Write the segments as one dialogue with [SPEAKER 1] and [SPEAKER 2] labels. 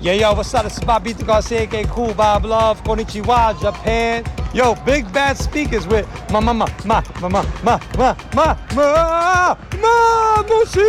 [SPEAKER 1] Yeah, yo, what's up? This is Bobito Garcia, aka Cool Bob Love, Konnichiwa, Japan. Yo, big bad speakers with ma ma ma ma ma ma ma ma ma ma ma mushi.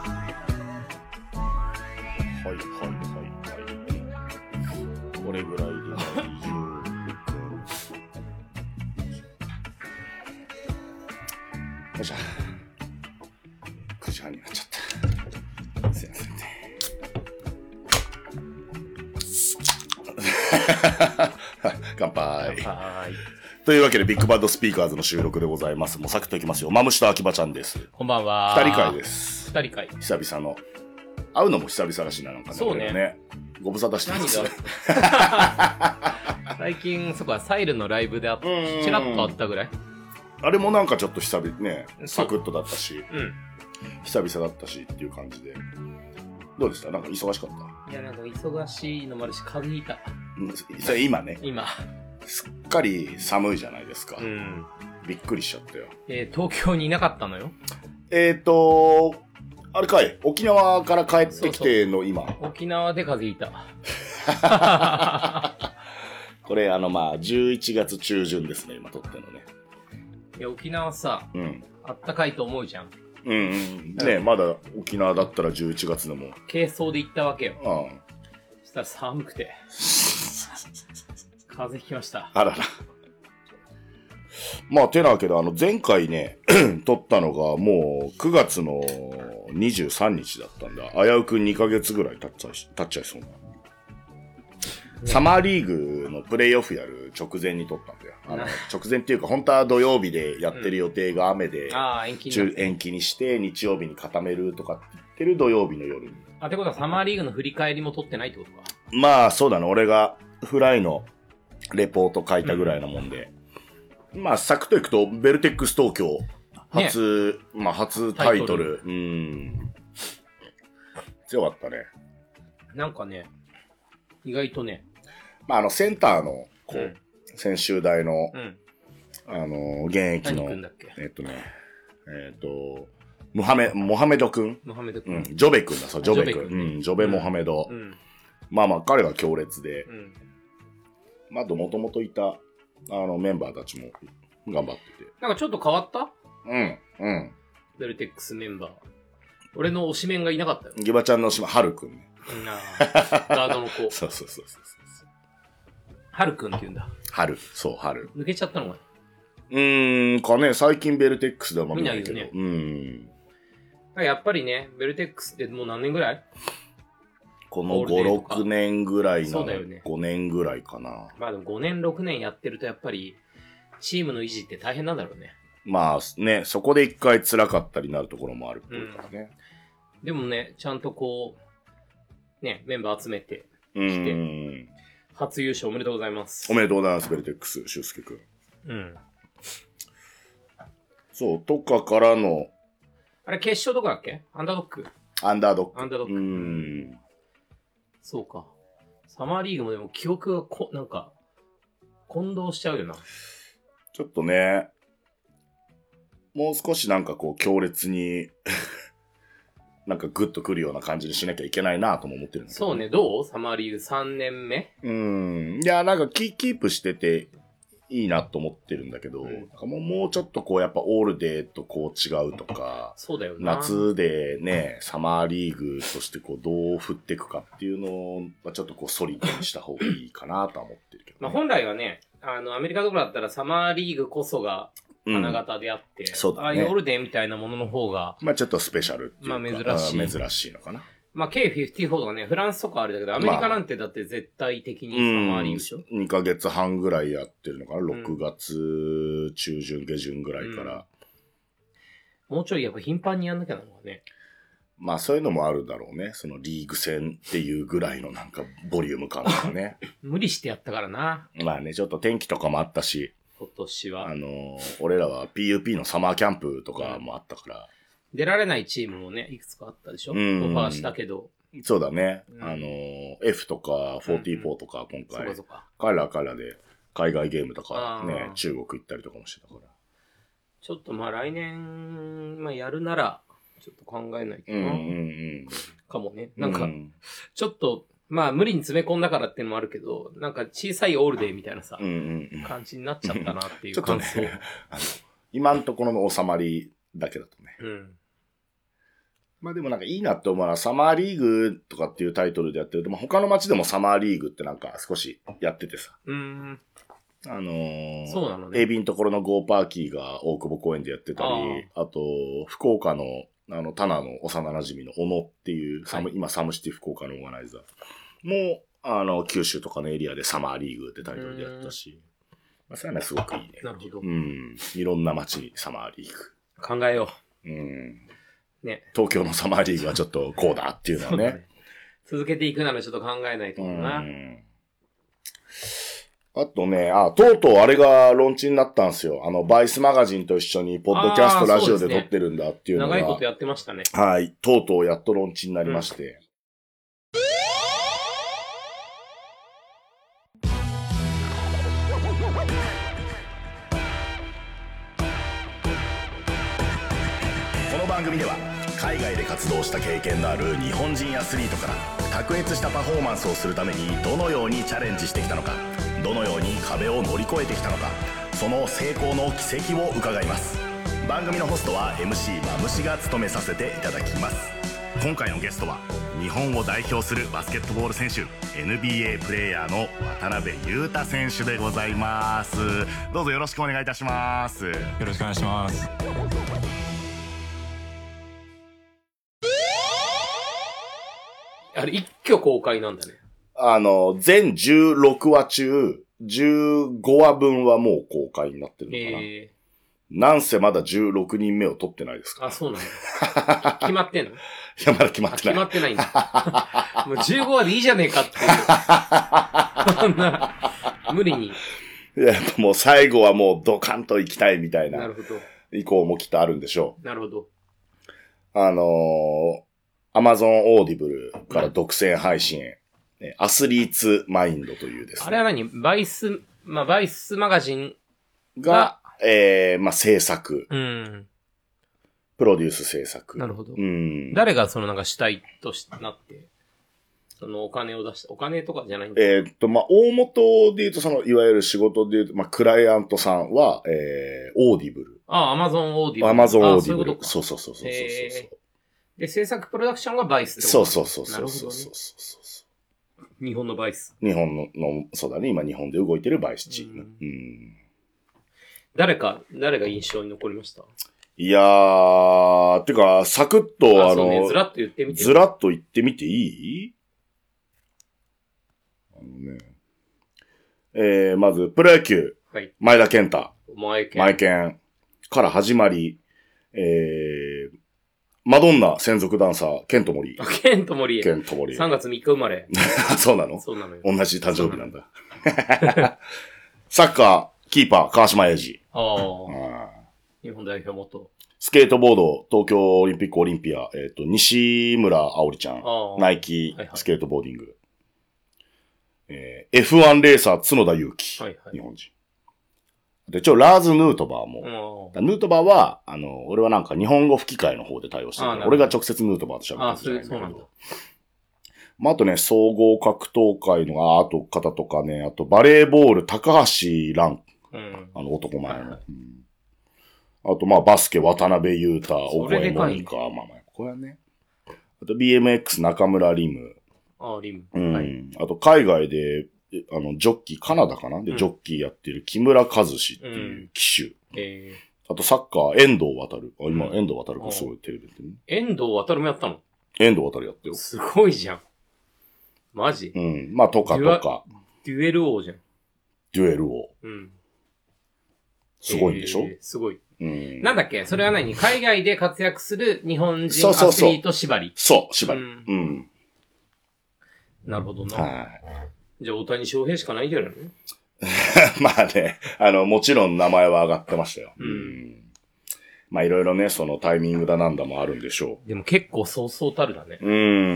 [SPEAKER 2] はいはいはいはい。これぐらいで十分。よいしょ。9時半になっちゃった。すいませんね。乾杯。
[SPEAKER 3] はい。
[SPEAKER 2] というわけで、ビッグバッドスピーカーズの収録でございます。もうサクッといきますよ。マムシと秋葉ちゃんです。
[SPEAKER 3] こんばんは。。
[SPEAKER 2] 二人会ですす。
[SPEAKER 3] 二人会。
[SPEAKER 2] 久々の。会うのも久々らしいな、なんかね。
[SPEAKER 3] そうね
[SPEAKER 2] 俺らね。ご無沙汰してま
[SPEAKER 3] 何
[SPEAKER 2] す
[SPEAKER 3] が。 最近、そこはサイルのライブであっ
[SPEAKER 2] うん
[SPEAKER 3] ちらっとあったぐらい
[SPEAKER 2] あれもなんかちょっと久々ね、
[SPEAKER 3] そう
[SPEAKER 2] サクッとだったし、
[SPEAKER 3] うん。
[SPEAKER 2] 久々だったしっていう感じで。どうでしたなんか忙しかった
[SPEAKER 3] いや、なんか忙しいのもあるし、風邪ひいた。
[SPEAKER 2] うんそれ今ね、
[SPEAKER 3] 今。
[SPEAKER 2] すっかり寒いじゃないですか。
[SPEAKER 3] ん。
[SPEAKER 2] びっくりしちゃったよ。
[SPEAKER 3] えー東京にいなかったのよ。
[SPEAKER 2] えっ、ー、と、あれかい、沖縄から帰ってきての今。
[SPEAKER 3] 沖縄で風邪ひいた。
[SPEAKER 2] これあのまあ、11月中旬ですね、今撮ってんのね。
[SPEAKER 3] いや、沖縄さ、
[SPEAKER 2] うん。
[SPEAKER 3] あったかいと思うじゃん。
[SPEAKER 2] うんうん。ね、まだ沖縄だったら11月でも。
[SPEAKER 3] 軽装で行ったわけよ。
[SPEAKER 2] うん。
[SPEAKER 3] そしたら寒く て。風邪ひきました。
[SPEAKER 2] あらら。まあ、てなわけで、あの、前回ね、 撮ったのが、もう、9月の23日だったんだ。危うく2ヶ月ぐらい経っちゃいし経っちゃいそうな。サマーリーグのプレイオフやる直前に撮ったんだよ。あの
[SPEAKER 3] な
[SPEAKER 2] 直前っていうか、本当は土曜日でやってる予定が雨で、
[SPEAKER 3] ああ、延期にな
[SPEAKER 2] 中
[SPEAKER 3] った。
[SPEAKER 2] 延期にして、日曜日に固めるとかって言ってる土曜日の夜に。
[SPEAKER 3] あ、ってことはサマーリーグの振り返りも取ってないってことか。
[SPEAKER 2] まあ、そうだね。俺がフライのレポート書いたぐらいなもんで。まあ、サクッといくと、ベルテックス東京、初、まあ、初タイトル。うん。強かったね。
[SPEAKER 3] なんかね、意外とね、
[SPEAKER 2] まあ、あの、センターの、こう、
[SPEAKER 3] うん
[SPEAKER 2] 専修大の
[SPEAKER 3] う、ん。
[SPEAKER 2] あの、現役
[SPEAKER 3] 何
[SPEAKER 2] の
[SPEAKER 3] 君だ、っけ
[SPEAKER 2] えっとね、えっと、モハメ、モハメド君
[SPEAKER 3] モハメド
[SPEAKER 2] う
[SPEAKER 3] 君。
[SPEAKER 2] ん、ジョベ君だ、そう、ジョベ君。
[SPEAKER 3] ジョベ君
[SPEAKER 2] うん、ジョベモハメド。
[SPEAKER 3] うん。
[SPEAKER 2] まあまあ、彼が強烈で、
[SPEAKER 3] うん。
[SPEAKER 2] まあ、もともといた、あの、メンバーたちも頑張ってて。
[SPEAKER 3] なんかちょっと変わった
[SPEAKER 2] うん、うん。
[SPEAKER 3] ベルテックスメンバー。俺の推しメンがいなかったよ。
[SPEAKER 2] ギバちゃんの島、ハルくんね。
[SPEAKER 3] うんなあガードの子。
[SPEAKER 2] そうそうそうそうそう。
[SPEAKER 3] ハルくんって言うんだ。
[SPEAKER 2] ハル、そう、ハル。
[SPEAKER 3] 抜けちゃったのかな
[SPEAKER 2] うーん、かね、最近ベルテックスではまあ見ないけど。
[SPEAKER 3] 見ないよ
[SPEAKER 2] うーん。
[SPEAKER 3] だからやっぱりね、ベルテックスってもう何年ぐらい
[SPEAKER 2] この
[SPEAKER 3] ゴールデンと
[SPEAKER 2] 5、
[SPEAKER 3] か
[SPEAKER 2] 6年ぐらい
[SPEAKER 3] そ
[SPEAKER 2] の、
[SPEAKER 3] うだよね
[SPEAKER 2] 5年ぐらいかな。
[SPEAKER 3] まあでも5年、6年やってるとやっぱり、チームの維持って大変なんだろうね。
[SPEAKER 2] まあね、そこで一回辛かったりなるところもあるっぽいからね。
[SPEAKER 3] でもね、ちゃんとこう、ね、メンバー集めて、
[SPEAKER 2] うー
[SPEAKER 3] 来て
[SPEAKER 2] ん。
[SPEAKER 3] 初優勝おめでとうございます。
[SPEAKER 2] おめでとうございます、ベルテックス、修介くん。
[SPEAKER 3] うん。
[SPEAKER 2] そう、とかからの
[SPEAKER 3] あれ決勝とかだっけアンダードック
[SPEAKER 2] アンダードック。
[SPEAKER 3] アンダードッ
[SPEAKER 2] う
[SPEAKER 3] ク。
[SPEAKER 2] ーん。
[SPEAKER 3] そうか。サマーリーグもでも記憶がこ、なんか、混同しちゃうよな。
[SPEAKER 2] ちょっとね、もう少しなんかこう強烈に、 なんかグッとくるような感じにしなきゃいけないなとも思ってるんだけど
[SPEAKER 3] そう。ね、どうサマーリーグ3年目
[SPEAKER 2] うん。いや、なんかキーキープしてていいなと思ってるんだけど、
[SPEAKER 3] うん
[SPEAKER 2] なんかもうもうちょっとこうやっぱオールデーとこう違うとか、
[SPEAKER 3] そうだよな。
[SPEAKER 2] 夏でね、サマーリーグとしてこうどう振っていくかっていうのはちょっとこうソリッドにした方がいいかなとは思ってるけど、
[SPEAKER 3] まあ、
[SPEAKER 2] ね。
[SPEAKER 3] 本来はね、あの、アメリカとかだったらサマーリーグこそが
[SPEAKER 2] うん
[SPEAKER 3] 花形であって、
[SPEAKER 2] そうだね
[SPEAKER 3] ああいうオールデンみたいなものの方が、
[SPEAKER 2] まあちょっとスペシャルっていうか、
[SPEAKER 3] まあ珍しい
[SPEAKER 2] あ珍しいのかな。
[SPEAKER 3] まあ、K54 とかね、フランスとかあれだけど、アメリカなんてだって絶対的にサマーリーグでしょ、
[SPEAKER 2] 2ヶ月半ぐらいやってるのかな。
[SPEAKER 3] ん
[SPEAKER 2] 6月中旬、下旬ぐらいから。
[SPEAKER 3] もうちょいやっぱ頻繁にやんなきゃなのかね。
[SPEAKER 2] まあそういうのもあるだろうね。そのリーグ戦っていうぐらいのなんかボリューム感と かね。
[SPEAKER 3] 無理してやったからな、
[SPEAKER 2] まあね、ちょっと天気とかもあったし、
[SPEAKER 3] 今年は
[SPEAKER 2] あ。のー俺らは PUP のサマーキャンプとかもあったから、
[SPEAKER 3] 出られないチームもね、いくつかあったでしょ、
[SPEAKER 2] うん
[SPEAKER 3] オファーしたけど、
[SPEAKER 2] そうだね、
[SPEAKER 3] うん
[SPEAKER 2] あのー F とか44とか今
[SPEAKER 3] そ
[SPEAKER 2] 回、
[SPEAKER 3] こそこ。
[SPEAKER 2] 彼らからで海外ゲームとかね
[SPEAKER 3] あ、ー
[SPEAKER 2] 中国行ったりとかもしてたから。
[SPEAKER 3] ちょっとまあ来年、まあやるなら、ちょっと考えないと
[SPEAKER 2] う
[SPEAKER 3] な、
[SPEAKER 2] んうんうん。
[SPEAKER 3] かもね。なんか
[SPEAKER 2] う、ん
[SPEAKER 3] ちょっと、まあ無理に詰め込んだからっていうのもあるけど、なんか小さいオールデーみたいなさ、
[SPEAKER 2] うんうん
[SPEAKER 3] 感じになっちゃったなってい
[SPEAKER 2] ちょ
[SPEAKER 3] う
[SPEAKER 2] っと
[SPEAKER 3] 感
[SPEAKER 2] ね
[SPEAKER 3] 想。
[SPEAKER 2] あの今のところの収まりだけだとね。
[SPEAKER 3] うん。
[SPEAKER 2] まあでもなんかいいなって思うのはサマーリーグとかっていうタイトルでやってると、まあ、他の街でもサマーリーグってなんか少しやっててさ、
[SPEAKER 3] うーん。
[SPEAKER 2] あのー、
[SPEAKER 3] そうなの
[SPEAKER 2] エ
[SPEAKER 3] ね。
[SPEAKER 2] ビのところのゴーパーキーが大久保公園でやってたり、あと、福岡の、あの、タナの幼馴染の小野っていう、サム
[SPEAKER 3] は
[SPEAKER 2] 今サムシティ福岡のオーガナイザーも、あの、九州とかのエリアでサマーリーグってタイトルでやったし、まあ、そういうのはすごくいいね。
[SPEAKER 3] なるほど
[SPEAKER 2] う。ん。いろんな街にサマーリーグ。
[SPEAKER 3] 考えよ
[SPEAKER 2] うん。
[SPEAKER 3] う。ね。
[SPEAKER 2] 東京のサマーリーグはちょっとこうだっていうのはね。
[SPEAKER 3] 続けていくならちょっと考えないとな。
[SPEAKER 2] うんあとね、あ、とうとうあれがロンチになったんですよ。あの、バイスマガジンと一緒に、ポッドキャスト、
[SPEAKER 3] あー
[SPEAKER 2] ラジオ
[SPEAKER 3] そ
[SPEAKER 2] で
[SPEAKER 3] うです
[SPEAKER 2] 撮
[SPEAKER 3] ね
[SPEAKER 2] ってるんだっていうのが、
[SPEAKER 3] 長いことやってましたね。
[SPEAKER 2] はい、とうとうやっとロンチになりまして。この番組では海外で活動した経験のある日本人アスリートから卓越したパフォーマンスをするためにどのようにチャレンジしてきたのかどのように壁を乗り越えてきたのかその成功の軌跡を伺います番組のホストは MC マムシが務めさせていただきます今回のゲストは日本を代表するバスケットボール選手 NBA プレーヤーの渡辺裕太選手でございますどうぞよろしくお願いいたします
[SPEAKER 4] よろしくお願いします。
[SPEAKER 3] あれ、一挙公開なんだね。
[SPEAKER 2] あの、全16話中、15話分はもう公開になってるのかな。
[SPEAKER 3] え
[SPEAKER 2] なんせまだ16人目を取ってないです
[SPEAKER 3] ー、
[SPEAKER 2] か
[SPEAKER 3] あ、そう なんだ。決まってんの
[SPEAKER 2] いや、まだ決 ま
[SPEAKER 3] あ、
[SPEAKER 2] って
[SPEAKER 3] 決
[SPEAKER 2] ない。
[SPEAKER 3] まってないんだ。もう15話でいいじゃねえかっていう。そんな、無理に。
[SPEAKER 2] いや、もう最後はもうドカンと行きたいみたい
[SPEAKER 3] な
[SPEAKER 2] な
[SPEAKER 3] るほど。
[SPEAKER 2] 意向もきっとあるんでしょ
[SPEAKER 3] なるほど。
[SPEAKER 2] う。あのー、アマゾンオーディブルから独占配信、ねアスリーツマインドというですね。
[SPEAKER 3] あれは何バイス、まあ、バイスマガジン、
[SPEAKER 2] が、えー、まあ、制作、
[SPEAKER 3] うん。
[SPEAKER 2] プロデュース制作。
[SPEAKER 3] なるほど
[SPEAKER 2] うん。
[SPEAKER 3] 誰がそのなんか主体としなって、そのお金を出した、お金とかじゃないんだ
[SPEAKER 2] えーっと、まあ、大元で言うと、その、いわゆる仕事で言うと、まあ、クライアントさんは、えー、オーディブル。
[SPEAKER 3] ああ、アマゾンオーディブル。
[SPEAKER 2] アマゾン
[SPEAKER 3] あ
[SPEAKER 2] オ
[SPEAKER 3] あ
[SPEAKER 2] ーディブル。
[SPEAKER 3] そ
[SPEAKER 2] そう
[SPEAKER 3] いうことか。
[SPEAKER 2] うそうそうそうそう
[SPEAKER 3] へで、制作プロダクションがバイスってこ
[SPEAKER 2] そう。
[SPEAKER 3] と
[SPEAKER 2] そうそうそ
[SPEAKER 3] な
[SPEAKER 2] う
[SPEAKER 3] る
[SPEAKER 2] そ
[SPEAKER 3] ほ
[SPEAKER 2] う
[SPEAKER 3] ど
[SPEAKER 2] そ
[SPEAKER 3] ね
[SPEAKER 2] うそうそ
[SPEAKER 3] 日本のバイス。
[SPEAKER 2] う。日本のの、そうだね、今日本で動いてるバイスチーム。
[SPEAKER 3] うん
[SPEAKER 2] うん。
[SPEAKER 3] 誰か、誰が印象に残りました
[SPEAKER 2] いやー、てか、サクッと、あ
[SPEAKER 3] そうね、
[SPEAKER 2] の、
[SPEAKER 3] ずらっと言ってみて。
[SPEAKER 2] ずらっと言ってみていいあのね、えー、まず、プロ野球、
[SPEAKER 3] はい。
[SPEAKER 2] 前田健太。
[SPEAKER 3] マイケ
[SPEAKER 2] マイケンから始まり、えー、マドンナ専属ダンサー、ケントモリ。
[SPEAKER 3] あケントモリエ。
[SPEAKER 2] ケントモリ。
[SPEAKER 3] 3月3日生まれ。
[SPEAKER 2] そうなの
[SPEAKER 3] そうなのよ。
[SPEAKER 2] 同じ誕生日なんだ。 サッカー、キーパー、川島英二。
[SPEAKER 3] あ
[SPEAKER 2] う
[SPEAKER 3] あ、
[SPEAKER 2] ん
[SPEAKER 3] 日本代表元。
[SPEAKER 2] スケートボード、東京オリンピックオリンピア、えっ、と、西村あおりちゃん
[SPEAKER 3] あ。あ。
[SPEAKER 2] ナ
[SPEAKER 3] い。
[SPEAKER 2] イキ
[SPEAKER 3] はいは、い
[SPEAKER 2] スケートボーディング。えー F1 レーサー、角田祐希。
[SPEAKER 3] はいはい
[SPEAKER 2] 日本人。で、一応、ラーズ・ヌートバーも、
[SPEAKER 3] ああ
[SPEAKER 2] ヌートバーは、あの、俺はなんか日本語吹き替えの方で対応してるか
[SPEAKER 3] あーなる
[SPEAKER 2] ら、
[SPEAKER 3] ほど
[SPEAKER 2] 俺が直接ヌートバーと喋ったんじゃないんだ
[SPEAKER 3] あーそれそうな
[SPEAKER 2] け
[SPEAKER 3] んだ
[SPEAKER 2] ど。まあ、あとね、総合格闘界の、ああと方とかね、あとバレーボール、高橋蘭
[SPEAKER 3] うん。
[SPEAKER 2] あの、男前の。うんあと、まあ、バスケ、渡辺裕太、オ
[SPEAKER 3] そ
[SPEAKER 2] コ
[SPEAKER 3] れ
[SPEAKER 2] エ
[SPEAKER 3] でか
[SPEAKER 2] モ
[SPEAKER 3] い
[SPEAKER 2] ニカ、まあまあ、これはね。あと、BMX、中村リム。
[SPEAKER 3] ああ、リム。
[SPEAKER 2] うん。
[SPEAKER 3] はい。
[SPEAKER 2] あと、海外で、えあの、ジョッキー、カナダかなで、
[SPEAKER 3] うん
[SPEAKER 2] ジョッキーやってる木村和志っていう騎手。
[SPEAKER 3] えー、
[SPEAKER 2] あと、サッカー、遠藤渡る。あ、今、
[SPEAKER 3] うん
[SPEAKER 2] 遠藤渡る
[SPEAKER 3] う
[SPEAKER 2] か、
[SPEAKER 3] ん
[SPEAKER 2] すごいテレビ出てるね。
[SPEAKER 3] 遠藤渡もやったの
[SPEAKER 2] 遠藤渡るやってよ。
[SPEAKER 3] すごいじゃん。マジ
[SPEAKER 2] うん。まあ、とかと
[SPEAKER 3] デュア
[SPEAKER 2] か、
[SPEAKER 3] デュエル王じゃん。
[SPEAKER 2] デュエルを。
[SPEAKER 3] うん。
[SPEAKER 2] すごいんでしょ、
[SPEAKER 3] えーすごい。
[SPEAKER 2] うん。
[SPEAKER 3] なんだっけそれは何海外で活躍する日本人
[SPEAKER 2] そう
[SPEAKER 3] アス
[SPEAKER 2] そうそう
[SPEAKER 3] リート縛り。
[SPEAKER 2] そう、縛り。
[SPEAKER 3] う
[SPEAKER 2] うんん。
[SPEAKER 3] なるほどな。
[SPEAKER 2] は
[SPEAKER 3] じゃあ、大谷翔平しかないんじゃないの
[SPEAKER 2] い。 まあね、あの、もちろん名前は上がってましたよ。
[SPEAKER 3] うん
[SPEAKER 2] まあ、いろいろね、そのタイミングだなんだもあるんでしょ
[SPEAKER 3] でも結構そうそうたるだね。
[SPEAKER 2] う。う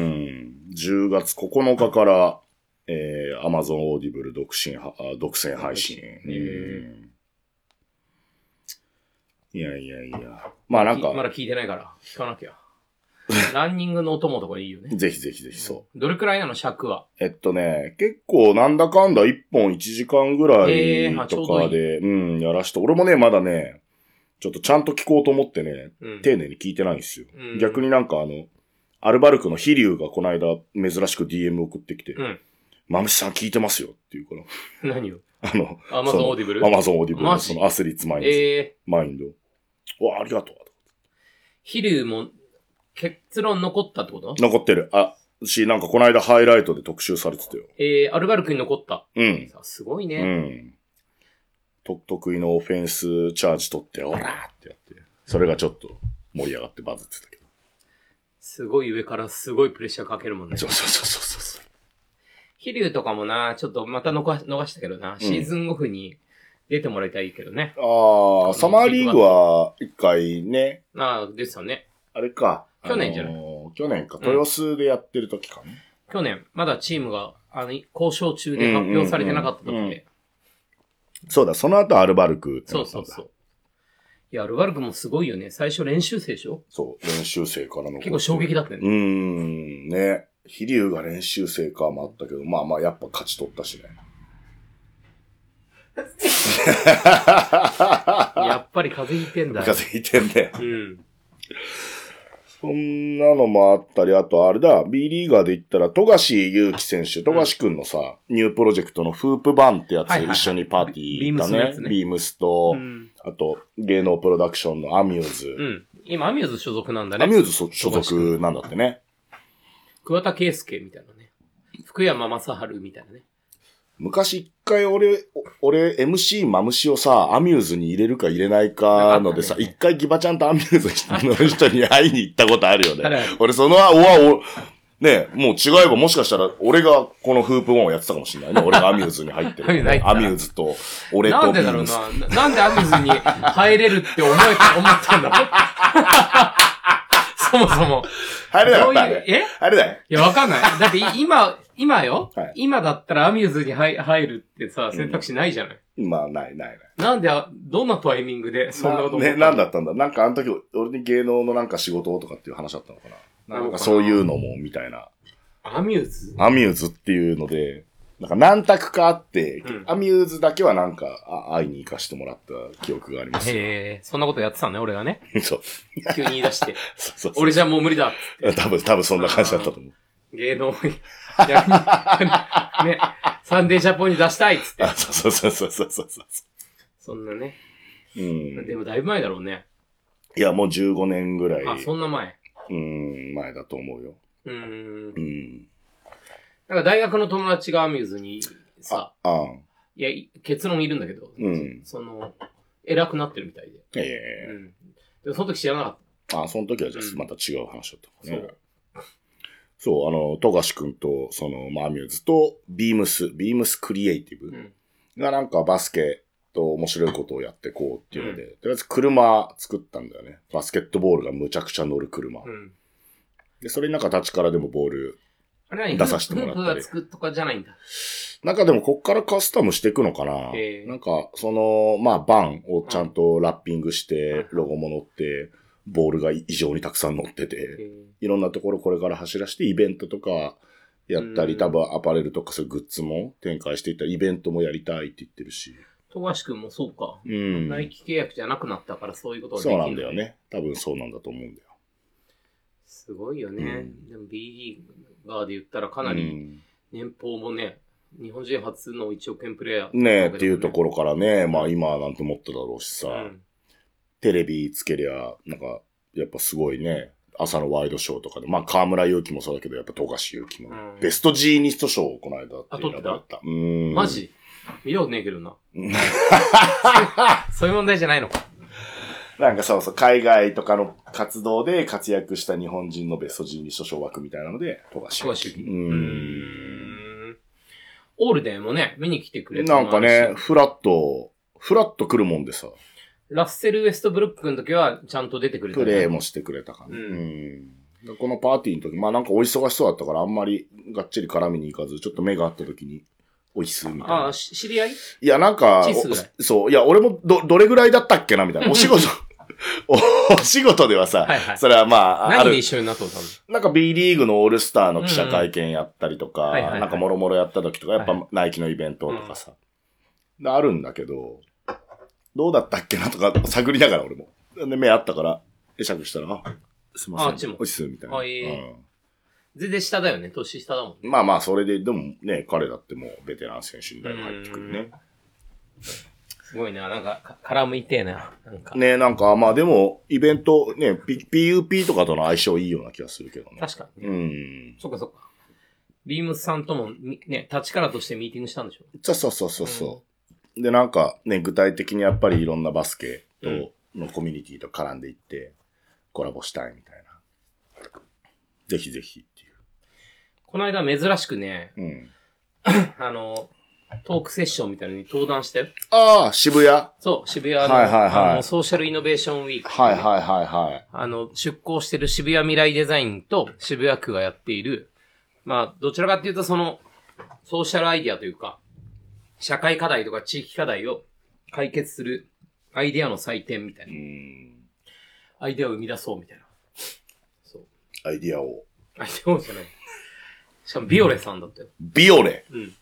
[SPEAKER 2] ん。10月9日から、えー、Amazon Audible 独身は、あ独占配信。うんいやいやいや。まあなんか、
[SPEAKER 3] まだ聞いてないから、聞かな きゃ。ランニングのお供とかいいよね。
[SPEAKER 2] ぜひぜひぜひそう。
[SPEAKER 3] どれくらいなの尺は。
[SPEAKER 2] えっとね、結構なんだかんだ1本1時間ぐら
[SPEAKER 3] え
[SPEAKER 2] い
[SPEAKER 3] ーあちょ
[SPEAKER 2] と
[SPEAKER 3] うどいい
[SPEAKER 2] かで、うん、やらして、俺もね、まだね、ちょっとちゃんと聞こうと思ってね、
[SPEAKER 3] うん。
[SPEAKER 2] 丁寧に聞いてないんですよ。
[SPEAKER 3] うん
[SPEAKER 2] 逆になんかあの、アルバルクの飛竜がこの間珍しく DM 送ってきて、
[SPEAKER 3] うん
[SPEAKER 2] マムシさん聞いてますよっていうから、
[SPEAKER 3] 何を
[SPEAKER 2] あの、
[SPEAKER 3] アマ
[SPEAKER 2] そ
[SPEAKER 3] ゾン
[SPEAKER 2] の
[SPEAKER 3] オーディブル
[SPEAKER 2] Amazon Audible
[SPEAKER 3] マ
[SPEAKER 2] の
[SPEAKER 3] ジ
[SPEAKER 2] そのアスリーツマインド。
[SPEAKER 3] えー、
[SPEAKER 2] マインドうわありがとう。
[SPEAKER 3] ヒルも結論残ったってこと
[SPEAKER 2] 残ってる。あ、し、なんかこの間ハイライトで特集されてたよ。
[SPEAKER 3] えー、アルバルクに残った。
[SPEAKER 2] うん。
[SPEAKER 3] さすごいうね。
[SPEAKER 2] ん。と、得意のオフェンスチャージ取って、オラーってやって。それがちょっと盛り上がってバズってたけど。
[SPEAKER 3] すごい上からすごいプレッシャーかけるもんね。
[SPEAKER 2] そうそうそうそうそう。
[SPEAKER 3] 飛竜とかもな、ちょっとまた残し逃したけどな、シーズンオフに出てもらいたいけどね。
[SPEAKER 2] ああ、サマーリーグは一回ね、
[SPEAKER 3] ああ、ですよね。
[SPEAKER 2] あれか。
[SPEAKER 3] 去年じゃない
[SPEAKER 2] あのー去年か。豊洲でやってる時かね。
[SPEAKER 3] 去年、まだチームが、あの、交渉中で発表されてなかった時
[SPEAKER 2] うんうんうんう
[SPEAKER 3] で
[SPEAKER 2] ん。そうだ、その後アルバルクって
[SPEAKER 3] そ
[SPEAKER 2] な
[SPEAKER 3] う
[SPEAKER 2] った
[SPEAKER 3] そ
[SPEAKER 2] ん
[SPEAKER 3] う
[SPEAKER 2] だ
[SPEAKER 3] そう。いや、アルバルクもすごいよね。最初練習生でしょ
[SPEAKER 2] そう、練習生からの。
[SPEAKER 3] 結構衝撃だったよ
[SPEAKER 2] う
[SPEAKER 3] ね。
[SPEAKER 2] ーん、ね。飛竜が練習生かもあったけど、まあまあ、やっぱ勝ち取ったしね。
[SPEAKER 3] やっぱり風邪ひいてんだよ。
[SPEAKER 2] 風邪ひいてんね。
[SPEAKER 3] うん。
[SPEAKER 2] そんなのもあったり、あとあれだ、B リーガーで言ったら、富樫勇樹選手、富樫くんのさ、ニュープロジェクトのフープバンってやつ、
[SPEAKER 3] はいはいはい
[SPEAKER 2] 一緒にパーティ
[SPEAKER 3] ビー
[SPEAKER 2] ー
[SPEAKER 3] ム
[SPEAKER 2] だ
[SPEAKER 3] スのや
[SPEAKER 2] ね
[SPEAKER 3] つ。ね
[SPEAKER 2] ビームスと
[SPEAKER 3] う、ん。
[SPEAKER 2] あと、芸能プロダクションのアミューズ。
[SPEAKER 3] うん。今、アミューズ所属なんだ
[SPEAKER 2] アミュ
[SPEAKER 3] ね。
[SPEAKER 2] ーズ所所属なんだってね。
[SPEAKER 3] 桑田佳祐みたいなね。福山雅治みたいなね。
[SPEAKER 2] 昔一回俺、お俺 MC マムシをさ、アミューズに入れるか入れないかので
[SPEAKER 3] あ
[SPEAKER 2] さ、
[SPEAKER 3] ったね
[SPEAKER 2] 一回ギバちゃんとアミューズの人に会いに行ったことあるよ
[SPEAKER 3] ある
[SPEAKER 2] ね
[SPEAKER 3] ある。
[SPEAKER 2] 俺その、おわ、お、ねもう違えばもしかしたら俺がこのフープワンをやってたかもしれないね。俺がアミューズに入っ て
[SPEAKER 3] アミューズ入
[SPEAKER 2] る、
[SPEAKER 3] ってた
[SPEAKER 2] アミューズと、俺と
[SPEAKER 3] なんでだろう
[SPEAKER 2] ビーム
[SPEAKER 3] な。ななんでアミューズに入れるって思えた、思ったんだろう そもそも。
[SPEAKER 2] ス入れなか
[SPEAKER 3] ど
[SPEAKER 2] っ
[SPEAKER 3] う
[SPEAKER 2] た
[SPEAKER 3] いう、
[SPEAKER 2] ね。
[SPEAKER 3] え
[SPEAKER 2] 入れない。
[SPEAKER 3] いや、わかんない。だってい今、今よ、
[SPEAKER 2] はい
[SPEAKER 3] 今だったらアミューズに入入るってさ、選択肢ないじゃない、
[SPEAKER 2] まあ、ないないない。
[SPEAKER 3] なんで、あどんなタイミングでそんなこと思った
[SPEAKER 2] ね、なんだったんだなんかあの時、俺に芸能のなんか仕事をとかっていう話だったのかな。なんかそういうのも、みたいな。
[SPEAKER 3] アミューズ
[SPEAKER 2] アミューズっていうので、なんか何択かあって、
[SPEAKER 3] うん
[SPEAKER 2] アミューズだけはなんかあ会いに行かしてもらった記憶があります。
[SPEAKER 3] へえ、そんなことやってたんだね、俺がね。
[SPEAKER 2] そう。
[SPEAKER 3] 急に言い出 して。
[SPEAKER 2] そうそうそう
[SPEAKER 3] 俺じゃもう無理だっつって。
[SPEAKER 2] 多分、多分そんな感じだったと思う。
[SPEAKER 3] 芸能に、やりに ね、サンデージャポンに出したいっつって。
[SPEAKER 2] あ、そうそうそうそうそうそうそ
[SPEAKER 3] そんなね。
[SPEAKER 2] う。うん。
[SPEAKER 3] でもだいぶ前だろうね。
[SPEAKER 2] いや、もう15年ぐらい、
[SPEAKER 3] あ、そ
[SPEAKER 2] うん
[SPEAKER 3] な前。
[SPEAKER 2] ん、前だと思うよ。
[SPEAKER 3] うーん
[SPEAKER 2] う。ん。
[SPEAKER 3] なんか大学の友達がアミューズにさ、
[SPEAKER 2] ああ。
[SPEAKER 3] いや、い結論いるんだけど、
[SPEAKER 2] うん
[SPEAKER 3] その、偉くなってるみたいで。
[SPEAKER 2] え
[SPEAKER 3] う
[SPEAKER 2] え
[SPEAKER 3] ん。でもその時知らなかっ
[SPEAKER 2] あ、その時はじゃ
[SPEAKER 3] うん
[SPEAKER 2] あまた違う話だった
[SPEAKER 3] た。
[SPEAKER 2] からね。。そう、あの、富樫くんと、その、まあ、アミューズと、ビームス、ビームスクリエイティブ。
[SPEAKER 3] うん。
[SPEAKER 2] がなんかバスケと面白いことをやってこうっていうので、とりあえず車作ったんだよね。バスケットボールがむちゃくちゃ乗る車。
[SPEAKER 3] うん。
[SPEAKER 2] で、それになんか立ちからでもボール、
[SPEAKER 3] あれ何
[SPEAKER 2] 出させてもらった
[SPEAKER 3] フープ
[SPEAKER 2] り
[SPEAKER 3] がつくとかじゃないんだ。
[SPEAKER 2] なんかでもこっからカスタムしていくのかな
[SPEAKER 3] へえ
[SPEAKER 2] なんか、その、まあ、バンをちゃんとラッピングして、ロゴも乗って、ボールが異常にたくさん乗って
[SPEAKER 3] へ
[SPEAKER 2] て、
[SPEAKER 3] ー
[SPEAKER 2] いろんなところこれから走らして、イベントとかやった
[SPEAKER 3] う
[SPEAKER 2] り、
[SPEAKER 3] ん
[SPEAKER 2] 多分アパレルとかそういうグッズも展開していったり、イベントもやりたいって言ってるし。
[SPEAKER 3] 富樫君もそうか。
[SPEAKER 2] うん。
[SPEAKER 3] 内規契約じゃなくなったからそういうことができ
[SPEAKER 2] そ
[SPEAKER 3] る。
[SPEAKER 2] うなんだよ。ね。多分そうなんだと思うんだよ。
[SPEAKER 3] すごいよね。
[SPEAKER 2] うん
[SPEAKER 3] でも B リーガーで言ったらかなり年俸もね、日本人初の1億円プレイヤー、
[SPEAKER 2] うん、ねえっていうとこ
[SPEAKER 3] ろ。
[SPEAKER 2] ろからね、まあ今なんてもっとだろうしさ、
[SPEAKER 3] うん。
[SPEAKER 2] テレビつけりゃ、なんか、やっぱすごいね、朝のワイドショーとかで、まあ河村勇輝もそうだけど、やっぱ富樫勇樹も、
[SPEAKER 3] うん
[SPEAKER 2] ベストジーニスト賞をこの間って選ばれ
[SPEAKER 3] あ
[SPEAKER 2] た。うん。
[SPEAKER 3] マジ見たことねえけど な。
[SPEAKER 2] うん
[SPEAKER 3] そういう問題じゃないのか。
[SPEAKER 2] なんかそうそう、海外とかの活動で活躍した日本人のベストジーニスト賞枠みたいなので、富樫
[SPEAKER 3] 詳
[SPEAKER 2] 勇
[SPEAKER 3] し
[SPEAKER 2] 樹。。
[SPEAKER 3] いううんんオールデンもね、見に来てくれた
[SPEAKER 2] なんかね、
[SPEAKER 3] し
[SPEAKER 2] フラッと、フラッと来るもんでさ、
[SPEAKER 3] ラッセル・ウェストブルックの時はちゃんと出てくれた、
[SPEAKER 2] プレー。もしてくれたから、
[SPEAKER 3] う
[SPEAKER 2] うんん。でこのパーティーの時、まあなんかお忙しそうだったから、あんまりがっちり絡みに行かず、ちょっと目が合った時に、おいっす、みたい
[SPEAKER 3] あ
[SPEAKER 2] な
[SPEAKER 3] あ、。し知り合い
[SPEAKER 2] いや、なんか
[SPEAKER 3] チーズぐらい、
[SPEAKER 2] おそう、いや、俺もど、どれぐらいだったっけな、みたいな。お 仕事、お仕事ではさ、
[SPEAKER 3] はいはい
[SPEAKER 2] それはまあ、あ
[SPEAKER 3] 何で
[SPEAKER 2] る
[SPEAKER 3] 一、緒になったの多分
[SPEAKER 2] なんか B リーグのオールスターの記者会見やったりとか、
[SPEAKER 3] うんはいはいはい
[SPEAKER 2] なんかもろもろやった時とか、や
[SPEAKER 3] は
[SPEAKER 2] っぱナイキのイベントとかさ、であるんだけど、どうだったっけなとか探りながら俺も。で、目あったから、会釈したら、あ、すいません。
[SPEAKER 3] ああっちも
[SPEAKER 2] おいっす、みたいな。
[SPEAKER 3] あいい
[SPEAKER 2] うん
[SPEAKER 3] 全然下だよね。年下だもんね。
[SPEAKER 2] まあまあ、それで、でもね、彼だってもうベテラン選手にだいぶ入ってくるね。
[SPEAKER 3] すごいな。なんか、か絡むいてえな。なんか。
[SPEAKER 2] ねなんか、まあでも、イベント、ね、P- PUP とかとの相性いいような気がするけどね。
[SPEAKER 3] 確かにね。
[SPEAKER 2] うん。
[SPEAKER 3] そっかそっか。ビームスさんともみ、ね、立ちからとしてミーティングしたんでしょ
[SPEAKER 2] そうそうそうそうそう。で、なんか、ね、具体的にやっぱりいろんなバスケと、
[SPEAKER 3] うん
[SPEAKER 2] のコミュニティと絡んでいって、コラボしたいみたいな。ぜひぜひっ
[SPEAKER 3] この間珍しくね、
[SPEAKER 2] ていう。うん。
[SPEAKER 3] あの、トークセッションみたいなのに登壇したよ。
[SPEAKER 2] ああ、渋谷。はい
[SPEAKER 3] そう、渋谷の,、
[SPEAKER 2] はいはいはい
[SPEAKER 3] あのソーシャルイノベーションウィーク、
[SPEAKER 2] はいはいはい。
[SPEAKER 3] あの、出向してる渋谷未来デザインと渋谷区がやっている、まあ、どちらかっていうとその、ソーシャルアイディアというか、社会課題とか地域課題を解決するアイディアの祭典みたいうな。
[SPEAKER 2] ん。
[SPEAKER 3] アイディアを生み出そうみたいな。そう。
[SPEAKER 2] アイディアを。
[SPEAKER 3] アイディアじゃない。しかもビオレさんだったよ。
[SPEAKER 2] ビオレ。
[SPEAKER 3] うん。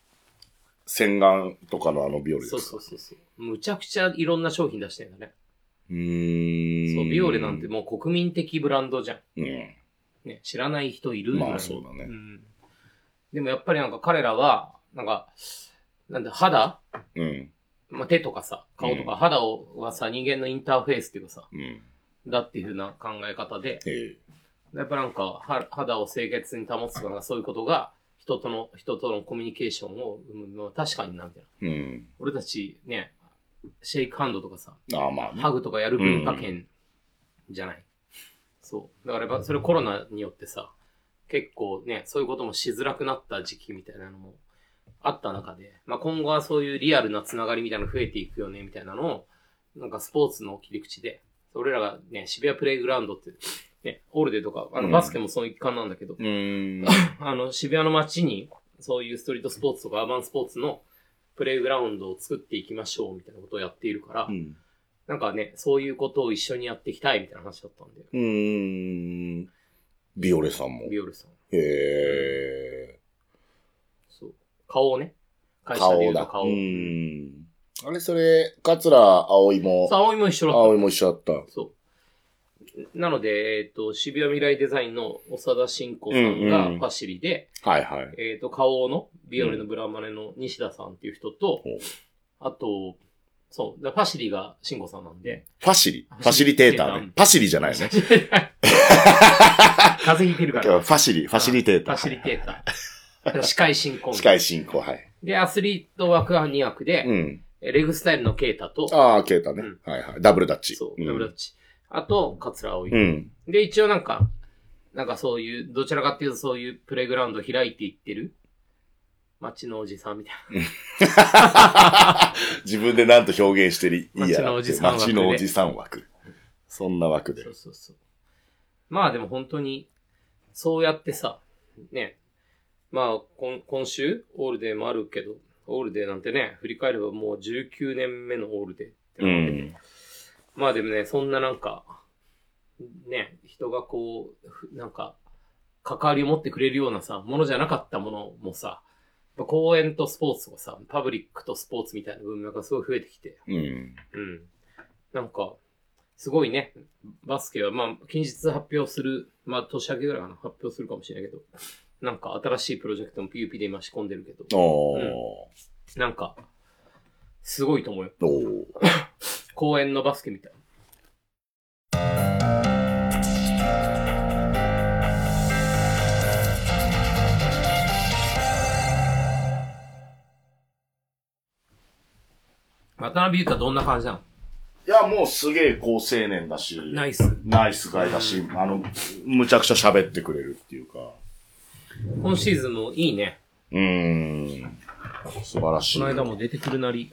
[SPEAKER 2] 洗顔とかのあのビオレです
[SPEAKER 3] そ
[SPEAKER 2] か。
[SPEAKER 3] うそうそうそう。むちゃくちゃいろんな商品出してるんだね。
[SPEAKER 2] うーん。
[SPEAKER 3] そう、ビオレなんてもう国民的ブランドじゃん。
[SPEAKER 2] うん。
[SPEAKER 3] ね、知らない人いる
[SPEAKER 2] まあ
[SPEAKER 3] ぐらい
[SPEAKER 2] そうだね
[SPEAKER 3] んでもやっぱりなんか彼らは、なんか、なんだ、肌
[SPEAKER 2] うん。
[SPEAKER 3] まあ、手とかさ、顔とか肌を、はさ、人間のインターフェースっていうかさ、
[SPEAKER 2] うん。
[SPEAKER 3] だっていうふうな考え方で、
[SPEAKER 2] ええ。
[SPEAKER 3] やっぱなんか、は肌を清潔に保つとか、そういうことが、人との、人とのコミュニケーションを生むのは確かにな、みたいな。
[SPEAKER 2] うん。
[SPEAKER 3] 俺たちね、シェイクハンドとかさ、
[SPEAKER 2] ああ、まあね。
[SPEAKER 3] ハグとかやる文化圏じゃない。そう。だからやっぱそれコロナによってさ、結構ね、そういうこともしづらくなった時期みたいなのもあった中で、まあ今後はそういうリアルなつながりみたいなの増えていくよね、みたいなのを、なんかスポーツの切り口で、俺らがね、渋谷プレイグラウンドって、ね、オールデーとか、あの
[SPEAKER 2] うん
[SPEAKER 3] バスケもその一環なんだけど、
[SPEAKER 2] うーん。
[SPEAKER 3] あの、渋谷の街に、そういうストリートスポーツとかアーバンスポーツのプレイグラウンドを作っていきましょうみたいなことをやっているから、
[SPEAKER 2] うん
[SPEAKER 3] なんかね、そういうことを一緒にやっていきたいみたいな話だったんで、
[SPEAKER 2] うーん。ビオレさんも。
[SPEAKER 3] ビオルさん。
[SPEAKER 2] へえ。
[SPEAKER 3] そう。顔をね、会社で言う
[SPEAKER 2] 顔
[SPEAKER 3] と
[SPEAKER 2] だ。
[SPEAKER 3] 顔
[SPEAKER 2] う
[SPEAKER 3] を。
[SPEAKER 2] ーん。あれ、それ、桂葵も
[SPEAKER 3] そう、、葵も一緒だっ
[SPEAKER 2] 葵も一緒だった。
[SPEAKER 3] た。そう。なので、えっ、と、渋谷未来デザインの長田慎子さん
[SPEAKER 2] う
[SPEAKER 3] が
[SPEAKER 2] んうん
[SPEAKER 3] ファシリで、
[SPEAKER 2] はいはい。
[SPEAKER 3] えっ、と、顔の、ビオレのブラマネの西田さんっていう人と、
[SPEAKER 2] うん
[SPEAKER 3] あと、そう、だからファシリが慎子さんなんで、
[SPEAKER 2] ファシリ。ファシリテーターね。ファシリじゃないね。
[SPEAKER 3] 風邪ひいてるか
[SPEAKER 2] 今日は
[SPEAKER 3] ら。
[SPEAKER 2] ファシリ、ファシリテー
[SPEAKER 3] フ
[SPEAKER 2] タ
[SPEAKER 3] ァシ
[SPEAKER 2] ー。
[SPEAKER 3] リテーター。司会進行。
[SPEAKER 2] 司会進行、はい。
[SPEAKER 3] で、アスリート枠は2枠で、
[SPEAKER 2] うん。
[SPEAKER 3] レグスタイルのケイタと、
[SPEAKER 2] ああ、ケータね
[SPEAKER 3] うん。
[SPEAKER 2] はいはい。ダブルダッチ。
[SPEAKER 3] そう、
[SPEAKER 2] ん
[SPEAKER 3] ダブルダッチ。あと、桂葵。
[SPEAKER 2] うん。
[SPEAKER 3] で、一応なんか、なんかそういう、どちらかっていうとそういうプレイグラウンドを開いていってる街のおじさんみたい
[SPEAKER 2] 自分でなんと表現してる、いいや
[SPEAKER 3] 街の
[SPEAKER 2] な
[SPEAKER 3] お
[SPEAKER 2] って
[SPEAKER 3] じさん枠で
[SPEAKER 2] 街のおじさん枠。そんな枠
[SPEAKER 3] な。
[SPEAKER 2] で
[SPEAKER 3] そ。うそうそう。まあでも本当に、そうやってさ、ね、まあ今今週、オールデーもあるけど、オールデーなんてね、振り返ればもう19年目のオールデーって
[SPEAKER 2] う
[SPEAKER 3] なわけで
[SPEAKER 2] ん。
[SPEAKER 3] まあでもね、そんななんか、ね、人がこう、ふなんか、関わりを持ってくれるようなさ、ものじゃなかったものもさ、ぱ公園とスポーツとかさ、パブリックとスポーツみたいな文脈がすごい増えてきて、
[SPEAKER 2] うん。
[SPEAKER 3] うん。なんか、すごいね、バスケは、まあ、近日発表する、まあ、年明けぐらいかな、発表するかもしれないけど、なんか新しいプロジェクトも PUP で今仕込んでるけど、
[SPEAKER 2] ああ、
[SPEAKER 3] なんか、すごいと思うよ。
[SPEAKER 2] おー
[SPEAKER 3] 公園のバスケみたいな。渡辺裕太どんな感じなの
[SPEAKER 2] いや、もうすげえ好青年だし、
[SPEAKER 3] ナイス。
[SPEAKER 2] ナイスガイだし、あの、むちゃくちゃ喋ってくれるっていうか。
[SPEAKER 3] 今シーズンもいいね。
[SPEAKER 2] うーん。素晴らし
[SPEAKER 3] こ
[SPEAKER 2] い。
[SPEAKER 3] の間も出てくるなり、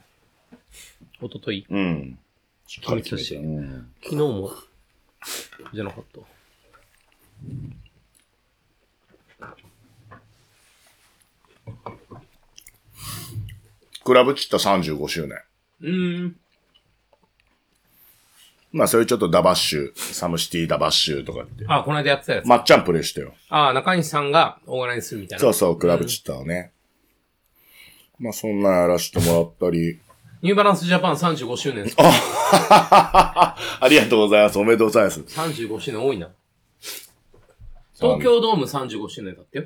[SPEAKER 3] おととい、
[SPEAKER 2] うん。しっかり決め
[SPEAKER 3] 決
[SPEAKER 2] て。
[SPEAKER 3] め
[SPEAKER 2] うん
[SPEAKER 3] 昨日も、じゃなかった。
[SPEAKER 2] クラブ切った35周年。
[SPEAKER 3] うーん。
[SPEAKER 2] まあ、それちょっとダバッシュ、サムシティダバッシュとかって。
[SPEAKER 3] あ、この間やってたやつ。
[SPEAKER 2] まっちゃんプレイしたよ。
[SPEAKER 3] あ、中西さんがオーガナイズするみたいな。
[SPEAKER 2] そうそう、クラブチッターをね。まあ、そんなんやらしてもらったり。
[SPEAKER 3] ニューバランスジャパン35周年です。
[SPEAKER 2] ありがとうございます。おめでとうございます。
[SPEAKER 3] 35周年多いな。東京ドーム35周年だってよ。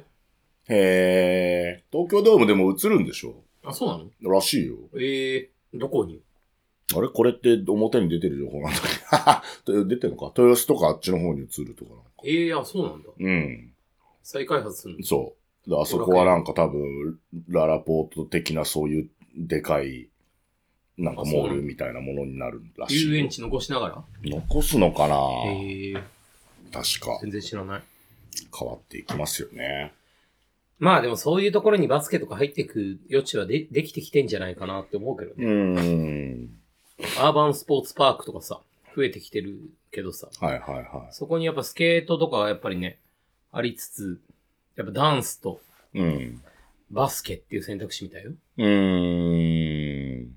[SPEAKER 2] へえ。東京ドームでも映るんでしょ
[SPEAKER 3] あ、そうなの
[SPEAKER 2] らしいよ。
[SPEAKER 3] ええどこに
[SPEAKER 2] あれこれって表に出てる情報なんだっけ 出てるのか豊洲とかあっちの方に映るとかなんか。
[SPEAKER 3] ええあ、そうなんだ。
[SPEAKER 2] うん。
[SPEAKER 3] 再開発するの
[SPEAKER 2] そう。であそこはなんか多分、ララポート的なそういうでかい、なんかモールみたいなものになるらしい。
[SPEAKER 3] 遊園地残しながら
[SPEAKER 2] 残すのかな
[SPEAKER 3] ええ
[SPEAKER 2] 確か。
[SPEAKER 3] 全然知らない。
[SPEAKER 2] 変わっていきますよね。
[SPEAKER 3] まあでもそういうところにバスケとか入ってく余地はでできてきてんじゃないかなって思うけど
[SPEAKER 2] う
[SPEAKER 3] ね。
[SPEAKER 2] ーん。
[SPEAKER 3] アーバンスポーツパークとかさ、増えてきてるけどさ、
[SPEAKER 2] はいはいは
[SPEAKER 3] そこにやっぱスケートとかはやっぱりね、ありつつ、やっぱダンスと
[SPEAKER 2] い。うん。
[SPEAKER 3] バスケっていう選択肢みたいよ。
[SPEAKER 2] うーん。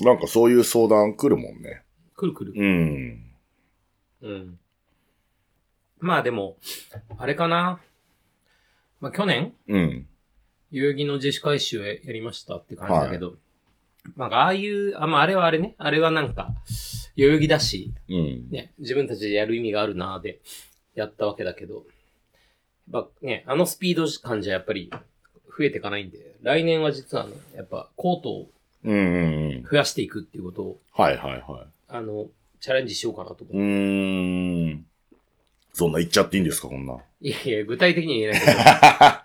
[SPEAKER 2] なんかそういう相談来るもんね。
[SPEAKER 3] くるくる。
[SPEAKER 2] うん。
[SPEAKER 3] うん。まあでも、あれかな。まあ去年、
[SPEAKER 2] うん。
[SPEAKER 3] 代々木の自主回収やりましたって感じだけど、まあああいう、あ、まああれはあれね、あれはなんか、代々木だし、
[SPEAKER 2] うん。
[SPEAKER 3] ね、自分たちでやる意味があるなーで、やったわけだけど、やっぱね、あのスピード感じゃやっぱり増えていかないんで、来年は実はね、やっぱコートを
[SPEAKER 2] うんうんうん。
[SPEAKER 3] 増やしていくっていうことを、
[SPEAKER 2] はいはいは
[SPEAKER 3] あの、チャレンジしようかなと思
[SPEAKER 2] い。
[SPEAKER 3] う。
[SPEAKER 2] うーん。そんな言っちゃっていいんですか、こんな。
[SPEAKER 3] いやいや、具体的には言えないけ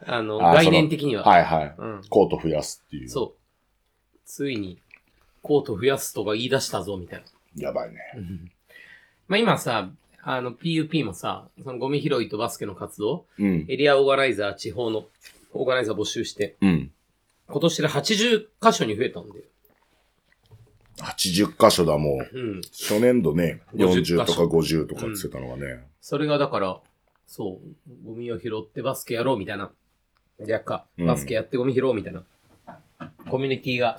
[SPEAKER 3] ど、 あの、
[SPEAKER 2] あその
[SPEAKER 3] 概念的には。
[SPEAKER 2] はいはい。
[SPEAKER 3] うん。
[SPEAKER 2] コート増やすっていう。
[SPEAKER 3] そう。ついに、コート増やすとか言い出したぞ、みたいな。
[SPEAKER 2] やばいね。
[SPEAKER 3] まあ今さ、あの、PUP もさ、そのゴミ拾いとバスケの活動、
[SPEAKER 2] うん。
[SPEAKER 3] エリアオーガナイザー、地方のオーガナイザー募集して、
[SPEAKER 2] うん。
[SPEAKER 3] 今年で80箇所に増えたんだよ。
[SPEAKER 2] 80箇所だ、もう。
[SPEAKER 3] うん。
[SPEAKER 2] 初年度ね、
[SPEAKER 3] 50箇所
[SPEAKER 2] 40とか50とかって言ってたのがね。
[SPEAKER 3] それがだから、そう、ゴミを拾ってバスケやろうみたいな。やっか、
[SPEAKER 2] うん
[SPEAKER 3] バスケやってゴミ拾おうみたいな。コミュニティが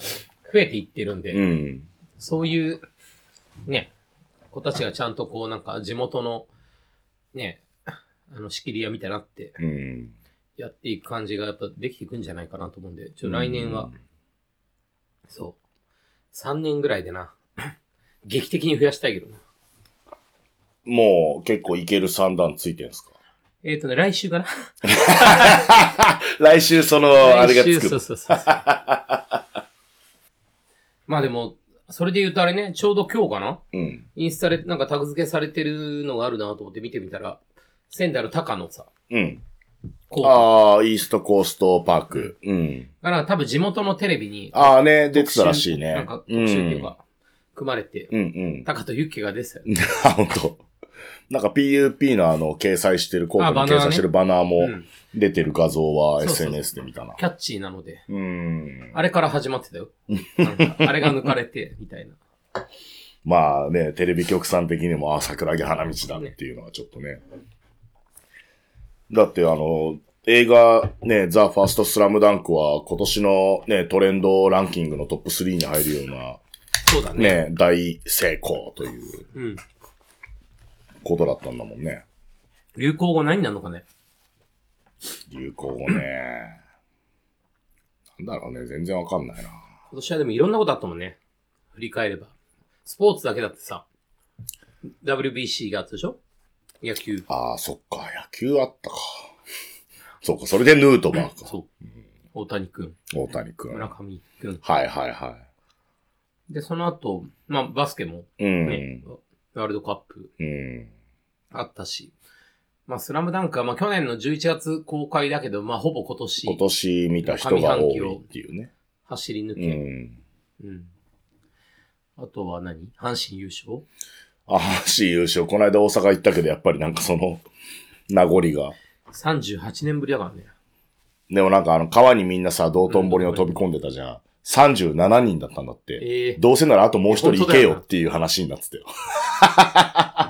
[SPEAKER 3] 増えていってるんで、
[SPEAKER 2] うん。
[SPEAKER 3] そういう、ね、子たちがちゃんとこうなんか地元の、ね、あの仕切り屋みたいになって
[SPEAKER 2] うん。
[SPEAKER 3] やっていく感じがやっぱできていくんじゃないかなと思うんで、ちょっと来年は、そう、3年ぐらいでな、 劇的に増やしたいけどな。
[SPEAKER 2] もう結構いける三段ついてるんですか
[SPEAKER 3] えっ、ー、とね、来週かな。
[SPEAKER 2] 来週その、あれが
[SPEAKER 3] 来週
[SPEAKER 2] つ
[SPEAKER 3] そう
[SPEAKER 2] く。
[SPEAKER 3] そう そう。まあでも、それで言うとあれね、ちょうど今日かな
[SPEAKER 2] うん。
[SPEAKER 3] インスタでなんかタグ付けされてるのがあるなと思って見てみたら、仙台の高野さ、
[SPEAKER 2] うん。
[SPEAKER 3] コート
[SPEAKER 2] ああ、イーストコーストパーク。うん。
[SPEAKER 3] だから多分地元のテレビに、
[SPEAKER 2] ああね、出
[SPEAKER 3] 特
[SPEAKER 2] て
[SPEAKER 3] 集
[SPEAKER 2] たらしいね。
[SPEAKER 3] なんか特集っていうか、組まれて、
[SPEAKER 2] うんうん。
[SPEAKER 3] 高とユッキが出てたよね。
[SPEAKER 2] あ、 本当。なんか PUP のあの、掲載してる、広
[SPEAKER 3] あ
[SPEAKER 2] 告
[SPEAKER 3] バ
[SPEAKER 2] に
[SPEAKER 3] ナーね
[SPEAKER 2] 掲載してるバナーも
[SPEAKER 3] うん
[SPEAKER 2] 出てる画像は
[SPEAKER 3] そうそう
[SPEAKER 2] SNS で見たな。
[SPEAKER 3] キャッチーなので、
[SPEAKER 2] うん。
[SPEAKER 3] あれから始まってたよ。なんかあれが抜かれて、みたいな。
[SPEAKER 2] まあね、テレビ局さん的にも、あ、桜木花道だっていうのはちょっとね。だってあの、映画ね、ザ・ファースト・スラムダンクは今年のね、トレンドランキングのトップ3に入るような、
[SPEAKER 3] そうだね。
[SPEAKER 2] ね、大成功という
[SPEAKER 3] うん。
[SPEAKER 2] ことだったんだもんね。
[SPEAKER 3] 流行語何になるのかね。
[SPEAKER 2] 流行語ね。なんだろうね、全然わかんないな。
[SPEAKER 3] 今年はでもいろんなことあったもんね。振り返れば。スポーツだけだってさ、WBC があったでしょ野球。
[SPEAKER 2] ああ、そっか、野球あったか。そっか、それでヌートバーか。
[SPEAKER 3] そう。大谷くん、
[SPEAKER 2] 大谷くん。
[SPEAKER 3] 村
[SPEAKER 2] はい
[SPEAKER 3] 上くん。
[SPEAKER 2] はいは
[SPEAKER 3] で、その後、まあ、バスケも
[SPEAKER 2] い。うん。
[SPEAKER 3] ね、ワールドカップ
[SPEAKER 2] うん。
[SPEAKER 3] あったし。まあ、スラムダンクは、まあ、去年の11月公開だけど、まあ、ほぼ今年
[SPEAKER 2] 今年見た人が多いっていうね。
[SPEAKER 3] 走り抜
[SPEAKER 2] う
[SPEAKER 3] け。
[SPEAKER 2] ん。
[SPEAKER 3] うん。あとは何阪神優勝
[SPEAKER 2] あ、阪神優勝。この間大阪行ったけど、やっぱりなんかその、名残が。
[SPEAKER 3] ?38 年ぶりだからね。
[SPEAKER 2] でもなんかあの、川にみんなさ、道頓堀の飛び込んでたじゃん。37人だったんだって。
[SPEAKER 3] ええ
[SPEAKER 2] どうせならあともう一人
[SPEAKER 3] 本
[SPEAKER 2] 行け
[SPEAKER 3] 当だよ
[SPEAKER 2] よ
[SPEAKER 3] な
[SPEAKER 2] っていう話になって たよ。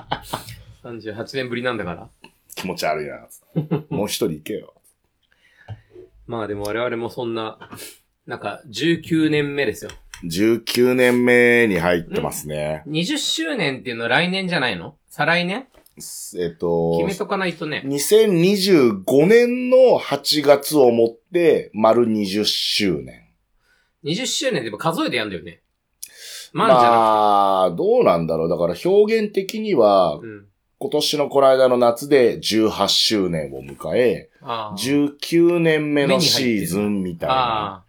[SPEAKER 3] 38年ぶりなんだから。
[SPEAKER 2] 気持ち悪いな。つってもう一人行けよ。
[SPEAKER 3] まあでも我々もそんな、なんか19年目ですよ。
[SPEAKER 2] 19年目に入ってますね。
[SPEAKER 3] 20周年っていうのは来年じゃないの再来年
[SPEAKER 2] えっと
[SPEAKER 3] 決、めとかないとね。
[SPEAKER 2] 2025年の8月をもって、丸20周年。
[SPEAKER 3] 20周年でも数えてやんだよね。万じゃな
[SPEAKER 2] まあ、どうなんだろう。だから表現的には
[SPEAKER 3] く、て。うん。
[SPEAKER 2] 今年のこの間の夏で18周年を迎え、
[SPEAKER 3] ああ。
[SPEAKER 2] 19年目のシーズンみたいな。
[SPEAKER 3] ああ。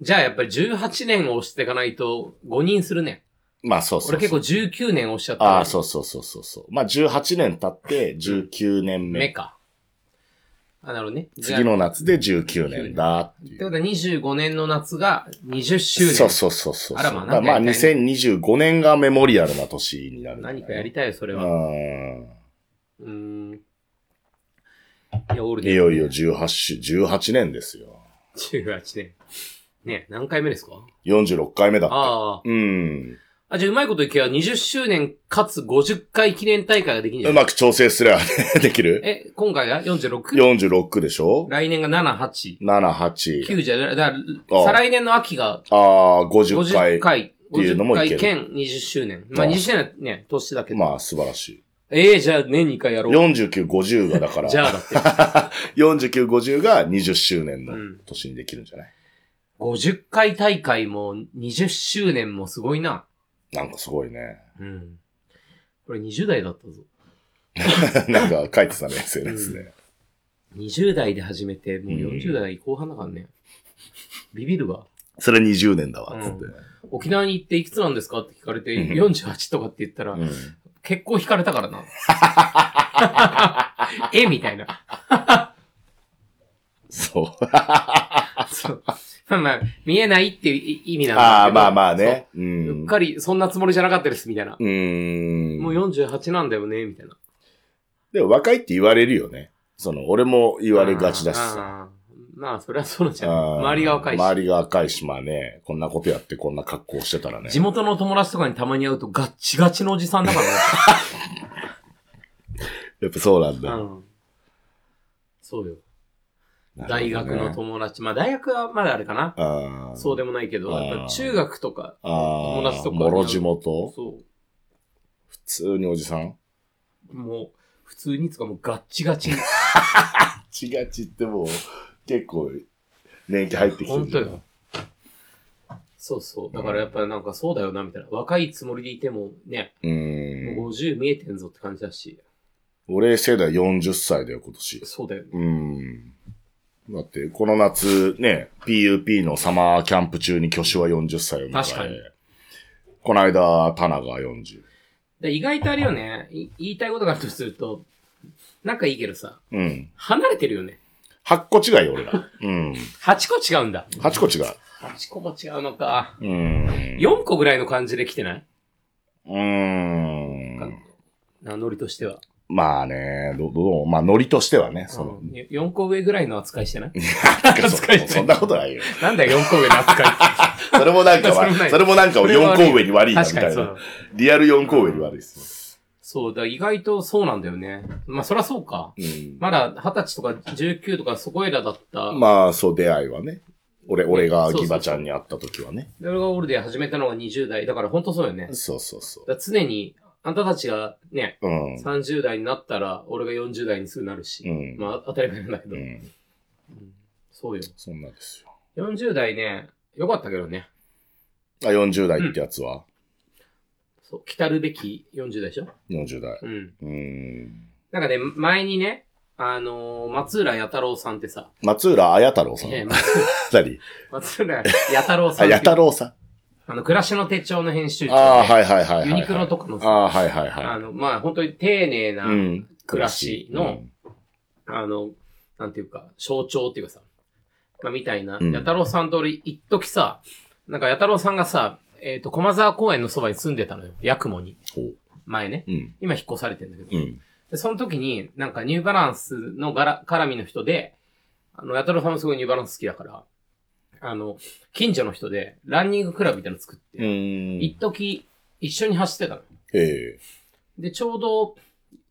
[SPEAKER 3] じゃあやっぱり18年を押していかないと5人するね。
[SPEAKER 2] まあそうそうそう。
[SPEAKER 3] 俺結構19年押しちゃった。
[SPEAKER 2] ああ、そうそうそうそうそう。まあ18年経って19年
[SPEAKER 3] 目
[SPEAKER 2] 目。
[SPEAKER 3] か。あ、なるほどね。じゃあ
[SPEAKER 2] 次の夏で19年だって
[SPEAKER 3] って
[SPEAKER 2] い
[SPEAKER 3] こ
[SPEAKER 2] う。
[SPEAKER 3] とは25年の夏が20周年。
[SPEAKER 2] そうそうそうそう。
[SPEAKER 3] あらまあ
[SPEAKER 2] だからまあ
[SPEAKER 3] なんかやりた
[SPEAKER 2] 2025年がメモリアルな年になるんだね、
[SPEAKER 3] 何かやりたいよ、それは。
[SPEAKER 2] うん。
[SPEAKER 3] うーん。いや、オールデン。
[SPEAKER 2] いよいよ18週、18年ですよ。
[SPEAKER 3] 18年。ね、何回目ですか
[SPEAKER 2] 46回目だっ
[SPEAKER 3] ああ。
[SPEAKER 2] て。うん。
[SPEAKER 3] あ、じゃあうまいこといけば20周年かつ50回記念大会ができんじゃ
[SPEAKER 2] う
[SPEAKER 3] ない
[SPEAKER 2] まく調整すればね できる
[SPEAKER 3] え、今回が 46?
[SPEAKER 2] ?46 でしょ
[SPEAKER 3] 来年が7、8、
[SPEAKER 2] 7、8。
[SPEAKER 3] 9じゃ、だから
[SPEAKER 2] ああ
[SPEAKER 3] 再来年の秋が
[SPEAKER 2] ああ、50
[SPEAKER 3] 50
[SPEAKER 2] 回。
[SPEAKER 3] 回。
[SPEAKER 2] っていうのも
[SPEAKER 3] 50
[SPEAKER 2] いけ
[SPEAKER 3] 回
[SPEAKER 2] る
[SPEAKER 3] 兼20周年。まあ
[SPEAKER 2] ああ
[SPEAKER 3] 20周年はね、年だけど。
[SPEAKER 2] まあ、素晴らしい。
[SPEAKER 3] ええじゃあ年2回やろう。
[SPEAKER 2] 49、50がだから、
[SPEAKER 3] じゃあだって。
[SPEAKER 2] 49、50が20周年の
[SPEAKER 3] うん
[SPEAKER 2] 年にできるんじゃない、
[SPEAKER 3] 50回大会も20周年もすごいな。
[SPEAKER 2] なんかすごいね。
[SPEAKER 3] うん。これ20代だったぞ。
[SPEAKER 2] なんか書いてたね、SNS で。
[SPEAKER 3] 20代で始めて、もう
[SPEAKER 2] うん
[SPEAKER 3] 40代後半だからね。ビビるわ。
[SPEAKER 2] それ20年だわ、つって。
[SPEAKER 3] 沖縄に行っていくつなんですかって聞かれて、
[SPEAKER 2] うん
[SPEAKER 3] 48とかって言ったら、
[SPEAKER 2] うん
[SPEAKER 3] 結構引かれた からな。えみたいな。
[SPEAKER 2] そう。
[SPEAKER 3] そうまあまあ、見えないっていう意味なんだけ
[SPEAKER 2] ああ、
[SPEAKER 3] ど。
[SPEAKER 2] まあまあね。う
[SPEAKER 3] そう。うっ
[SPEAKER 2] ん。
[SPEAKER 3] かり、そんなつもりじゃなかったです、みたいな。
[SPEAKER 2] うん。
[SPEAKER 3] もう48なんだよね、みたいな。
[SPEAKER 2] でも若いって言われるよね。その、俺も言われがちだし
[SPEAKER 3] あ
[SPEAKER 2] さ。
[SPEAKER 3] ー。まあ、それはそうなんじゃない
[SPEAKER 2] うん
[SPEAKER 3] 周りが若いし。
[SPEAKER 2] 周りが若いし、まあね、こんなことやってこんな格好してたらね。
[SPEAKER 3] 地元の友達とかにたまに会うとガッチガチのおじさんだからね。
[SPEAKER 2] やっぱそうなんだ。
[SPEAKER 3] うん。そうよ。
[SPEAKER 2] なるほど
[SPEAKER 3] 大
[SPEAKER 2] ね
[SPEAKER 3] 学の友達。まあ大学はまだあれかな。
[SPEAKER 2] ああ。
[SPEAKER 3] そうでもないけど、
[SPEAKER 2] あー
[SPEAKER 3] やっぱ中学とか、
[SPEAKER 2] ああ。
[SPEAKER 3] 友達とか
[SPEAKER 2] もろ地元
[SPEAKER 3] そ
[SPEAKER 2] 普通におじさん
[SPEAKER 3] う。もう、普通につかもうガッチガチ。
[SPEAKER 2] ちがちってもう、結構、年季入ってきて
[SPEAKER 3] 本
[SPEAKER 2] る
[SPEAKER 3] 当よ。。そうそう。だからやっぱなんかそうだよな、みたいな。若いつもりでいてもね、
[SPEAKER 2] う
[SPEAKER 3] も
[SPEAKER 2] ん。
[SPEAKER 3] う50見えてんぞって感じだし。
[SPEAKER 2] 俺世代40歳だよ、今年。
[SPEAKER 3] そうだよね。
[SPEAKER 2] うん。だって、この夏、ね、PUP のサマーキャンプ中に挙手は40歳を迎え。
[SPEAKER 3] 確かに
[SPEAKER 2] この間、タナが40。
[SPEAKER 3] で意外とあれよね、い言いたいことがあるとすると、仲いいけどさ、
[SPEAKER 2] うん。
[SPEAKER 3] 離れてるよね。
[SPEAKER 2] 8個違いよ、俺ら。うん。
[SPEAKER 3] 8個違うんだ。
[SPEAKER 2] 8個違う。
[SPEAKER 3] 8個も違うのか。
[SPEAKER 2] うん。
[SPEAKER 3] 4個ぐらいの感じで来てない、
[SPEAKER 2] うーん。
[SPEAKER 3] 名乗りとしては。
[SPEAKER 2] まあね、どどうまあ、ノリとしてはね、
[SPEAKER 3] そ
[SPEAKER 2] そ
[SPEAKER 3] の
[SPEAKER 2] の、
[SPEAKER 3] 4個上ぐらいの扱いしてない
[SPEAKER 2] そそそんなことないよ。
[SPEAKER 3] なんだよ、4個上の扱いって。
[SPEAKER 2] それもなんか
[SPEAKER 3] それもな
[SPEAKER 2] は、
[SPEAKER 3] い
[SPEAKER 2] それもなんか
[SPEAKER 3] それは
[SPEAKER 2] 4
[SPEAKER 3] 悪い
[SPEAKER 2] 個上に悪いな、み
[SPEAKER 3] 確か
[SPEAKER 2] た
[SPEAKER 3] に
[SPEAKER 2] い
[SPEAKER 3] そ
[SPEAKER 2] な
[SPEAKER 3] う。。
[SPEAKER 2] リアル4個上に悪いです。
[SPEAKER 3] そう、だから意外とそうなんだよね。まあ、そりゃそうか。
[SPEAKER 2] うん。
[SPEAKER 3] まだ20歳とか19とかそこいらだった。
[SPEAKER 2] まあ、そう、出会いはね。俺、俺がギバちゃんに会った時はね。
[SPEAKER 3] で俺がオールで始めたのが20代。だから本当そうよね。だか
[SPEAKER 2] そうそうそう。
[SPEAKER 3] ら常にあんたたちがね、
[SPEAKER 2] うん。
[SPEAKER 3] 30代になったら、俺が40代にすぐなるし、
[SPEAKER 2] うん
[SPEAKER 3] まあ当たり前なんだけど、
[SPEAKER 2] うん。
[SPEAKER 3] そうよ。
[SPEAKER 2] そんなですよ。
[SPEAKER 3] 40代ね、よかったけどね。
[SPEAKER 2] あ、40代ってやつは、
[SPEAKER 3] そう、来たるべき40代でしょ
[SPEAKER 2] ?40 代。
[SPEAKER 3] うん。
[SPEAKER 2] うーん。
[SPEAKER 3] なんかね、前にね、あのー松浦弥太郎さんってさ、
[SPEAKER 2] 松浦綾太郎さん。
[SPEAKER 3] ええ
[SPEAKER 2] 二
[SPEAKER 3] 松
[SPEAKER 2] 人。
[SPEAKER 3] 松浦弥太郎さ
[SPEAKER 2] あ、
[SPEAKER 3] んってい
[SPEAKER 2] 弥
[SPEAKER 3] う。
[SPEAKER 2] 太郎さん。
[SPEAKER 3] あの、暮らしの手帳の編集長で、
[SPEAKER 2] ああ、はいはいはいはいはい。
[SPEAKER 3] ユニクロとかの
[SPEAKER 2] あ
[SPEAKER 3] さ、
[SPEAKER 2] あ、はいはいは
[SPEAKER 3] あの、まあ、本当に丁寧
[SPEAKER 2] い。
[SPEAKER 3] な、
[SPEAKER 2] うん。
[SPEAKER 3] 暮らしの、あの、なんていうか、象徴っていうかさ、まあ、みたいな。
[SPEAKER 2] うん
[SPEAKER 3] やたろうさんと俺、一時さ、なんかやたろうさんがさ、えっ、と、駒沢公園のそばに住んでたのよ。八雲に。
[SPEAKER 2] ほう。
[SPEAKER 3] 前ね。
[SPEAKER 2] うん。
[SPEAKER 3] 今引っ越されてんだけど。
[SPEAKER 2] うん。
[SPEAKER 3] で、その時に、なんかニューバランスの柄、絡みの人で、あの、やたろうさんもすごいニューバランス好きだから、あの、近所の人で、ランニングクラブみたいなの作って、
[SPEAKER 2] うーん。
[SPEAKER 3] 一時、一緒に走ってたの。
[SPEAKER 2] ええ。
[SPEAKER 3] で、ちょうど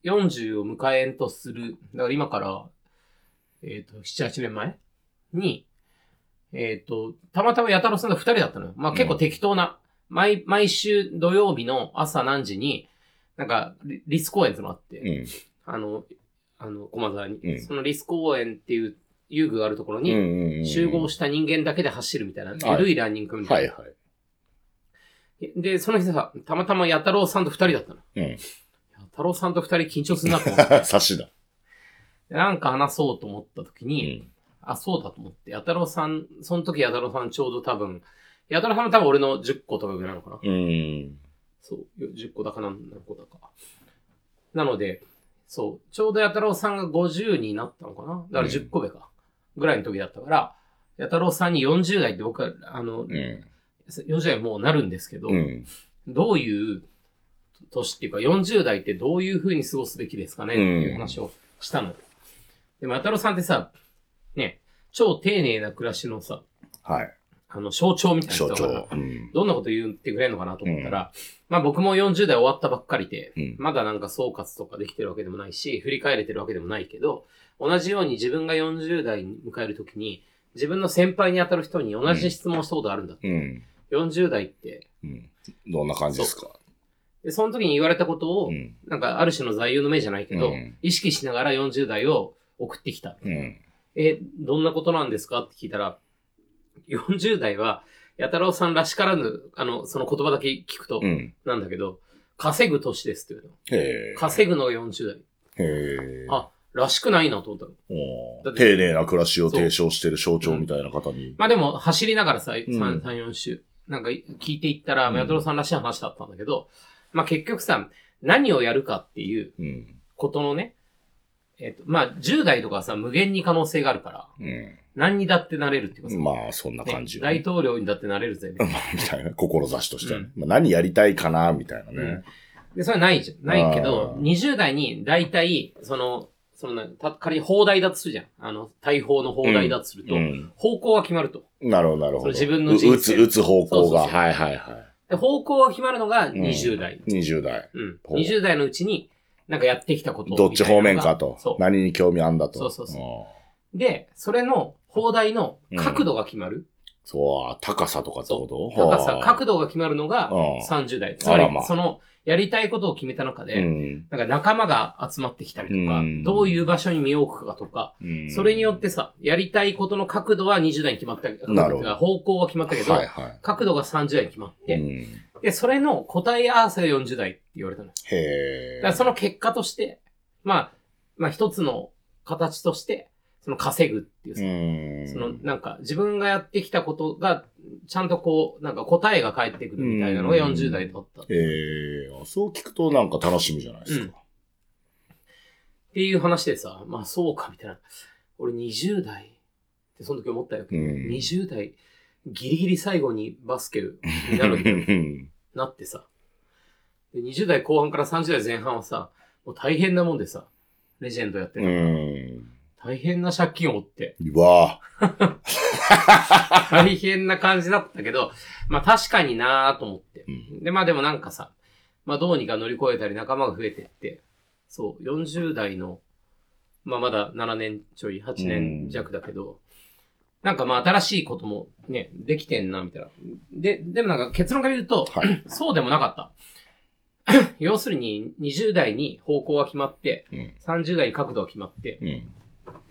[SPEAKER 3] 40を迎えんとする、だから今から、えっ、と、7、8年前に、えっ、と、たまたまやたろさんと二人だったのよ。まあ結構適当な、毎、毎週土曜日の朝何時に、なんかリ、リス公園ってのがあって、
[SPEAKER 2] うん。
[SPEAKER 3] あの、あの、駒沢に、
[SPEAKER 2] うん
[SPEAKER 3] そのリス公園っていう遊具があるところ
[SPEAKER 2] うん
[SPEAKER 3] に、
[SPEAKER 2] うんうん。
[SPEAKER 3] 集合した人間だけで走るみたいな、緩いランニングみたい
[SPEAKER 2] は
[SPEAKER 3] な。
[SPEAKER 2] いはい。
[SPEAKER 3] で、その日さ、たまたまやたろうさんと二人だったの。
[SPEAKER 2] うん。
[SPEAKER 3] やたろうさんと二人緊張するなと思って。
[SPEAKER 2] 差しだ。
[SPEAKER 3] でなんか話そうと思った時
[SPEAKER 2] う
[SPEAKER 3] に、
[SPEAKER 2] ん。
[SPEAKER 3] あ、そうだと思って、やたろうさん、その時やたろうさんちょうど多分、やたろうさんも多分俺の10個とか上なのかな。
[SPEAKER 2] うん。
[SPEAKER 3] そう、よ10個だか何個だか。なので、そう、ちょうどやたろうさんが50になったのかな。だから10個目か。ぐらいの時だったから、やたろうさんに40代って僕は、あの、
[SPEAKER 2] うん。
[SPEAKER 3] 40代もうなるんですけど、
[SPEAKER 2] うん。
[SPEAKER 3] どういう年っていうか、40代ってどういう風に過ごすべきですかねっていう話をしたの。でも、渡郎さんってさ、ね、超丁寧な暮らしのさ、
[SPEAKER 2] はい。
[SPEAKER 3] あの、象徴みたいな人
[SPEAKER 2] 象
[SPEAKER 3] だから
[SPEAKER 2] 徴。、うん。
[SPEAKER 3] どんなこと言ってくれるのかなと思ったら、まあ僕も40代終わったばっかりで、
[SPEAKER 2] うん
[SPEAKER 3] まだなんか総括とかできてるわけでもないし、振り返れてるわけでもないけど、同じように自分が40代に迎えるときに、自分の先輩に当たる人に同じ質問をしたことあるんだって。
[SPEAKER 2] うん。
[SPEAKER 3] 40代って。
[SPEAKER 2] うん。どんな感じですか
[SPEAKER 3] で、その時に言われたことを、
[SPEAKER 2] うん。
[SPEAKER 3] なんか、ある種の座右の銘じゃないけど、
[SPEAKER 2] うん
[SPEAKER 3] 意識しながら40代を送ってきた。
[SPEAKER 2] うん。
[SPEAKER 3] え、どんなことなんですかって聞いたら、40代は、やたろうさんらしからぬ、あの、その言葉だけ聞くと
[SPEAKER 2] う、ん。
[SPEAKER 3] なんだけど、稼ぐ年ですって言うの。
[SPEAKER 2] へえ。
[SPEAKER 3] 稼ぐのが40代。
[SPEAKER 2] へえ。
[SPEAKER 3] あ、らしくないなと思ったの。
[SPEAKER 2] お
[SPEAKER 3] だ
[SPEAKER 2] ー
[SPEAKER 3] って
[SPEAKER 2] 丁寧な暮らしを提唱してる象徴みたいな方に。
[SPEAKER 3] まあでも、走りながらさ、3、
[SPEAKER 2] ん
[SPEAKER 3] 3 4週、なんか聞いていったら、
[SPEAKER 2] うん
[SPEAKER 3] まあやたろうさんらしい話だったんだけど、まあ結局さ、何をやるかっていう
[SPEAKER 2] うん。
[SPEAKER 3] ことのね、えっ、と、まあ10代とかはさ、無限に可能性があるから、
[SPEAKER 2] うん。
[SPEAKER 3] 何にだってなれるっていうかさ、
[SPEAKER 2] まあ、そんな
[SPEAKER 3] ね
[SPEAKER 2] 感じよ
[SPEAKER 3] 大
[SPEAKER 2] ね。
[SPEAKER 3] 統領にだってなれるぜ、みたいな。
[SPEAKER 2] みたいな、志としてはね
[SPEAKER 3] う。
[SPEAKER 2] まあ何やりたいかな、みたいな
[SPEAKER 3] うん
[SPEAKER 2] ね。
[SPEAKER 3] で、それはないじゃん。ないけど
[SPEAKER 2] あ、ー
[SPEAKER 3] 20代に大体、その、そのな、た、仮に放題だとするじゃん。あの、大砲の放題だとすると、
[SPEAKER 2] うん。
[SPEAKER 3] 方向は決まると。
[SPEAKER 2] なるほど、なるほ
[SPEAKER 3] そ
[SPEAKER 2] ど。
[SPEAKER 3] う自分の人生
[SPEAKER 2] う打つ、打つ方向
[SPEAKER 3] そ
[SPEAKER 2] が。
[SPEAKER 3] うそうそう
[SPEAKER 2] はいはいは
[SPEAKER 3] で、方向は決まるのが20代。
[SPEAKER 2] い。20代。
[SPEAKER 3] うん。
[SPEAKER 2] ほう
[SPEAKER 3] 20代のうちに、なんかやってきたこと
[SPEAKER 2] どっち方面か
[SPEAKER 3] みた
[SPEAKER 2] と
[SPEAKER 3] いなの。がそう。
[SPEAKER 2] 何に興味あんだと。
[SPEAKER 3] そうそうそう
[SPEAKER 2] あー
[SPEAKER 3] で、それの、放題の角度が決まる。
[SPEAKER 2] そう、高さとかってこと
[SPEAKER 3] 高さ、
[SPEAKER 2] 度。
[SPEAKER 3] 角度が決まるのが
[SPEAKER 2] うん
[SPEAKER 3] 30代。つまり
[SPEAKER 2] あらま、あ
[SPEAKER 3] その、やりたいことを決めた中
[SPEAKER 2] う
[SPEAKER 3] で、
[SPEAKER 2] ん。
[SPEAKER 3] なんか仲間が集まってきたりとか、
[SPEAKER 2] うん
[SPEAKER 3] どういう場所に身を置くかとか、
[SPEAKER 2] うん
[SPEAKER 3] それによってさ、やりたいことの角度は20代に決まったけど、
[SPEAKER 2] なるほど
[SPEAKER 3] 方向は決まったけど、
[SPEAKER 2] はいは
[SPEAKER 3] 角度が30代に決まっ
[SPEAKER 2] い。う
[SPEAKER 3] て、
[SPEAKER 2] ん
[SPEAKER 3] で、それの答え合わせが40代って言われたのよ。
[SPEAKER 2] へ
[SPEAKER 3] だから
[SPEAKER 2] え。
[SPEAKER 3] その結果として、まあ、まあ一つの形として、その稼ぐっていうさ、
[SPEAKER 2] うん。
[SPEAKER 3] そのなんか自分がやってきたことが、ちゃんとこう、なんか答えが返ってくるみたいなのが40代だったっ
[SPEAKER 2] えー、そう聞くとなんか楽しみじゃないですか。
[SPEAKER 3] ていう話でさ、まあそうかみたいな。俺20代ってその時思ったよ。
[SPEAKER 2] うん
[SPEAKER 3] 20代、ギリギリ最後にバスケになる
[SPEAKER 2] う
[SPEAKER 3] みたいな。
[SPEAKER 2] ん。
[SPEAKER 3] なってさ。で、20代後半から30代前半はさ、もう大変なもんでさ、レジェンドやって
[SPEAKER 2] う
[SPEAKER 3] る。
[SPEAKER 2] ん。
[SPEAKER 3] 大変な借金を負って、
[SPEAKER 2] うわ
[SPEAKER 3] 大変な感じだったけど、まあ確かになぁと思って
[SPEAKER 2] う。ん
[SPEAKER 3] で、まあでもなんかさ、まあどうにか乗り越えたり仲間が増えてって、そう、40代の、まあまだ7年ちょい、8年弱だけど、なんかまあ新しいこともね、 できてんな、みたいな。で、でもなんか結論から言うと、
[SPEAKER 2] はい。
[SPEAKER 3] そうでもなかった。要するに、20代に方向が決まって、
[SPEAKER 2] うん
[SPEAKER 3] 30代に角度が決まって、
[SPEAKER 2] うん。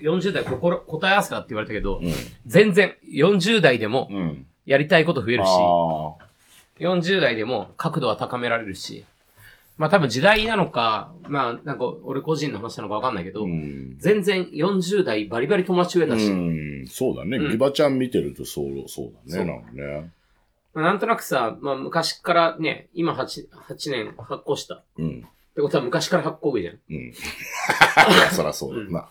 [SPEAKER 3] 40代心、答え合わせだって言われたけど、
[SPEAKER 2] うん。
[SPEAKER 3] 全然、40代でも
[SPEAKER 2] うん。
[SPEAKER 3] やりたいこと増えるし、
[SPEAKER 2] ああ。
[SPEAKER 3] 40代でも角度は高められるし、まあ多分時代なのか、まあなんか俺個人の話なのかわかんないけど、
[SPEAKER 2] うん。
[SPEAKER 3] 全然40代バリバリ友達増えたし、
[SPEAKER 2] うん、そうだね。
[SPEAKER 3] うん
[SPEAKER 2] ギバちゃん見てるとそう、そうだ
[SPEAKER 3] そう
[SPEAKER 2] ね。なんかね。
[SPEAKER 3] まあなんとなくさ、まあ昔からね、今 8, 8年発行した。っ
[SPEAKER 2] うん。
[SPEAKER 3] てことは昔から発行部じゃん。
[SPEAKER 2] うん。そらそうだな。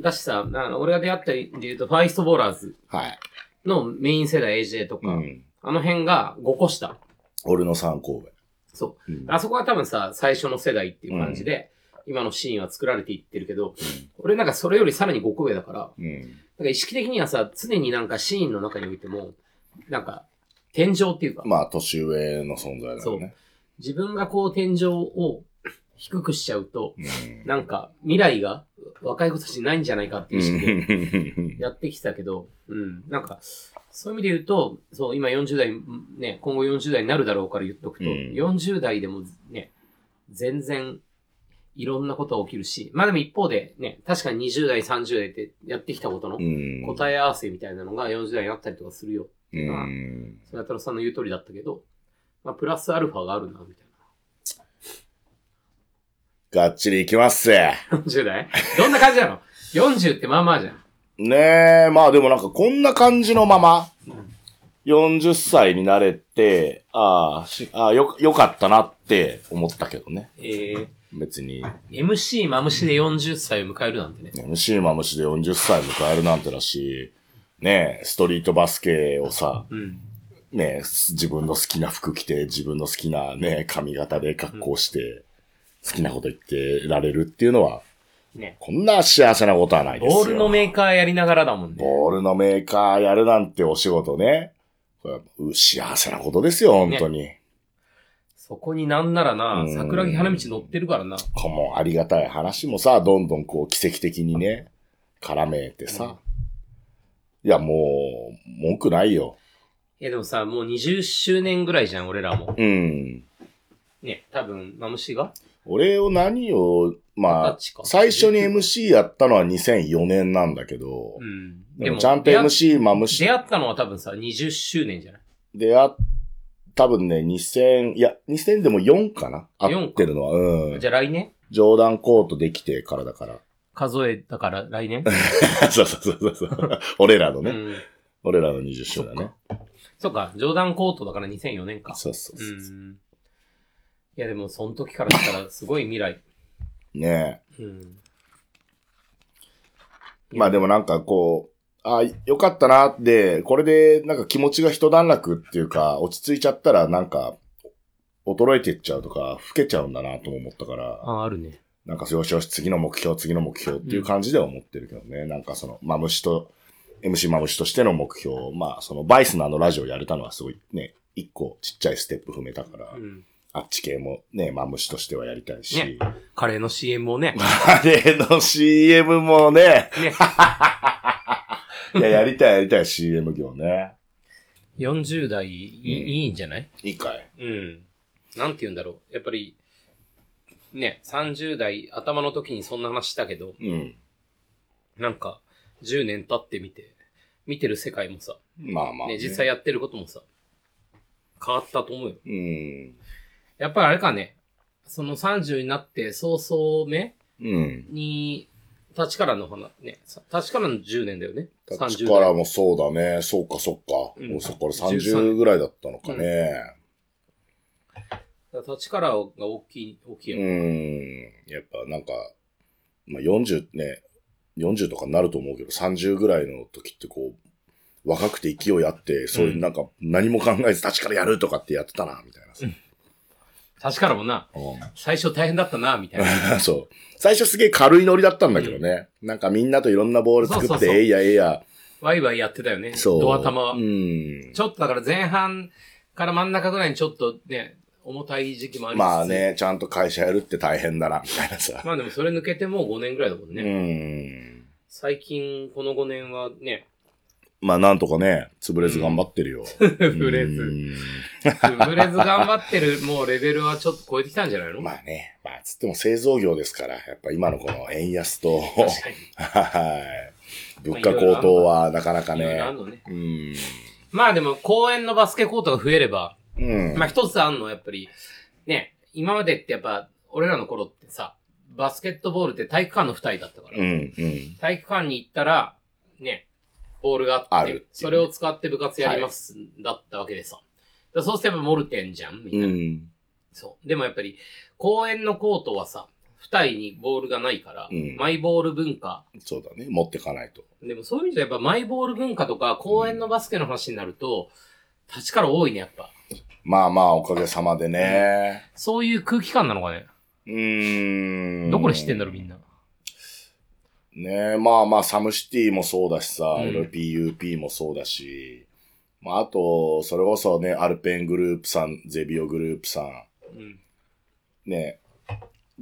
[SPEAKER 3] だしさ、あの俺が出会ったりで言うと、ファイストボーラーズ
[SPEAKER 2] はい。
[SPEAKER 3] のメイン世代 AJ とか、
[SPEAKER 2] うん。
[SPEAKER 3] あの辺が5個下。
[SPEAKER 2] 俺の参考
[SPEAKER 3] そう。
[SPEAKER 2] 部。うん。
[SPEAKER 3] あそこは多分さ、最初の世代っていう感じで、今のシーンは作られていってるけど、俺なんかそれよりさらに5個上だから、
[SPEAKER 2] うん。
[SPEAKER 3] なんか意識的にはさ、常になんかシーンの中においても、なんか、天井っていうか、
[SPEAKER 2] まあ、年上の存在だよね。
[SPEAKER 3] 自分がこう天井を低くしちゃうと、
[SPEAKER 2] うん
[SPEAKER 3] なんか未来が若い子たちにないんじゃないかっていう意識で
[SPEAKER 2] うん
[SPEAKER 3] やってきたけど、うん、なんか、そういう意味で言うと、そう、今40代、ね、今後40代になるだろうから言っとくと、
[SPEAKER 2] うん
[SPEAKER 3] 40代でもね、全然、いろんなことが起きるし、まあでも一方でね、確かに20代、30代ってやってきたことの
[SPEAKER 2] うん。
[SPEAKER 3] 答え合わせみたいなのが40代になったりとかするよ
[SPEAKER 2] う
[SPEAKER 3] が
[SPEAKER 2] ん。
[SPEAKER 3] それは太郎さんの言う通りだったけど、まあ、プラスアルファがあるな、みたい
[SPEAKER 2] がっちりいきますぜ。
[SPEAKER 3] な。40代 どんな感じなの ?40 ってまあまあじゃん。
[SPEAKER 2] ねえ、まあでもなんかこんな感じのまま、40歳になれて、ああしああ、よ、よかったなって思ったけどね。
[SPEAKER 3] え
[SPEAKER 2] 別に、
[SPEAKER 3] ー、MC マムシで40歳を迎えるなんてね。
[SPEAKER 2] MC マムシで40歳迎えるなんてだし、ねえ、ストリートバスケをさ、
[SPEAKER 3] うん。
[SPEAKER 2] ねえ、自分の好きな服着て、自分の好きなね、髪型で格好して、好きなこと言ってられるっていうのは、
[SPEAKER 3] ね。
[SPEAKER 2] こんな幸せなことはないですよ。
[SPEAKER 3] ボールのメーカーやりながらだもんね。
[SPEAKER 2] ボールのメーカーやるなんてお仕事ね。これはう幸せなことですよ、本当に。
[SPEAKER 3] そこになんならな
[SPEAKER 2] う、ん
[SPEAKER 3] 桜木花道乗ってるからな。
[SPEAKER 2] このありがたい話もさ、どんどんこう奇跡的にね、絡めてさ。いや、もう、文句ないよ。
[SPEAKER 3] え、でもさ、もう20周年ぐらいじゃん、俺らも。
[SPEAKER 2] うん。
[SPEAKER 3] ね、多分、マムシが
[SPEAKER 2] 俺を何を、
[SPEAKER 3] 二
[SPEAKER 2] まあ
[SPEAKER 3] 十歳か、
[SPEAKER 2] 最初に MC やったのは2004年なんだけど
[SPEAKER 3] う、ん。
[SPEAKER 2] でもちゃんと
[SPEAKER 3] 出会
[SPEAKER 2] MC マムシ
[SPEAKER 3] 出会ったのは多分さ、20周年じゃない
[SPEAKER 2] であ、多分ね、2000、いや、2000でも4かな合
[SPEAKER 3] 4
[SPEAKER 2] ってるのは、うん
[SPEAKER 3] じ。ゃあ来年
[SPEAKER 2] 冗談コートできてからだから。
[SPEAKER 3] 数えたから来年
[SPEAKER 2] そうそうそうそう。俺らの
[SPEAKER 3] う
[SPEAKER 2] ね。
[SPEAKER 3] ん。
[SPEAKER 2] 俺らの20周だ
[SPEAKER 3] そっ
[SPEAKER 2] ね。
[SPEAKER 3] そっか、冗談コートだから2004年か。
[SPEAKER 2] そうそう
[SPEAKER 3] う
[SPEAKER 2] そう。
[SPEAKER 3] ん。いや、でも、その時からしたら、すごい未来。
[SPEAKER 2] ね
[SPEAKER 3] うん。
[SPEAKER 2] え。まあでもなんかこう、あよかったなって、これでなんか気持ちが一段落っていうか、落ち着いちゃったらなんか、衰えてっちゃうとか、老けちゃうんだなとも思ったから、
[SPEAKER 3] あ、あるね。
[SPEAKER 2] なんかよしよし、次の目標、次の目標っていう感じでは思ってるけどね。なんかその、マムシと、MC マムシとしての目標、まあその、バイスのあのラジオやれたのはすごいね、一個ちっちゃいステップ踏めたから、
[SPEAKER 3] うん。
[SPEAKER 2] あっち系もね、マムシとしてはやりたいし、
[SPEAKER 3] ねカレーの CM をね。
[SPEAKER 2] あれの CM もね、
[SPEAKER 3] ね。
[SPEAKER 2] いや、やりたいやりたい CM 業ね。
[SPEAKER 3] 40代い、
[SPEAKER 2] うん
[SPEAKER 3] いいんじゃない
[SPEAKER 2] いいかい
[SPEAKER 3] うん。なんて言うんだろう。やっぱり、ね、30代頭の時にそんな話したけど、
[SPEAKER 2] うん。
[SPEAKER 3] なんか、10年経ってみて、見てる世界もさ、
[SPEAKER 2] まあまあ、
[SPEAKER 3] ね、実際やってることもさ、変わったと思うよ。
[SPEAKER 2] うん。
[SPEAKER 3] やっぱりあれかね、その30になって早々目
[SPEAKER 2] うん。
[SPEAKER 3] に、立ちからの花、ね、さ立ちからの10年だよね。
[SPEAKER 2] 立ち
[SPEAKER 3] 30
[SPEAKER 2] から
[SPEAKER 3] 代。
[SPEAKER 2] もそうだね。そうか、そうか。
[SPEAKER 3] うん
[SPEAKER 2] もうそこから
[SPEAKER 3] 13
[SPEAKER 2] 30ぐらいだったのかね。
[SPEAKER 3] 立ちからが大きい、大きいよ
[SPEAKER 2] うん
[SPEAKER 3] ね。。
[SPEAKER 2] やっぱなんか、まあ40ね、40とかになると思うけど、30ぐらいの時ってこう、若くて勢いあって、そういうなんか何も考えず立ちからやるとかってやってたな、みたいなさ。
[SPEAKER 3] 立ちからもな、
[SPEAKER 2] うん
[SPEAKER 3] 最初大変だったな、みたいな。
[SPEAKER 2] そう。最初すげえ軽いノリだったんだけどね。なんかみんなといろんなボール作
[SPEAKER 3] そうそ
[SPEAKER 2] っ
[SPEAKER 3] う
[SPEAKER 2] て、
[SPEAKER 3] そう
[SPEAKER 2] えいやえいや。
[SPEAKER 3] ワイワイやってたよね。
[SPEAKER 2] そう。
[SPEAKER 3] ドア玉は。
[SPEAKER 2] うん。
[SPEAKER 3] ちょっとだから前半から真ん中ぐらいにちょっとね、重たい時期もありつつ
[SPEAKER 2] まあ。ね、ちゃんと会社やるって大変だな、みたいな さ。
[SPEAKER 3] まあでもそれ抜けてもう5年ぐらいだもん
[SPEAKER 2] う
[SPEAKER 3] ね。
[SPEAKER 2] ん。
[SPEAKER 3] 最近この5年はね、
[SPEAKER 2] まあなんとかね、潰れず頑張ってるよ。
[SPEAKER 3] 潰れ
[SPEAKER 2] う
[SPEAKER 3] ず。
[SPEAKER 2] ん
[SPEAKER 3] 潰れず頑張ってる、もうレベルはちょっと超えてきたんじゃないの
[SPEAKER 2] まあね、まあつっても製造業ですから、やっぱ今のこの円安と、
[SPEAKER 3] 確かに。
[SPEAKER 2] はい。物価高騰はなかなか
[SPEAKER 3] いろいろあ
[SPEAKER 2] ね
[SPEAKER 3] ん。のね。
[SPEAKER 2] うん。
[SPEAKER 3] まあでも、公園のバスケコートが増えれば、
[SPEAKER 2] うん。
[SPEAKER 3] まあ一つあんのはやっぱり、ね、今までってやっぱ、俺らの頃ってさ、バスケットボールって体育館の二人だったから、
[SPEAKER 2] うん。うん。
[SPEAKER 3] 体育館に行ったら、ね、ボールがあ
[SPEAKER 2] あ
[SPEAKER 3] っ
[SPEAKER 2] るって
[SPEAKER 3] て、
[SPEAKER 2] いうね
[SPEAKER 3] それを使って部活やります、だったわけでさ。だからそうすればモルテンじゃんみたいな、
[SPEAKER 2] うん。
[SPEAKER 3] そう。でもやっぱり、公園のコートはさ、二人にボールがないから、
[SPEAKER 2] うん
[SPEAKER 3] マイボール文化。
[SPEAKER 2] そうだね。持ってかないと。
[SPEAKER 3] でもそういう意味じゃやっぱマイボール文化とか、公園のバスケの話になると、立ちから多いね、やっぱ。
[SPEAKER 2] まあまあ、おかげさまでね。
[SPEAKER 3] そういう空気感なのかね。
[SPEAKER 2] うーん。
[SPEAKER 3] どこで知ってんだろう、みんな。
[SPEAKER 2] ねえ、まあまあ、サムシティもそうだしさ、
[SPEAKER 3] うん
[SPEAKER 2] LPUP もそうだし、まああと、それこそね、アルペングループさん、ゼビオグループさん、
[SPEAKER 3] うん。
[SPEAKER 2] ね、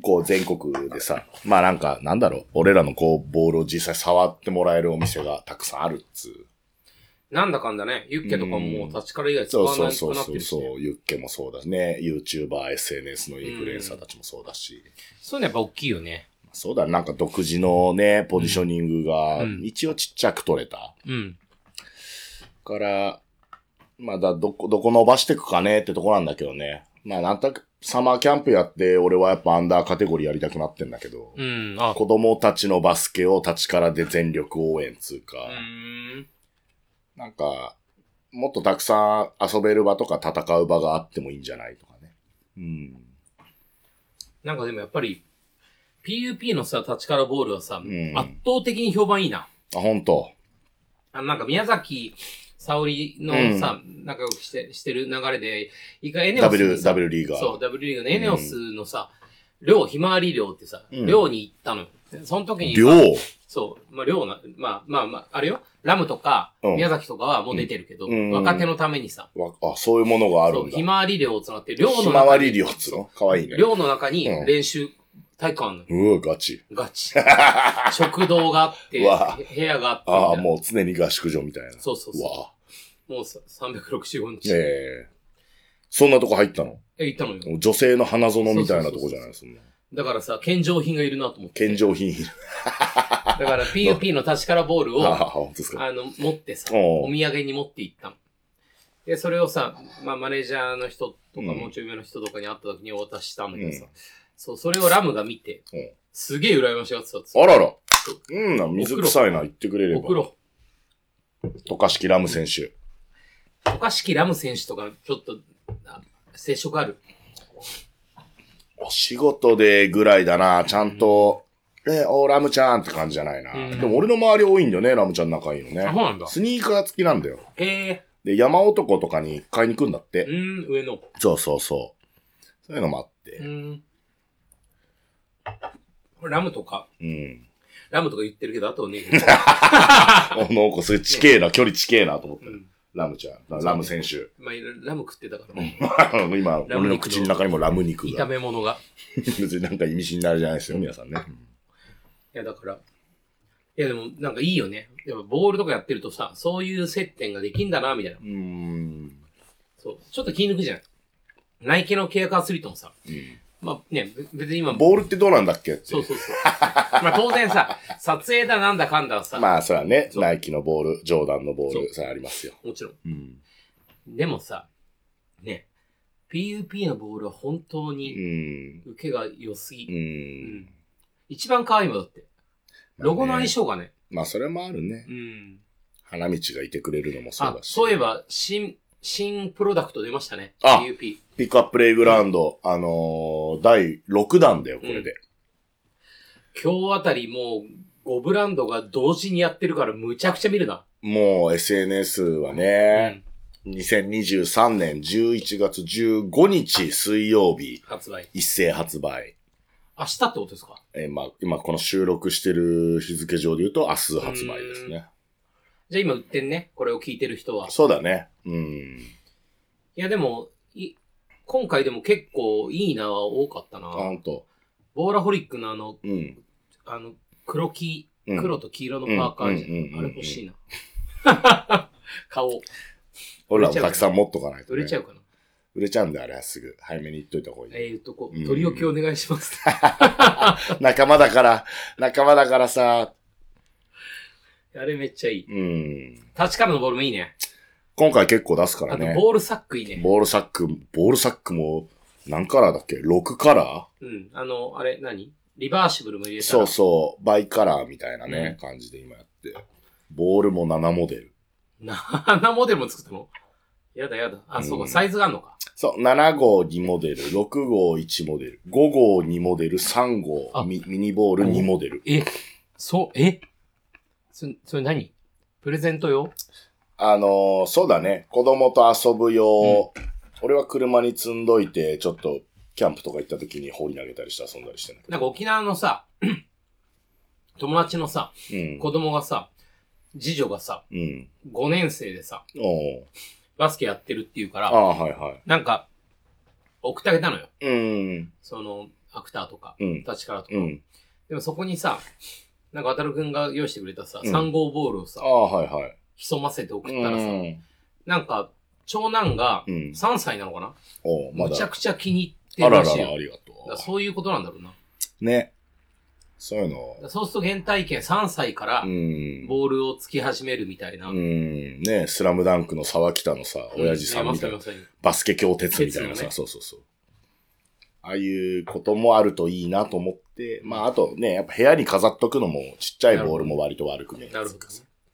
[SPEAKER 2] こう全国でさ、まあなんか、なんだろう、俺らのこう、ボールを実際触ってもらえるお店がたくさんあるっつう。
[SPEAKER 3] なんだかんだね、ユッケとかももう立ちから以外使
[SPEAKER 2] そう
[SPEAKER 3] わ
[SPEAKER 2] そ
[SPEAKER 3] な
[SPEAKER 2] う
[SPEAKER 3] く
[SPEAKER 2] そう
[SPEAKER 3] なっ
[SPEAKER 2] そ
[SPEAKER 3] て
[SPEAKER 2] う
[SPEAKER 3] るし、ね。
[SPEAKER 2] そう、ユッケもそうだしね、YouTuber、SNS のインフルエンサーたちもそうだし、
[SPEAKER 3] そういうのやっぱ大きいよね。
[SPEAKER 2] そうだ、なんか独自のね、ポジショニングが
[SPEAKER 3] うん、
[SPEAKER 2] 一応ちっちゃく取れた。
[SPEAKER 3] うん。
[SPEAKER 2] から、まあだ、どこ、どこ伸ばしていくかねってとこなんだけどね。まあ、なんとなく、サマーキャンプやって、俺はやっぱアンダーカテゴリーやりたくなってんだけど、
[SPEAKER 3] うん。あ、
[SPEAKER 2] 子供たちのバスケを立ちからで全力応援つうか、
[SPEAKER 3] うーん。
[SPEAKER 2] なんか、もっとたくさん遊べる場とか戦う場があってもいいんじゃないとかね。うん。
[SPEAKER 3] なんかでもやっぱり、PUP のさ、立ちからボールはさ、
[SPEAKER 2] ん
[SPEAKER 3] 圧倒的に評判いいな。
[SPEAKER 2] あ、本当
[SPEAKER 3] あのなんか宮崎沙織のさ、仲良くしてしてる流れで、一回エネオス
[SPEAKER 2] W、
[SPEAKER 3] にさ
[SPEAKER 2] W リーガー。
[SPEAKER 3] そう、W リーグのエネオスのさ、寮、ひまわり寮ってさ、
[SPEAKER 2] うん
[SPEAKER 3] 寮に行ったのよ。その時にさ、
[SPEAKER 2] 量
[SPEAKER 3] そう、まあ寮な、まあまあまあ、あれよ、ラムとか、
[SPEAKER 2] うん
[SPEAKER 3] 宮崎とかはもう出てるけど、
[SPEAKER 2] うん
[SPEAKER 3] 若手のためにさ、
[SPEAKER 2] わあ、そういうものがある
[SPEAKER 3] そ
[SPEAKER 2] ん
[SPEAKER 3] う、
[SPEAKER 2] だ。
[SPEAKER 3] ひ
[SPEAKER 2] ひ
[SPEAKER 3] まわり寮をつなって、寮の
[SPEAKER 2] ま
[SPEAKER 3] 中
[SPEAKER 2] わ
[SPEAKER 3] に
[SPEAKER 2] り量っつうのかわいいね。
[SPEAKER 3] 寮の中に
[SPEAKER 2] うん
[SPEAKER 3] 練習、体育館あんのよ
[SPEAKER 2] うわ、ガチ。
[SPEAKER 3] ガ チ。食堂があって、
[SPEAKER 2] うわ
[SPEAKER 3] へ部屋があってみたいな。
[SPEAKER 2] ああ、もう常に合宿所みたいな。
[SPEAKER 3] そうそう
[SPEAKER 2] う
[SPEAKER 3] そ
[SPEAKER 2] わあ。
[SPEAKER 3] う。もうさ365日。
[SPEAKER 2] ええそんなとこ入ったの
[SPEAKER 3] え、行ったのよ。
[SPEAKER 2] 女性の花園みたいなとこじゃないそんな。
[SPEAKER 3] だからさ、献上品がいるなと思って。
[SPEAKER 2] 献上品。
[SPEAKER 3] だから PUP の立ちからボール
[SPEAKER 2] ああ、
[SPEAKER 3] を、
[SPEAKER 2] 本当ですか。
[SPEAKER 3] あの、持ってさ、
[SPEAKER 2] おう
[SPEAKER 3] お土産に持って行ったの。で、それをさ、まあ、マネージャーの人とか、
[SPEAKER 2] うん
[SPEAKER 3] もうちょい上の人とかに会った時にお渡ししたんだけどさ、
[SPEAKER 2] うん
[SPEAKER 3] そう、それをラムが見て
[SPEAKER 2] うん、
[SPEAKER 3] すげえ羨ましがってたっつって
[SPEAKER 2] あらら
[SPEAKER 3] そう。
[SPEAKER 2] うんな、水臭いな、言ってくれれば。
[SPEAKER 3] 送ろ
[SPEAKER 2] 渡嘉敷ラム選手。
[SPEAKER 3] う。渡嘉敷ラム選手とか、ちょっと、あ接触ある。
[SPEAKER 2] お仕事でぐらいだな、ちゃんと、え、お、ラムちゃんって感じじゃないな。
[SPEAKER 3] うん
[SPEAKER 2] でも俺の周り多いんだよね、ラムちゃん仲いいの
[SPEAKER 3] あ、そう
[SPEAKER 2] ね。
[SPEAKER 3] なんだ。
[SPEAKER 2] スニーカー付きなんだよ。
[SPEAKER 3] へえ
[SPEAKER 2] で、山男とかに買いに行くんだっ
[SPEAKER 3] う
[SPEAKER 2] て。
[SPEAKER 3] ーん、上の。
[SPEAKER 2] そうそうそう。そういうのもあっ
[SPEAKER 3] う
[SPEAKER 2] て。
[SPEAKER 3] ーん。これラムとか、
[SPEAKER 2] うん。
[SPEAKER 3] ラムとか言ってるけど、あと ね、
[SPEAKER 2] お、なんかそれ地形な、距離地形なと思って
[SPEAKER 3] うん。
[SPEAKER 2] ラムちゃん、ラム選手。
[SPEAKER 3] まあ、ラム食ってたから、
[SPEAKER 2] 今、俺の口の中にもラム肉
[SPEAKER 3] 炒
[SPEAKER 2] が。
[SPEAKER 3] め物が。
[SPEAKER 2] 別になんか意味深になるじゃないですよ、皆さんね。
[SPEAKER 3] いや、だから。いや、でも、なんかいいよね。やっぱボールとかやってるとさ、そういう接点ができんだな、みたいな
[SPEAKER 2] う。ーん。
[SPEAKER 3] そう。ちょっと気抜くじゃん。ナイキの契約アスリートもさ、
[SPEAKER 2] うん
[SPEAKER 3] まあね、べ別に今、
[SPEAKER 2] ボールってどうなんだっけって。
[SPEAKER 3] そうそうそう。まあ当然さ、撮影だなんだかんだはさ、
[SPEAKER 2] まあ、そらね、
[SPEAKER 3] そう
[SPEAKER 2] ナイキのボール、ジョーダンのボー
[SPEAKER 3] そ
[SPEAKER 2] ル、それありますよ。
[SPEAKER 3] もちろん。
[SPEAKER 2] うん。
[SPEAKER 3] でもさ、ね、PUP のボールは本当
[SPEAKER 2] う
[SPEAKER 3] に
[SPEAKER 2] ん。
[SPEAKER 3] 受けが良すぎ。
[SPEAKER 2] う。
[SPEAKER 3] うんん一番可愛いもんだって。ロゴの相性がね。
[SPEAKER 2] まあ、それもあるね。
[SPEAKER 3] うん。
[SPEAKER 2] 花道がいてくれるのもそう
[SPEAKER 3] あ、
[SPEAKER 2] だし。
[SPEAKER 3] そういえ。ば、新、新プロダクト出ましたね。
[SPEAKER 2] あ
[SPEAKER 3] PUP。
[SPEAKER 2] ピックアッププレイグラウンド、あのー、第6弾だよ、これで。
[SPEAKER 3] 今日あたりもう5ブランドが同時にやってるからむちゃくちゃ見るな。
[SPEAKER 2] もう SNS はね、2023年11月15日水曜日、
[SPEAKER 3] 発売。
[SPEAKER 2] 一斉発売。
[SPEAKER 3] 明日ってことですか
[SPEAKER 2] えーまあ、今この収録してる日付上で言うと明日発売ですね。
[SPEAKER 3] じゃあ今売ってんね。これを聞いてる人は。
[SPEAKER 2] そうだね。うん。
[SPEAKER 3] いやでも、い今回でも結構いいなは多かった
[SPEAKER 2] あ、
[SPEAKER 3] な。
[SPEAKER 2] ほんと。
[SPEAKER 3] ボーラホリックのあの、
[SPEAKER 2] うん。
[SPEAKER 3] あの、黒黄、
[SPEAKER 2] うん
[SPEAKER 3] 黒と黄色のパーカーじゃ
[SPEAKER 2] うんうんうんうん
[SPEAKER 3] ん。あれ欲しいな。 顔。
[SPEAKER 2] 俺らもたくさん持っとかないと、
[SPEAKER 3] 売
[SPEAKER 2] ね。
[SPEAKER 3] れちゃうかな。
[SPEAKER 2] 売れちゃうんだ、あれはすぐ。早めに言っといた方がいい。
[SPEAKER 3] ええ言っとこ
[SPEAKER 2] うん
[SPEAKER 3] う。取り置きお願いし ます。
[SPEAKER 2] 仲間だから、仲間だからさ、
[SPEAKER 3] あれめっちゃいい。
[SPEAKER 2] うん。
[SPEAKER 3] タッチからのボールもいいね。
[SPEAKER 2] 今回結構出すから
[SPEAKER 3] あと
[SPEAKER 2] ね。
[SPEAKER 3] ボールサックいいね。
[SPEAKER 2] ボールサック、ボールサックも、何カラーだっけ ?6 カラ
[SPEAKER 3] うん。あの、あれ、何リバーシブルも入れ
[SPEAKER 2] ー
[SPEAKER 3] たら。
[SPEAKER 2] そうそう、バイカラーみたいなね、
[SPEAKER 3] うん
[SPEAKER 2] 感じで今やって。ボールも7モデル。
[SPEAKER 3] な、あんなモデルも作ったのやだやだ。あ、そう
[SPEAKER 2] うん
[SPEAKER 3] か、サイズがあんのか。
[SPEAKER 2] そう、7号2モデル、6号1モデル、5号2モデル、3号
[SPEAKER 3] あ
[SPEAKER 2] ミミニボール2モデル。
[SPEAKER 3] え、そう、えそれ、それ何プレゼント用
[SPEAKER 2] あのーそうだね、子供と遊ぶ用、俺は車に積んどいて、ちょっと、キャンプとか行った時に放り投げたりして遊んだりしてんだけ
[SPEAKER 3] なんか沖縄のさ、 友達のさ、
[SPEAKER 2] ど。
[SPEAKER 3] 子供がさ、次女がさ、
[SPEAKER 2] うん。うん。
[SPEAKER 3] 5年生でさ、
[SPEAKER 2] おう
[SPEAKER 3] バスケやってるっていうか
[SPEAKER 2] あ
[SPEAKER 3] ら、
[SPEAKER 2] あ、はいは
[SPEAKER 3] なんか、送ってあげたのよ。
[SPEAKER 2] い。うん。
[SPEAKER 3] その、アクターとか、
[SPEAKER 2] うん
[SPEAKER 3] 立ちからとか。
[SPEAKER 2] うん。
[SPEAKER 3] でもそこにさ、なんか、渡るくんが用意してくれたさ、
[SPEAKER 2] うん
[SPEAKER 3] 3号ボールをさ
[SPEAKER 2] あ、あ、はいはい。
[SPEAKER 3] 潜ませて送
[SPEAKER 2] う
[SPEAKER 3] ったらさ、
[SPEAKER 2] ん。
[SPEAKER 3] なんか、長男が
[SPEAKER 2] うん
[SPEAKER 3] 3歳なのかな、
[SPEAKER 2] おうま
[SPEAKER 3] むちゃ
[SPEAKER 2] だ。
[SPEAKER 3] くちゃ気に入って
[SPEAKER 2] あ
[SPEAKER 3] る
[SPEAKER 2] ら
[SPEAKER 3] ら
[SPEAKER 2] ら
[SPEAKER 3] しいよ。
[SPEAKER 2] ら、ありがと
[SPEAKER 3] だからそういうことなんだろうな。だか
[SPEAKER 2] う。ね。そういうの。
[SPEAKER 3] らそうすると原体験3歳から
[SPEAKER 2] うん。
[SPEAKER 3] ボールをつき始めるみたいな。
[SPEAKER 2] うん。ねスラムダンクの沢北のさ、親父さんみたいな
[SPEAKER 3] ま。さにまさに
[SPEAKER 2] バスケ教鉄みたいな
[SPEAKER 3] 鉄
[SPEAKER 2] さ、
[SPEAKER 3] のね
[SPEAKER 2] そうそうそう。ああいうこともあるといいなと思って、まああとね、やっぱ部屋に飾っとくのも、ちっちゃいボールも割と悪くね。
[SPEAKER 3] なるほどね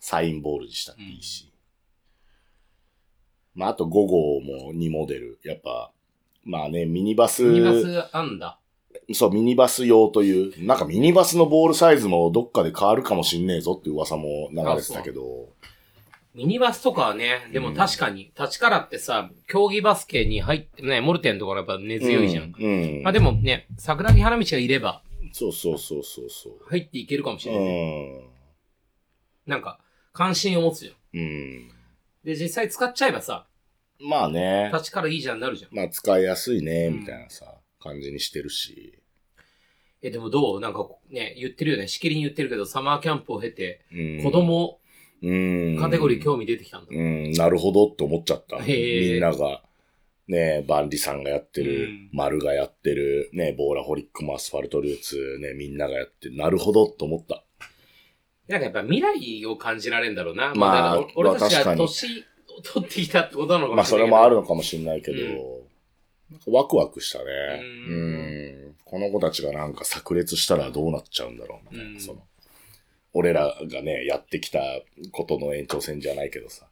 [SPEAKER 2] サインボールにしたっていいし。まああと5号も2モデル。やっぱ、まあね、ミニバス、
[SPEAKER 3] ミニバスアンダ
[SPEAKER 2] そう、ミニバス用という、なんかミニバスのボールサイズもどっかで変わるかもしんねえぞって噂も流れてたけど、
[SPEAKER 3] ミニバスとかはね、でも確かに、立ちからってさ、競技バスケに入ってね、モルテンとかやっぱ根強いじゃん。
[SPEAKER 2] うん。うん
[SPEAKER 3] まあでもね、桜木花道がいれば
[SPEAKER 2] そうそうそうそうそう。
[SPEAKER 3] 入っていけるかもしれない、ね
[SPEAKER 2] う
[SPEAKER 3] なんか、関心を持つじゃん。
[SPEAKER 2] ん。うん。
[SPEAKER 3] で、実際使っちゃえばさ、
[SPEAKER 2] まあね。
[SPEAKER 3] 立ちからいいじゃんになるじゃん。
[SPEAKER 2] まあ使いやすいね、
[SPEAKER 3] うん
[SPEAKER 2] みたいなさ、感じにしてるし。
[SPEAKER 3] え、でもどうなんかね、言ってるよね。しきりに言ってるけど、サマーキャンプを経て、
[SPEAKER 2] うん
[SPEAKER 3] 子供カ
[SPEAKER 2] カ
[SPEAKER 3] テゴリー興味出てきたんだ。
[SPEAKER 2] うん、なるほどって思っちゃった。
[SPEAKER 3] へー
[SPEAKER 2] みんなが、ね、バンリさんがやって
[SPEAKER 3] う
[SPEAKER 2] る、
[SPEAKER 3] ん
[SPEAKER 2] 丸がやってる、ね、ボーラホリックもアスファルトルーツ、ね、みんながやってる、なるほどって思った。
[SPEAKER 3] なんかやっぱ未来を感じられるんだろうな。
[SPEAKER 2] まあ
[SPEAKER 3] まあ、だから俺
[SPEAKER 2] まあ
[SPEAKER 3] たち
[SPEAKER 2] 確か
[SPEAKER 3] が
[SPEAKER 2] に
[SPEAKER 3] 年を取ってきたってことなのか
[SPEAKER 2] ま
[SPEAKER 3] も
[SPEAKER 2] あ
[SPEAKER 3] し
[SPEAKER 2] そ
[SPEAKER 3] れないけ
[SPEAKER 2] れ
[SPEAKER 3] ど。
[SPEAKER 2] もあるのかもしれないけど、なんかワクワクしたね。う
[SPEAKER 3] うん
[SPEAKER 2] ん。この子たちがなんか炸裂したらどうなっちゃうんだろう、みたいな。
[SPEAKER 3] うん
[SPEAKER 2] その、俺らがね、やってきたことの延長線じゃないけどさ。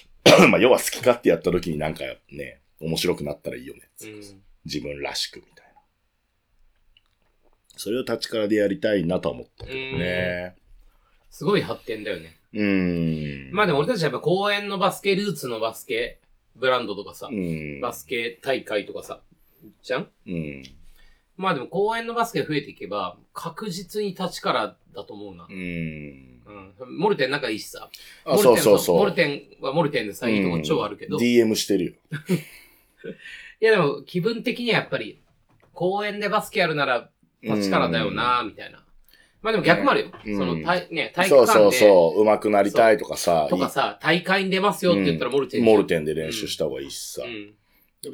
[SPEAKER 2] まあ要は好き勝手やった時になんかね、面白くなったらいいよね。
[SPEAKER 3] うん
[SPEAKER 2] 自分らしくみたいな。それを立ちからでやりたいなとは思ったけどね。
[SPEAKER 3] すごい発展だよね。
[SPEAKER 2] うん。
[SPEAKER 3] まあでも俺たちはやっぱ公園のバスケルーツのバスケブランドとかさ
[SPEAKER 2] う、ん。
[SPEAKER 3] バスケ大会とかさ、じゃん
[SPEAKER 2] うん。
[SPEAKER 3] まあでも公園のバスケ増えていけば、確実に立ちからだと思うな
[SPEAKER 2] う。ん。
[SPEAKER 3] うん。モルテン仲いいしさ。
[SPEAKER 2] あ、そうそうそう。
[SPEAKER 3] モルテンはモルテンでさ、いいとこ超あるけど。
[SPEAKER 2] うん
[SPEAKER 3] い
[SPEAKER 2] DM してるよ。
[SPEAKER 3] やでも、気分的にはやっぱり、公園でバスケやるなら、立ちからだよなみたいな。まあでも逆もあるよ。
[SPEAKER 2] うん
[SPEAKER 3] その、体ね、体育
[SPEAKER 2] そうそう
[SPEAKER 3] 館で、
[SPEAKER 2] そう。上手くなりたいとかさ。
[SPEAKER 3] とかさ、大会に出ます
[SPEAKER 2] い
[SPEAKER 3] よって言ったらモルテン
[SPEAKER 2] うん
[SPEAKER 3] じゃん
[SPEAKER 2] モルテンで練習した方がいいしさ。
[SPEAKER 3] うん。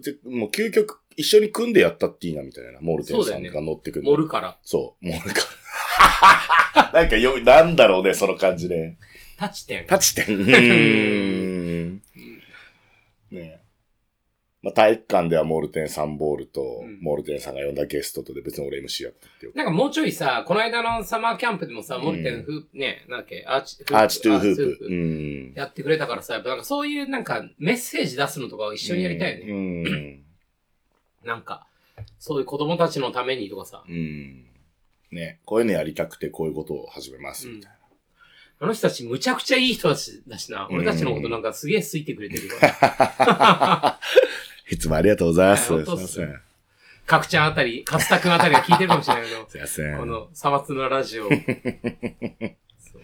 [SPEAKER 2] でもう究極、一緒に組んでやったっていいなみたいな。モルテン
[SPEAKER 3] そう
[SPEAKER 2] さ
[SPEAKER 3] だ
[SPEAKER 2] ん
[SPEAKER 3] よね
[SPEAKER 2] が乗ってくる。
[SPEAKER 3] モルから。
[SPEAKER 2] そう、モルか。 なんかよ、なんだろうね、その感じね。
[SPEAKER 3] 立ち点。
[SPEAKER 2] 立ち点。うーんねえまあ、体育館ではモルテンさんボールと、
[SPEAKER 3] うん
[SPEAKER 2] モルテンさんが呼んだゲストとで別に俺 MC やってってよ。
[SPEAKER 3] なんかもうちょいさ、この間のサマーキャンプでもさ、モルテンフープ、ね、なんだっけ、アーチ、
[SPEAKER 2] アーチトゥーフ
[SPEAKER 3] ア
[SPEAKER 2] ープ。
[SPEAKER 3] チトゥ
[SPEAKER 2] うん。
[SPEAKER 3] やってくれたからさ、やっぱなんかそういうなんかメッセージ出すのとかを一緒にやりたいよね。
[SPEAKER 2] うん。
[SPEAKER 3] なんか、そういう子供たちのためにとかさ、
[SPEAKER 2] うん。ね、こういうのやりたくてこういうことを始めます、みたい
[SPEAKER 3] あの人たちむちゃくちゃいい人だしだしな、俺たちのことなんかすげえ好いてくれてるから。
[SPEAKER 2] な。いつもありがとうございます。す
[SPEAKER 3] い
[SPEAKER 2] いま
[SPEAKER 3] や本当っす
[SPEAKER 2] せん。
[SPEAKER 3] かくちゃんあたり、かつたくんあたりが聞いてるかもしれないけど、
[SPEAKER 2] すいません。
[SPEAKER 3] この、さまつのラジオ。そう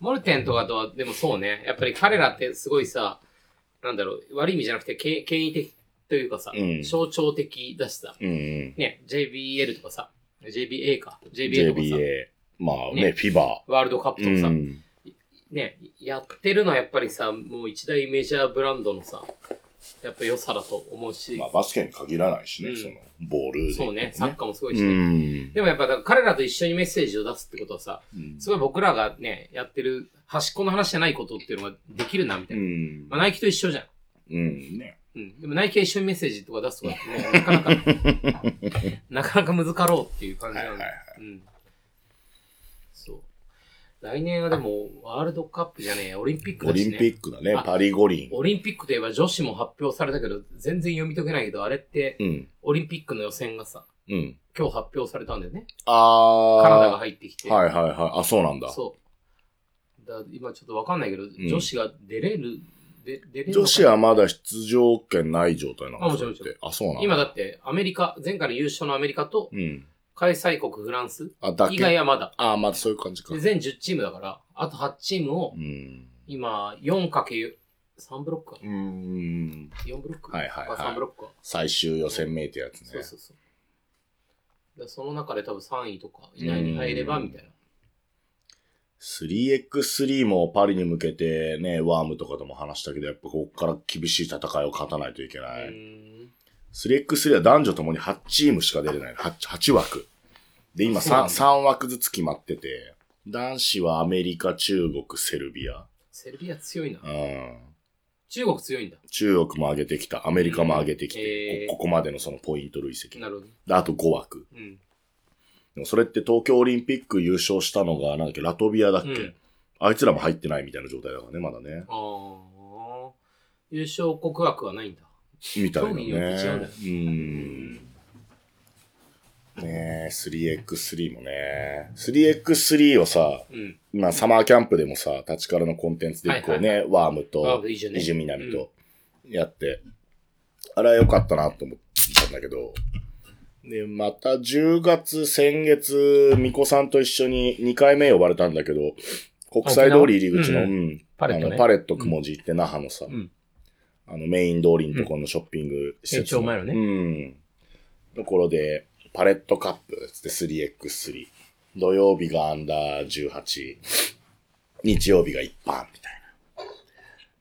[SPEAKER 3] モルテンとかとは、でもそうね、やっぱり彼らってすごいさ、なんだろう、悪い意味じゃなくて、け権威的というかさ、
[SPEAKER 2] うん
[SPEAKER 3] 象徴的だしさ、
[SPEAKER 2] うんうん。
[SPEAKER 3] ね、JBL とかさ、JBA か、JBA とかさ、
[SPEAKER 2] JBA。まあね、
[SPEAKER 3] ね
[SPEAKER 2] フィバ
[SPEAKER 3] ワールドカップとか
[SPEAKER 2] ー。
[SPEAKER 3] さ、
[SPEAKER 2] うん。
[SPEAKER 3] ね、やってるのはやっぱりさ、もう一大メジャーブランドのさ、やっぱ良さだと思うし
[SPEAKER 2] まあ、、バスケに限らないしね、
[SPEAKER 3] うん
[SPEAKER 2] その、ボールで、
[SPEAKER 3] そうね、サッカーもすごいうしね。
[SPEAKER 2] ん。
[SPEAKER 3] でもやっぱだから彼らと一緒にメッセージを出すってことはさ、
[SPEAKER 2] うん
[SPEAKER 3] すごい僕らがね、やってる端っこの話じゃないことっていうのができるな、みた
[SPEAKER 2] う
[SPEAKER 3] いな。
[SPEAKER 2] ん
[SPEAKER 3] ま。あ、ナイキと一緒じゃん。
[SPEAKER 2] うん。ね。
[SPEAKER 3] うん。でもナイキが一緒にメッセージとか出すとかってね、なかなか、な かなか難かろうっていう感じなんで。
[SPEAKER 2] はいはいは
[SPEAKER 3] うん。そう。来年はでも、ワールドカップじゃねえ、オリンピック
[SPEAKER 2] オ
[SPEAKER 3] だ
[SPEAKER 2] リ
[SPEAKER 3] し
[SPEAKER 2] ン
[SPEAKER 3] ね。
[SPEAKER 2] ピックだね
[SPEAKER 3] あ、
[SPEAKER 2] パリ五輪。
[SPEAKER 3] オリンピックといえば女子も発表されたけど、全然読み解けないけど、あれって、
[SPEAKER 2] うん。
[SPEAKER 3] オリンピックの予選がさ、
[SPEAKER 2] うん。
[SPEAKER 3] 今日発表されたんだよね。
[SPEAKER 2] あー。
[SPEAKER 3] カナダが入ってきて。
[SPEAKER 2] はいはいはい。あ、そうなんだ。
[SPEAKER 3] そう。だ今ちょっとわかんないけど、
[SPEAKER 2] ん
[SPEAKER 3] 女子が出れる、で出れるのか
[SPEAKER 2] 女子はまだ出場権ない状態な
[SPEAKER 3] あ
[SPEAKER 2] の
[SPEAKER 3] もちろん
[SPEAKER 2] それってあ、そうなんだ。
[SPEAKER 3] 今だって、アメリカ、前回の優勝のアメリカと、
[SPEAKER 2] うん。
[SPEAKER 3] 開催国フランス
[SPEAKER 2] あ、だ
[SPEAKER 3] 以外
[SPEAKER 2] け。
[SPEAKER 3] はまだ。
[SPEAKER 2] あ、まあそういう感じか
[SPEAKER 3] で。全10チームだから、あと8チームを
[SPEAKER 2] う、ん。
[SPEAKER 3] 今、4×3 ブロックか
[SPEAKER 2] う。ん。
[SPEAKER 3] 4ブロック
[SPEAKER 2] はいはいはい
[SPEAKER 3] 3ブロックか。
[SPEAKER 2] 最終予選名ってやつね。
[SPEAKER 3] そうそうそう。だからその中で多分3位とか以内に入れば、みたいな。
[SPEAKER 2] 3x3 もパリに向けてね、ワームとかとも話したけど、やっぱここから厳しい戦いを勝たないといけな
[SPEAKER 3] う
[SPEAKER 2] い。
[SPEAKER 3] ーん
[SPEAKER 2] 3x3 は男女ともに8チームしか出れない。8, 8枠。で、今
[SPEAKER 3] そうなん
[SPEAKER 2] 3,
[SPEAKER 3] だ
[SPEAKER 2] 3枠ずつ決まってて、男子はアメリカ、中国、セルビア。
[SPEAKER 3] セルビア強いな
[SPEAKER 2] う。ん。
[SPEAKER 3] 中国強いんだ。
[SPEAKER 2] 中国も上げてきた、アメリカも上げてき
[SPEAKER 3] うん
[SPEAKER 2] て
[SPEAKER 3] へ、ー
[SPEAKER 2] こここまでのそのポイント累積。
[SPEAKER 3] なるほど。
[SPEAKER 2] であと5枠。
[SPEAKER 3] うん。
[SPEAKER 2] でもそれって東京オリンピック優勝したのが、なんだっけ、ラトビアだっけ、
[SPEAKER 3] うん
[SPEAKER 2] あいつらも入ってないみたいな状態だからね、まだね。
[SPEAKER 3] ああ。優勝国枠はないんだ。
[SPEAKER 2] みたいな
[SPEAKER 3] 競技によって違うんだよ。
[SPEAKER 2] ねうん。ねえ、3x3 もね。3x3 をさ、
[SPEAKER 3] うん。
[SPEAKER 2] まあ、サマーキャンプでもさ、立ちからのコンテンツで一個ね、ワーム
[SPEAKER 3] ワー
[SPEAKER 2] と
[SPEAKER 3] ムいいじゃ、んね
[SPEAKER 2] 伊集みなみとやって、あれは良かったなと思ったんだけど、で、また10月、先月、巫女さんと一緒に2回目呼ばれたんだけど、国際通り入り口の、
[SPEAKER 3] 沖縄うんう
[SPEAKER 2] うん
[SPEAKER 3] パレットね
[SPEAKER 2] あのパレットくもじって那覇のさ、
[SPEAKER 3] ん
[SPEAKER 2] あのメイン通りのところのショッピング施設
[SPEAKER 3] 延長前のね
[SPEAKER 2] うん。ところで、パレットカップつって 3x3。土曜日がアンダー18。日曜日が一般みたい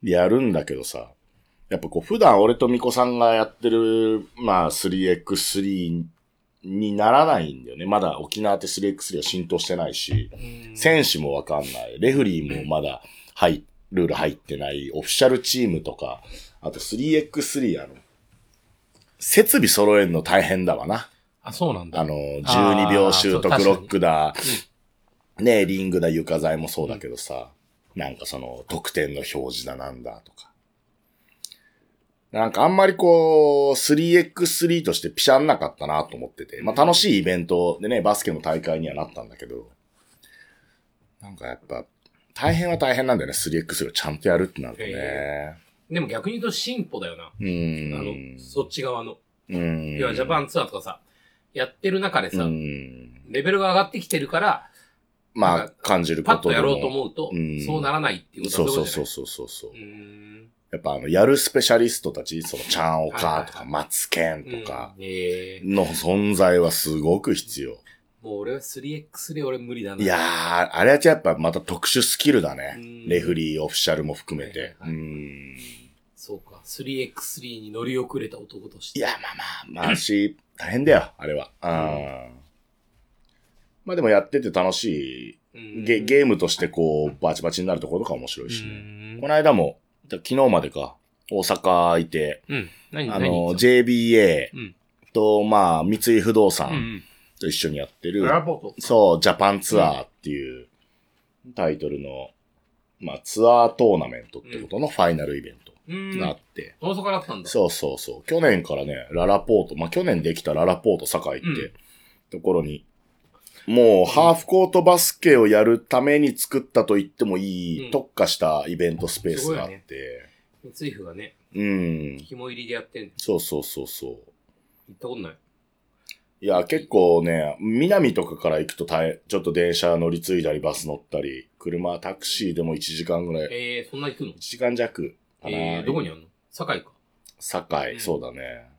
[SPEAKER 2] な。やるんだけどさ、やっぱこう普段俺とミコさんがやってる、まあ 3x3 にならないんだよね。まだ沖縄って 3x3 は浸透してないし、選手もわかんない。レフリーもまだ入、ルール入ってない。オフィシャルチームとか、あと 3x3 あの、設備揃えるの大変だわな。
[SPEAKER 3] あ、そうなんだ。
[SPEAKER 2] あの、12秒シュート
[SPEAKER 3] あーそう
[SPEAKER 2] クロックだ、ね、リングだ、床材もそうだけどさ、なんかその、得点の表示だなんだとか。なんかあんまりこう、3x3 としてピシャんなかったなと思ってて、まあ楽しいイベントでね、バスケの大会にはなったんだけど、なんかやっぱ、大変は大変なんだよね、3x3 をちゃんとやるってなるとね
[SPEAKER 3] へ。でも逆に言うと進歩だよな。あ
[SPEAKER 2] うー
[SPEAKER 3] の
[SPEAKER 2] ん。、
[SPEAKER 3] そっち側の。
[SPEAKER 2] うん。
[SPEAKER 3] 要はジャパンツアーとかさ、やってる中で
[SPEAKER 2] う
[SPEAKER 3] さ、
[SPEAKER 2] ん。
[SPEAKER 3] レベルが上がってきてるから、
[SPEAKER 2] まあ、感じるこ
[SPEAKER 3] パ
[SPEAKER 2] と
[SPEAKER 3] ッとやろうと
[SPEAKER 2] う
[SPEAKER 3] 思うと
[SPEAKER 2] ん、
[SPEAKER 3] そうならないっていうこと
[SPEAKER 2] そう
[SPEAKER 3] は
[SPEAKER 2] そう
[SPEAKER 3] いことじゃ
[SPEAKER 2] そう
[SPEAKER 3] ない
[SPEAKER 2] そうそうそう。
[SPEAKER 3] うーん。
[SPEAKER 2] やっぱあの、やるスペシャリストたち、その、ちゃん
[SPEAKER 3] は
[SPEAKER 2] お
[SPEAKER 3] いはい
[SPEAKER 2] か
[SPEAKER 3] はい
[SPEAKER 2] とか、松健とか
[SPEAKER 3] うん。ええ
[SPEAKER 2] の存在はすごく必要。
[SPEAKER 3] もう俺は 3X で俺無理だな。
[SPEAKER 2] いやー、あれはやっぱまた特殊スキルだね
[SPEAKER 3] うん。
[SPEAKER 2] レフリー、オフィシャルも含めて。う
[SPEAKER 3] はいはい
[SPEAKER 2] ん。
[SPEAKER 3] そうか。3X3 に乗り遅れた男とし
[SPEAKER 2] い
[SPEAKER 3] て。
[SPEAKER 2] や、まあまあ、まあし、大変だよ、あれは。うん。まあでもやってて楽しい。ゲゲームとしてこう、バチバチになるところとか面白いしね。
[SPEAKER 3] ー
[SPEAKER 2] この間も、昨日までか、大阪いて、
[SPEAKER 3] うん。何
[SPEAKER 2] あ
[SPEAKER 3] 何
[SPEAKER 2] の、
[SPEAKER 3] 言って
[SPEAKER 2] JBA
[SPEAKER 3] うん
[SPEAKER 2] と、まあ、三井不動
[SPEAKER 3] たうんう
[SPEAKER 2] 産
[SPEAKER 3] ん。
[SPEAKER 2] と一緒にやってる、
[SPEAKER 3] ブラボーと。
[SPEAKER 2] そう、ジャパンツアーっていうタイトルの、まあ、ツアートーナメントってことのファイナルイベント
[SPEAKER 3] うん。
[SPEAKER 2] があっ
[SPEAKER 3] 大
[SPEAKER 2] て、
[SPEAKER 3] 阪だったんだ。
[SPEAKER 2] そうそうそう、去年からね、ララポート、まあ、去年できたララポート堺って、
[SPEAKER 3] うん
[SPEAKER 2] ところに、もう、ハーフコートバスケをやるために作ったと言ってもいい、
[SPEAKER 3] うん
[SPEAKER 2] 特化したイベントスペースがあって、
[SPEAKER 3] 三井府がね、
[SPEAKER 2] うん、
[SPEAKER 3] 肝入りでやってんの
[SPEAKER 2] そうそうそうそう。
[SPEAKER 3] 行ったことない。
[SPEAKER 2] いや、結構ね、南とかから行くと大変、ちょっと電車乗り継いだり、バス乗ったり、車、タクシーでも1時間ぐらい、1
[SPEAKER 3] えー、そんな行くの
[SPEAKER 2] 時間弱かな。
[SPEAKER 3] えー、どこにあるの堺か。
[SPEAKER 2] 堺、
[SPEAKER 3] うん
[SPEAKER 2] そうだね。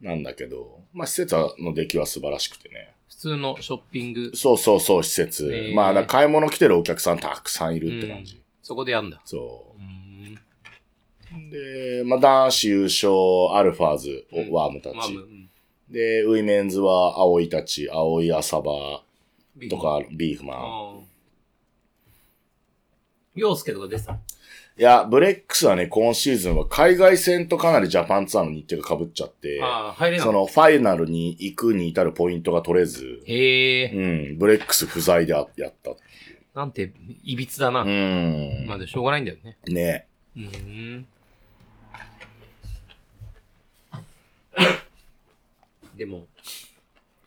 [SPEAKER 2] なんだけど、まあ、施設の出来は素晴らしくてね。
[SPEAKER 3] 普通のショッピング、
[SPEAKER 2] そうそうそう、施設。
[SPEAKER 3] えー
[SPEAKER 2] まあ、だから買い物来てるお客さんたくさんいるって感じ。
[SPEAKER 3] うんそこでやるんだ。
[SPEAKER 2] そう
[SPEAKER 3] ーん。
[SPEAKER 2] う。で、まあ、男子優勝、アルファーズ、
[SPEAKER 3] うん
[SPEAKER 2] ワームた
[SPEAKER 3] まあ、
[SPEAKER 2] ち。
[SPEAKER 3] うん
[SPEAKER 2] で、ウィメンズは、葵たち、葵浅場と。か、ビーフマン。
[SPEAKER 3] ああ。洋介とか出てた
[SPEAKER 2] いや、ブレックスはね、今シーズンは海外戦とかなりジャパンツアーの日程が被っちゃって、
[SPEAKER 3] ああ、入れな
[SPEAKER 2] そ
[SPEAKER 3] い。
[SPEAKER 2] のファイナルに行くに至るポイントが取れず、
[SPEAKER 3] へえ、
[SPEAKER 2] うん、ブレックス不在であやった。
[SPEAKER 3] なんて、いびつだな。
[SPEAKER 2] うん
[SPEAKER 3] まあ、。でもしょうがないんだよね。
[SPEAKER 2] ね
[SPEAKER 3] うーん。でも、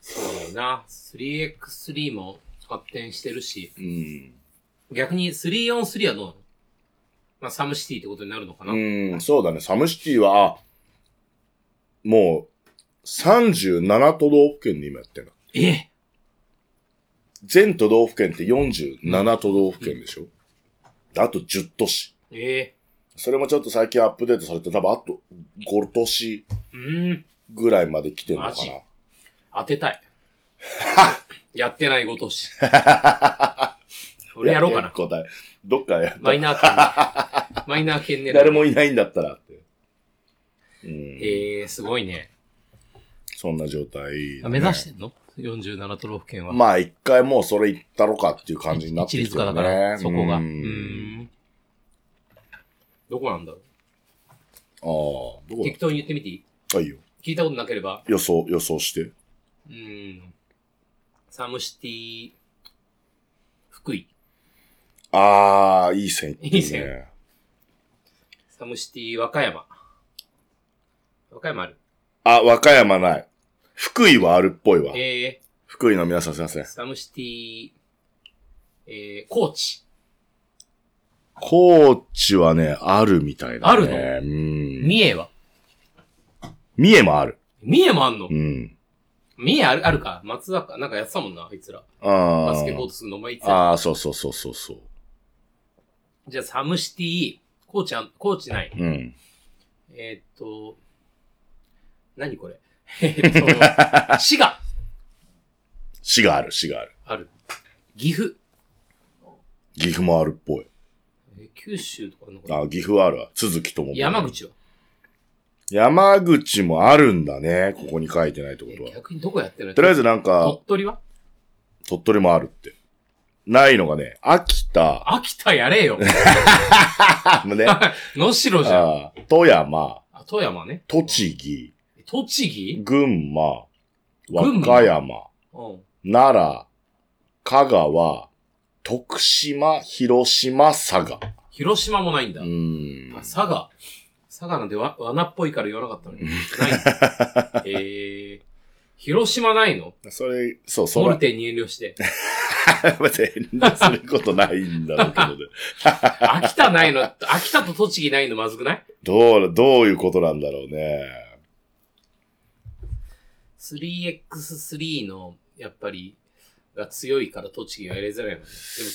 [SPEAKER 3] そうだよな。3x3 も発展してるし、
[SPEAKER 2] うん。
[SPEAKER 3] 逆に 3on3 はどうなのまあ、サムシティってことになるのかな。
[SPEAKER 2] うん、そうだね。サムシティは、あもう、37都道府県で今やってるの。
[SPEAKER 3] え
[SPEAKER 2] 全都道府県って47都道府県でしょ、あと10都市。
[SPEAKER 3] ええ
[SPEAKER 2] それもちょっと最近アップデートされて、多分あと5都市
[SPEAKER 3] うーん。
[SPEAKER 2] ぐらいまで来てるの
[SPEAKER 3] マ
[SPEAKER 2] か
[SPEAKER 3] ジ
[SPEAKER 2] な。
[SPEAKER 3] 当てたい。 やってないごとし。俺やろうかな。
[SPEAKER 2] 答え。どっかや
[SPEAKER 3] マイナー圏。 マイナー圏ね。
[SPEAKER 2] 誰もいないんだったらって。うん。
[SPEAKER 3] えー、すごいね。
[SPEAKER 2] そんな状態だ
[SPEAKER 3] 目
[SPEAKER 2] ね、
[SPEAKER 3] 指してんの ?47 都道府県は。
[SPEAKER 2] まあ一回もうそれ行ったろかっていう感じになっ
[SPEAKER 3] 一
[SPEAKER 2] てき
[SPEAKER 3] 律
[SPEAKER 2] て
[SPEAKER 3] 化だ
[SPEAKER 2] る
[SPEAKER 3] から、
[SPEAKER 2] ね。
[SPEAKER 3] そこが。う
[SPEAKER 2] う
[SPEAKER 3] ー
[SPEAKER 2] ん。
[SPEAKER 3] ん。どこなんだろ
[SPEAKER 2] ああ、ど
[SPEAKER 3] う
[SPEAKER 2] こ
[SPEAKER 3] 適当に言ってみていい
[SPEAKER 2] だあいいよ。
[SPEAKER 3] 聞いたことなければ。
[SPEAKER 2] 予想、予想して。
[SPEAKER 3] うーん。サムシティ、福井。
[SPEAKER 2] ああ、いい線いってるね。
[SPEAKER 3] いい線サムシティ、和歌山。和歌山ある。
[SPEAKER 2] あ、和歌山ない。福井はあるっぽいわ。
[SPEAKER 3] え
[SPEAKER 2] 福井の皆さんすいません
[SPEAKER 3] ー、。サムシティ、えー、高知。
[SPEAKER 2] 高知はね、あるみたいだね。
[SPEAKER 3] あるの
[SPEAKER 2] うん。
[SPEAKER 3] 三重は
[SPEAKER 2] 三重もある。
[SPEAKER 3] 三重もあんの
[SPEAKER 2] うん。
[SPEAKER 3] 三重あるあるか松坂なんかやってたもんな、あいつら。
[SPEAKER 2] あ
[SPEAKER 3] バスケコー
[SPEAKER 2] ー
[SPEAKER 3] トするのもいつら。
[SPEAKER 2] あー、そうそうそうそうそう。
[SPEAKER 3] じゃあ、サムシティ、コーチあん、コーチない。
[SPEAKER 2] うん。
[SPEAKER 3] えーっと、何これ。えー っと、滋賀
[SPEAKER 2] 市がある、市がある。
[SPEAKER 3] ある。岐阜。
[SPEAKER 2] 岐阜もあるっぽい。
[SPEAKER 3] えー九州とかあるのかな
[SPEAKER 2] あ、岐阜はあるわ。鈴木とも。
[SPEAKER 3] 山。口は
[SPEAKER 2] 山口もあるんだね。ここに書いてないってこ
[SPEAKER 3] え
[SPEAKER 2] とは
[SPEAKER 3] ー。逆にどこやってるの
[SPEAKER 2] とりあえずなんか
[SPEAKER 3] 鳥、取は
[SPEAKER 2] 鳥取もあるって。ないのがね、秋田、
[SPEAKER 3] 秋田やれ よ。
[SPEAKER 2] あ、 ね、あ
[SPEAKER 3] 能代じゃん。
[SPEAKER 2] ー富山、
[SPEAKER 3] あ富山ね。
[SPEAKER 2] 栃木、
[SPEAKER 3] え栃木
[SPEAKER 2] 群馬、和
[SPEAKER 3] 群馬
[SPEAKER 2] 歌山、
[SPEAKER 3] うん。
[SPEAKER 2] 奈良、香川、徳島、広島、佐賀。
[SPEAKER 3] 広島もないんだ
[SPEAKER 2] う。ーん
[SPEAKER 3] あ、。佐賀。佐賀なんてわ罠っぽいから言わなかったのに。ないん だ。へえー。広島ないの
[SPEAKER 2] それ、そう、そ
[SPEAKER 3] モル
[SPEAKER 2] れ、
[SPEAKER 3] テに遠慮して。
[SPEAKER 2] 全然することないんだろうけどね。
[SPEAKER 3] 秋田ないの、秋田と栃木ないのまずくない
[SPEAKER 2] どう、どういうことなんだろうね。
[SPEAKER 3] 3x3 の、やっぱり、が強いから栃木がやりづらいのね。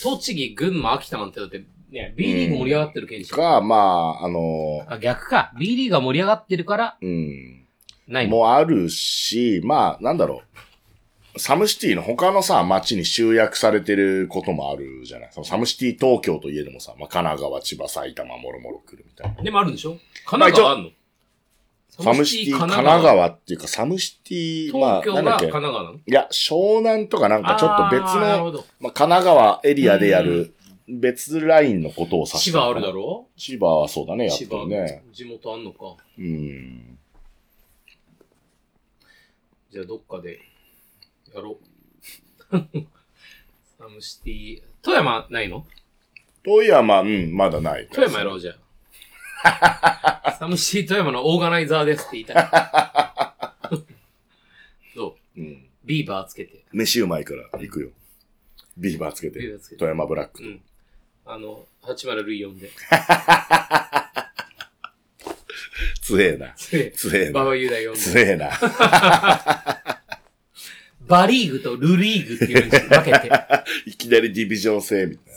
[SPEAKER 3] でも栃木、群馬、秋田なんてだって、ね、B リーグ盛り上がってる県じゃん。
[SPEAKER 2] か、まあ、あの、
[SPEAKER 3] あ、逆か。B リーグが盛り上がってるから、
[SPEAKER 2] うん。
[SPEAKER 3] ないの。
[SPEAKER 2] もあるし、まあ、なんだろう。サムシティの他のさ、街に集約されてることもあるじゃないそのサムシティ東京といえどもさ、まあ、神奈川、千葉、埼玉、もろもろ来るみたいな。
[SPEAKER 3] でもあるんでしょ神奈川あんの
[SPEAKER 2] サムシティ神奈川っていうか、サムシティ、
[SPEAKER 3] 東
[SPEAKER 2] まあ、
[SPEAKER 3] 京
[SPEAKER 2] な
[SPEAKER 3] が
[SPEAKER 2] んだっ
[SPEAKER 3] 神
[SPEAKER 2] け。い
[SPEAKER 3] 奈川なの
[SPEAKER 2] や、湘南とかなんかちょっと別
[SPEAKER 3] あーなる
[SPEAKER 2] の、
[SPEAKER 3] ほど。
[SPEAKER 2] まあ、神奈川エリアでやる別ラインのことを指して
[SPEAKER 3] 千
[SPEAKER 2] るの
[SPEAKER 3] 葉
[SPEAKER 2] か
[SPEAKER 3] あ
[SPEAKER 2] な
[SPEAKER 3] るだろ
[SPEAKER 2] 千葉はそうだね、やっ
[SPEAKER 3] 千
[SPEAKER 2] ぱ
[SPEAKER 3] 葉、
[SPEAKER 2] りね。
[SPEAKER 3] 地元あんのか。
[SPEAKER 2] うん。
[SPEAKER 3] じゃあどっかでやろう。 サムシティ、富山ないの
[SPEAKER 2] 富山、うん、まだない。
[SPEAKER 3] 富山やろうじゃ あ。サムシティ富山のオーガナイザーですって言いた い。どう
[SPEAKER 2] うん。
[SPEAKER 3] ビーバーつけて。
[SPEAKER 2] 飯うまいから行くよ。ビーバーつけて。
[SPEAKER 3] ビーバーつけて
[SPEAKER 2] 富山ブラック
[SPEAKER 3] う。ん。あの、八丸類4で。
[SPEAKER 2] 強えな。
[SPEAKER 3] で
[SPEAKER 2] 強え
[SPEAKER 3] バ
[SPEAKER 2] な。
[SPEAKER 3] バユダ4
[SPEAKER 2] 強
[SPEAKER 3] で。
[SPEAKER 2] えな。
[SPEAKER 3] バリーグとルリーグっていうのに分 けて。
[SPEAKER 2] いきなりディビジョン制みたい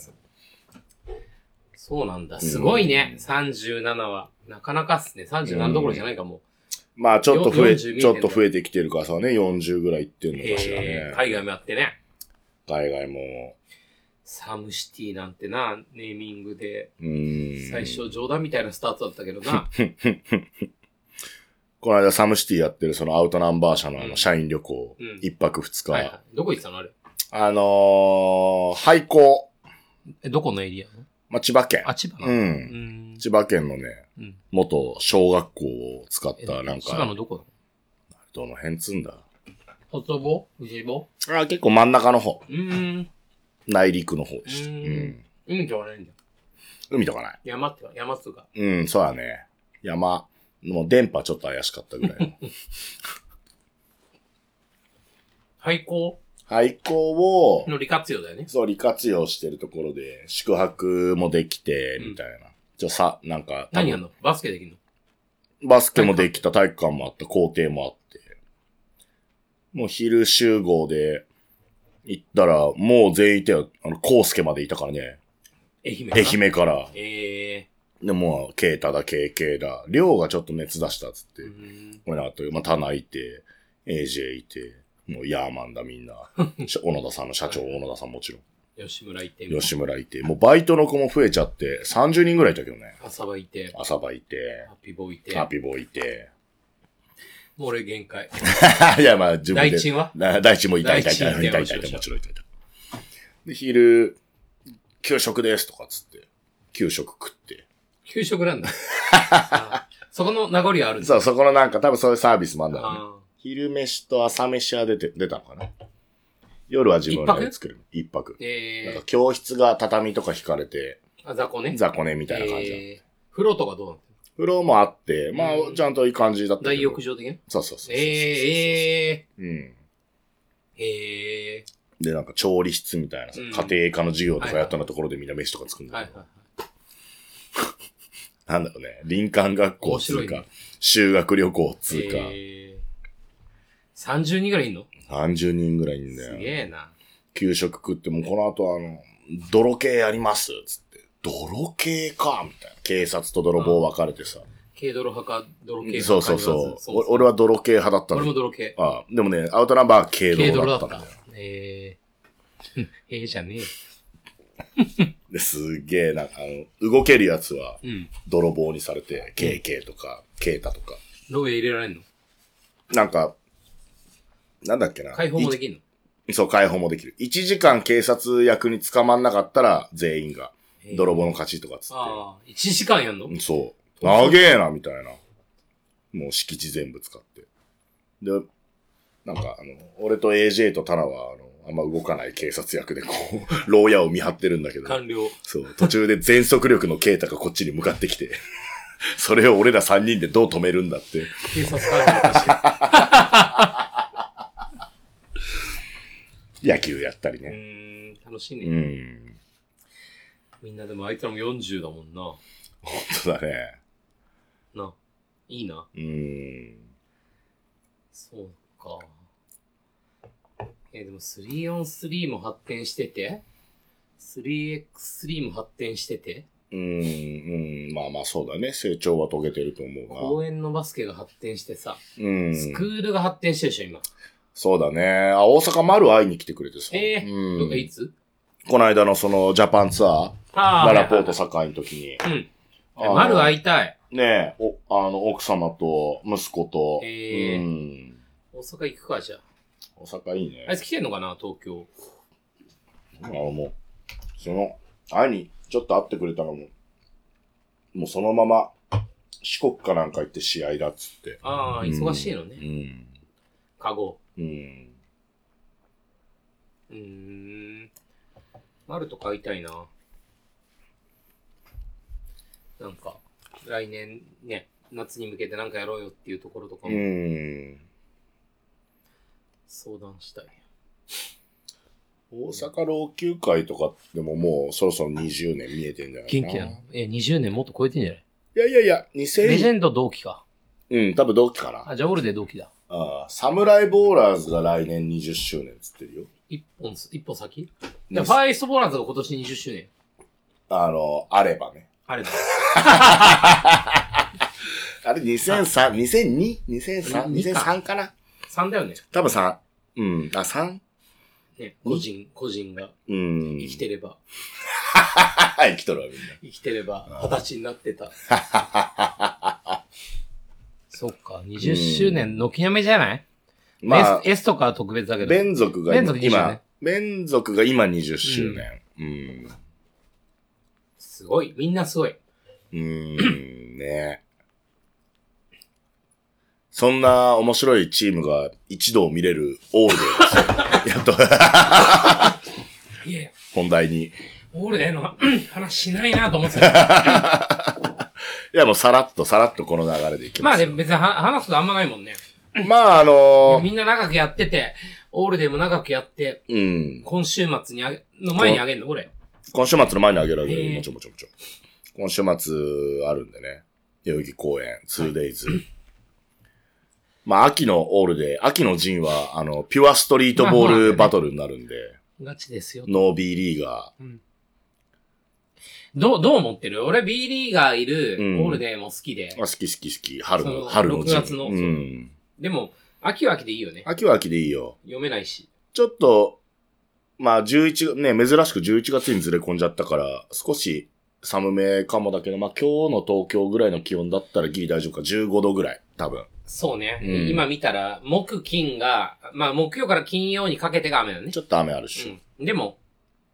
[SPEAKER 3] そうなんだ。すごいね。37は。なかなかっすね。37どころじゃないかも。
[SPEAKER 2] まあちょっと増え、
[SPEAKER 3] 42
[SPEAKER 2] ちょっと増えてきてるからさね、40ぐらいいってんのかしら
[SPEAKER 3] え
[SPEAKER 2] ね
[SPEAKER 3] ー。海外もやってね。
[SPEAKER 2] 海外も。
[SPEAKER 3] サムシティなんてな、ネーミングで、
[SPEAKER 2] うーん。
[SPEAKER 3] 最初冗談みたいなスタートだったけど な。
[SPEAKER 2] この間サムシティやってるそのアウトナンバー社のあ
[SPEAKER 3] う
[SPEAKER 2] の
[SPEAKER 3] ん
[SPEAKER 2] 社員旅行
[SPEAKER 3] うん、
[SPEAKER 2] 一、泊二日、
[SPEAKER 3] はいはい。どこ行ってたのあれ。
[SPEAKER 2] あのー、廃校、
[SPEAKER 3] え、どこのエリア
[SPEAKER 2] まあ、千葉県。
[SPEAKER 3] あ、千葉な
[SPEAKER 2] う。
[SPEAKER 3] のうんん。
[SPEAKER 2] 千葉県のね、
[SPEAKER 3] うん
[SPEAKER 2] 元小学校を使っ
[SPEAKER 3] え
[SPEAKER 2] た、なん
[SPEAKER 3] 千葉の
[SPEAKER 2] か、
[SPEAKER 3] どこ
[SPEAKER 2] どの辺っつうんだ
[SPEAKER 3] 外房藤棒
[SPEAKER 2] あ結構真ん中の方。
[SPEAKER 3] うーん。
[SPEAKER 2] 内陸の方でした。
[SPEAKER 3] う
[SPEAKER 2] うんん。
[SPEAKER 3] いいんじゃないんじゃん。
[SPEAKER 2] 海とかない。
[SPEAKER 3] 山ってか、山とか。
[SPEAKER 2] うん、そうだね。山、もう電波ちょっと怪しかったぐらい の。
[SPEAKER 3] 廃校
[SPEAKER 2] 廃校を、
[SPEAKER 3] の利活用だよね。
[SPEAKER 2] そう、利活用してるところで、宿泊もできて、みたいな。じゃさ、なんか、
[SPEAKER 3] 何やんのバスケできんの
[SPEAKER 2] バスケもできた、体育館もあった、校庭もあって。もう昼集合で、行ったら、もう全員いて、あの、コウスケまでいたから ね。
[SPEAKER 3] 愛媛か
[SPEAKER 2] 愛。媛から。
[SPEAKER 3] え
[SPEAKER 2] で、もう、ケイタだ、ケイケイだ。りょうがちょっと熱出したっつって。
[SPEAKER 3] ー。うーん。
[SPEAKER 2] 俺らあと、まあ、タナいて、AJ いて、もう、ヤーマンだ、みんな。し小野田さんの社長、小野田さんもちろん。
[SPEAKER 3] 吉村いて、
[SPEAKER 2] 吉村いて、もうバイトの子も増えちゃって、30人ぐらいいたけどね。
[SPEAKER 3] 浅場いて、
[SPEAKER 2] 朝場いて
[SPEAKER 3] ハ、ッピーボーイいて。
[SPEAKER 2] ハッピーボーイいて。
[SPEAKER 3] もう俺限界。
[SPEAKER 2] いや、まあ、自分で。
[SPEAKER 3] 第一は
[SPEAKER 2] な第一もいたいたいたい
[SPEAKER 3] 第
[SPEAKER 2] た
[SPEAKER 3] 一
[SPEAKER 2] いたいたいたもちろんいたいた。で、昼、給食ですとかっつって、給食食って。
[SPEAKER 3] 給食なん だ。あそこの名残はあるんだ。
[SPEAKER 2] そう、そこのなんか多分そういうサービスもあんだろうね。
[SPEAKER 3] あ
[SPEAKER 2] 昼飯と朝飯は出て、出たのかな。夜は自分
[SPEAKER 3] 一
[SPEAKER 2] らで
[SPEAKER 3] 泊
[SPEAKER 2] 作る。一泊
[SPEAKER 3] ー。
[SPEAKER 2] なん
[SPEAKER 3] え
[SPEAKER 2] か教室が畳とか引かれて、
[SPEAKER 3] ー、あざこね。
[SPEAKER 2] 雑魚寝みたいな感じだ。
[SPEAKER 3] えー風呂とかどうなの
[SPEAKER 2] 風呂もあって、まあ
[SPEAKER 3] う、ん
[SPEAKER 2] ちゃんといい感じだったけど。
[SPEAKER 3] 大浴場的な
[SPEAKER 2] そうそうそうそうそうそう。
[SPEAKER 3] え
[SPEAKER 2] うん。
[SPEAKER 3] ー、えー、
[SPEAKER 2] で、なんか調理室みたいなさ、
[SPEAKER 3] うん
[SPEAKER 2] 家庭科の授業とかやったようなところでみんな飯とか作るんだ
[SPEAKER 3] はい
[SPEAKER 2] け
[SPEAKER 3] は
[SPEAKER 2] ど、
[SPEAKER 3] いはい。
[SPEAKER 2] なんだろうね、林間学校
[SPEAKER 3] 面
[SPEAKER 2] っつ
[SPEAKER 3] 白いうね
[SPEAKER 2] か、修学旅行っつうか、
[SPEAKER 3] えー、30人ぐらいいんの
[SPEAKER 2] 30人ぐらいいんだ
[SPEAKER 3] す
[SPEAKER 2] よ。
[SPEAKER 3] げえな。
[SPEAKER 2] 給食食っても、この後あの、泥系やりますっつって、泥系かみたいな。警察と泥棒分かれてさ。
[SPEAKER 3] 軽泥派か泥系派か
[SPEAKER 2] そうそうそう。お俺は泥系派だったの。
[SPEAKER 3] 俺も泥系。
[SPEAKER 2] ああでもね、アウトナンバーは軽
[SPEAKER 3] 軽
[SPEAKER 2] 泥
[SPEAKER 3] 泥
[SPEAKER 2] だ
[SPEAKER 3] だった
[SPEAKER 2] っ
[SPEAKER 3] た
[SPEAKER 2] んだよ。。
[SPEAKER 3] えー、 えーじゃねえよ。
[SPEAKER 2] ですげえ、なんか、あの、動けるやつは
[SPEAKER 3] うん。
[SPEAKER 2] 泥棒にされて、KK とか、ケータとか。
[SPEAKER 3] ロウエ入れられんの
[SPEAKER 2] なんか、なんだっけな。
[SPEAKER 3] 解放もできんの
[SPEAKER 2] いそう、解放もできる。1時間警察役に捕まんなかったら、全員が、泥棒の勝ちとかっつっ
[SPEAKER 3] ああ、1時間やんの
[SPEAKER 2] て。そう。長えな、みたいな。もう敷地全部使って。で、なんか、あの、俺と AJ とタナは、あの、あんま動かない警察役で、こう、 牢屋を見張ってるんだけど、
[SPEAKER 3] 完了。
[SPEAKER 2] そう、途中で全速力のケイタがこっちに向かってきて、 それを俺ら3人でどう止めるんだって。
[SPEAKER 3] 警察官の私。
[SPEAKER 2] 野球やったり
[SPEAKER 3] う
[SPEAKER 2] ね。
[SPEAKER 3] ーん、楽しいうね。
[SPEAKER 2] ん。
[SPEAKER 3] みんなでもあいつらも40だもんな。
[SPEAKER 2] そうだね。
[SPEAKER 3] な。いいな。
[SPEAKER 2] うん。
[SPEAKER 3] そうか。えーでも 3on3 も発展してて、3x3 も発展してて、
[SPEAKER 2] うん、うん、まあまあそうだね。成長は遂げてると思う
[SPEAKER 3] 公
[SPEAKER 2] な。
[SPEAKER 3] 園のバスケが発展してさ、
[SPEAKER 2] うん。
[SPEAKER 3] スクールが発展してるでしょ、今。
[SPEAKER 2] そうだね。あ、大阪丸会いに来てくれてさ。
[SPEAKER 3] ええ
[SPEAKER 2] う
[SPEAKER 3] どっかい
[SPEAKER 2] ん。
[SPEAKER 3] つ
[SPEAKER 2] この間のそのジャパンツアー、
[SPEAKER 3] あ
[SPEAKER 2] ララポート
[SPEAKER 3] さ。
[SPEAKER 2] 堺の時に、
[SPEAKER 3] うん。
[SPEAKER 2] あー
[SPEAKER 3] 丸会いたい。
[SPEAKER 2] ねえ、お、あの、奥様と息子と、
[SPEAKER 3] へえ
[SPEAKER 2] うん。
[SPEAKER 3] 大阪行くか、じゃあ。
[SPEAKER 2] 大阪いい
[SPEAKER 3] あい
[SPEAKER 2] ね。
[SPEAKER 3] つ来てんのかな、東京。
[SPEAKER 2] あのもう、その、会いにちょっと会ってくれたのも、もうそのまま四国かなんか行って試合だっつって。
[SPEAKER 3] ああ、忙しいのね。
[SPEAKER 2] ね。
[SPEAKER 3] カゴ。
[SPEAKER 2] うん。う
[SPEAKER 3] う
[SPEAKER 2] ん。
[SPEAKER 3] ーん。丸と買いたいな。なんか、来年ね、夏に向けてなんかやろうよっていうところとか
[SPEAKER 2] う
[SPEAKER 3] も
[SPEAKER 2] ん。
[SPEAKER 3] 相談したい。
[SPEAKER 2] 大阪老朽会とかでももうそろそろ20年見えてんじゃないかな。
[SPEAKER 3] え、20年もっと超えてんじゃない
[SPEAKER 2] いやいやいや、2000、
[SPEAKER 3] ェンド同期か。
[SPEAKER 2] うん、多分同期かな。
[SPEAKER 3] じゃあ俺で同期だ。
[SPEAKER 2] ああ、サムライボーラーズが来年20周年っつってるよ。
[SPEAKER 3] 一本す、一歩先
[SPEAKER 2] ね
[SPEAKER 3] でファイストボランズが今年20周年。
[SPEAKER 2] あの、あればね。
[SPEAKER 3] あれだ。
[SPEAKER 2] あれ2003、2002?2003? 2003かな
[SPEAKER 3] 3だよね。
[SPEAKER 2] 多分3。うん。あ、3?
[SPEAKER 3] ね、個人、個人が
[SPEAKER 2] うん。
[SPEAKER 3] 生きてれば、
[SPEAKER 2] はい、生きとるわ、みんな。
[SPEAKER 3] 生きてれば、二十歳になって た。そっか、20周年、軒並みじゃない
[SPEAKER 2] まあ
[SPEAKER 3] S, S とかは特別だけど。
[SPEAKER 2] 連族が
[SPEAKER 3] 連
[SPEAKER 2] 今
[SPEAKER 3] 続、20
[SPEAKER 2] 今
[SPEAKER 3] ね
[SPEAKER 2] 連続が今20周年。うん。
[SPEAKER 3] すごい、みんなすごい。
[SPEAKER 2] うーん、ねそんな面白いチームが一度見れるオールで、やっと
[SPEAKER 3] いや、
[SPEAKER 2] 本題に。い
[SPEAKER 3] 俺への話しないなと思ってた。
[SPEAKER 2] や、もうさらっとさらっとこの流れでいき
[SPEAKER 3] ま
[SPEAKER 2] ま
[SPEAKER 3] あ
[SPEAKER 2] す
[SPEAKER 3] ね、
[SPEAKER 2] よ。
[SPEAKER 3] 別には話すことあんまないもんね。
[SPEAKER 2] まあ、あのー
[SPEAKER 3] みんな長くやってて、オールデンも長くやって、
[SPEAKER 2] うん。
[SPEAKER 3] 今週末にあげ、の前にあげんの俺。
[SPEAKER 2] 今週末の前にあげられ
[SPEAKER 3] へ
[SPEAKER 2] る。
[SPEAKER 3] ー
[SPEAKER 2] もちろんもちろんもちろん。今週末あるんでね。代々木公園、2days。まあ、秋のオールで、秋の陣は、あの、ピュアストリートボールバトルになるんで、
[SPEAKER 3] ガチですよ。
[SPEAKER 2] ノービーリーガ
[SPEAKER 3] どう、どう思ってる俺 B リーガーいる
[SPEAKER 2] うん
[SPEAKER 3] オールデンも好きで
[SPEAKER 2] ー、。好き好き好き、春
[SPEAKER 3] そ
[SPEAKER 2] の、
[SPEAKER 3] の
[SPEAKER 2] 春の陣。
[SPEAKER 3] 6月の
[SPEAKER 2] うん。
[SPEAKER 3] でも、秋は秋でいいよね。
[SPEAKER 2] 秋は秋でいいよ。
[SPEAKER 3] 読めないし。
[SPEAKER 2] ちょっと、まあ、11、ね、珍しく11月にずれ込んじゃったから、少し寒めかもだけど、まあ、今日の東京ぐらいの気温だったらギリ大丈夫か。15度ぐらい、多分。
[SPEAKER 3] そうね。
[SPEAKER 2] うん
[SPEAKER 3] 今見たら、木、金が、まあ木曜から金曜にかけてが雨だね
[SPEAKER 2] ち。ょっと雨あるし。
[SPEAKER 3] うん。でも、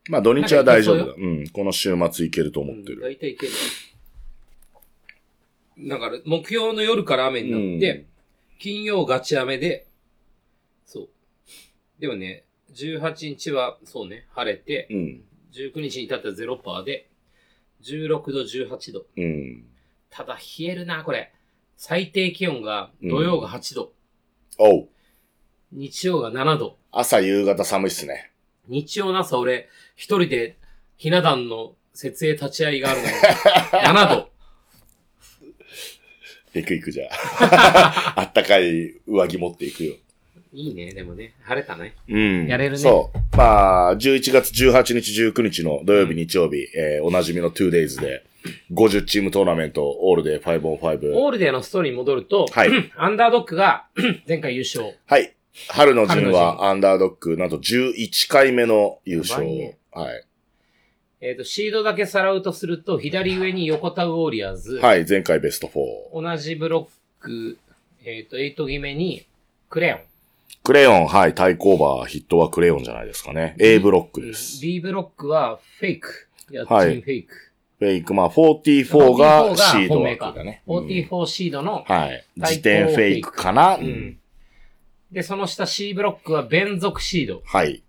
[SPEAKER 2] まあ土日は大丈夫だ。
[SPEAKER 3] なんか
[SPEAKER 2] うん。この週末行けると思って
[SPEAKER 3] うん
[SPEAKER 2] る。
[SPEAKER 3] 大体いける。だから、木曜の夜から雨になって、
[SPEAKER 2] うん
[SPEAKER 3] 金曜ガチ雨で、そう。でもね、18日は、そうね、晴れて、
[SPEAKER 2] うん。
[SPEAKER 3] 19日に至ったら0パーで、16度、18度。
[SPEAKER 2] うん。
[SPEAKER 3] ただ、冷えるな、これ。最低気温が、土曜が8度、
[SPEAKER 2] おう。
[SPEAKER 3] 日曜が7度。
[SPEAKER 2] 朝夕方寒いっすね。
[SPEAKER 3] 日曜の朝、俺、一人で、ひな壇の設営立ち会いがあるの に、7度。
[SPEAKER 2] 行く行くじゃあ。 あったかい上着持っていくよ。
[SPEAKER 3] いいね、でもね、晴れたね。
[SPEAKER 2] うん。
[SPEAKER 3] やれるね
[SPEAKER 2] そう。まあ、11月18日、19日の土曜日、日曜日、えーおなじみの 2days で、50チームトーナメント、オールで 5on5。
[SPEAKER 3] オールデーのストーリーに戻ると、
[SPEAKER 2] はい
[SPEAKER 3] アンダードックが 前回優勝。
[SPEAKER 2] はい。春の陣
[SPEAKER 3] 春の
[SPEAKER 2] はアンダードック、なんと11回目の優勝。
[SPEAKER 3] やばいね
[SPEAKER 2] はい。
[SPEAKER 3] えっ、と、シードだけさらうとすると、左上に横田ウォリアーズ。
[SPEAKER 2] はい、前回ベスト4。
[SPEAKER 3] 同じブロック、えっ、と、エイト決めに、クレヨン。
[SPEAKER 2] クレヨン、はい、対抗馬、ヒットはクレヨンじゃないですかね。A ブロックです。
[SPEAKER 3] B ブロックはフェイク。やっちんフ
[SPEAKER 2] はい
[SPEAKER 3] ェイク。
[SPEAKER 2] フェイク、まあ、44がシード
[SPEAKER 3] 本
[SPEAKER 2] 枠
[SPEAKER 3] 命か
[SPEAKER 2] だね。うん
[SPEAKER 3] 44シードの、
[SPEAKER 2] はい。
[SPEAKER 3] 対抗
[SPEAKER 2] 時点フェイクかな。う
[SPEAKER 3] うんん。で、その下 C ブロックはベンゾクシード。
[SPEAKER 2] はい。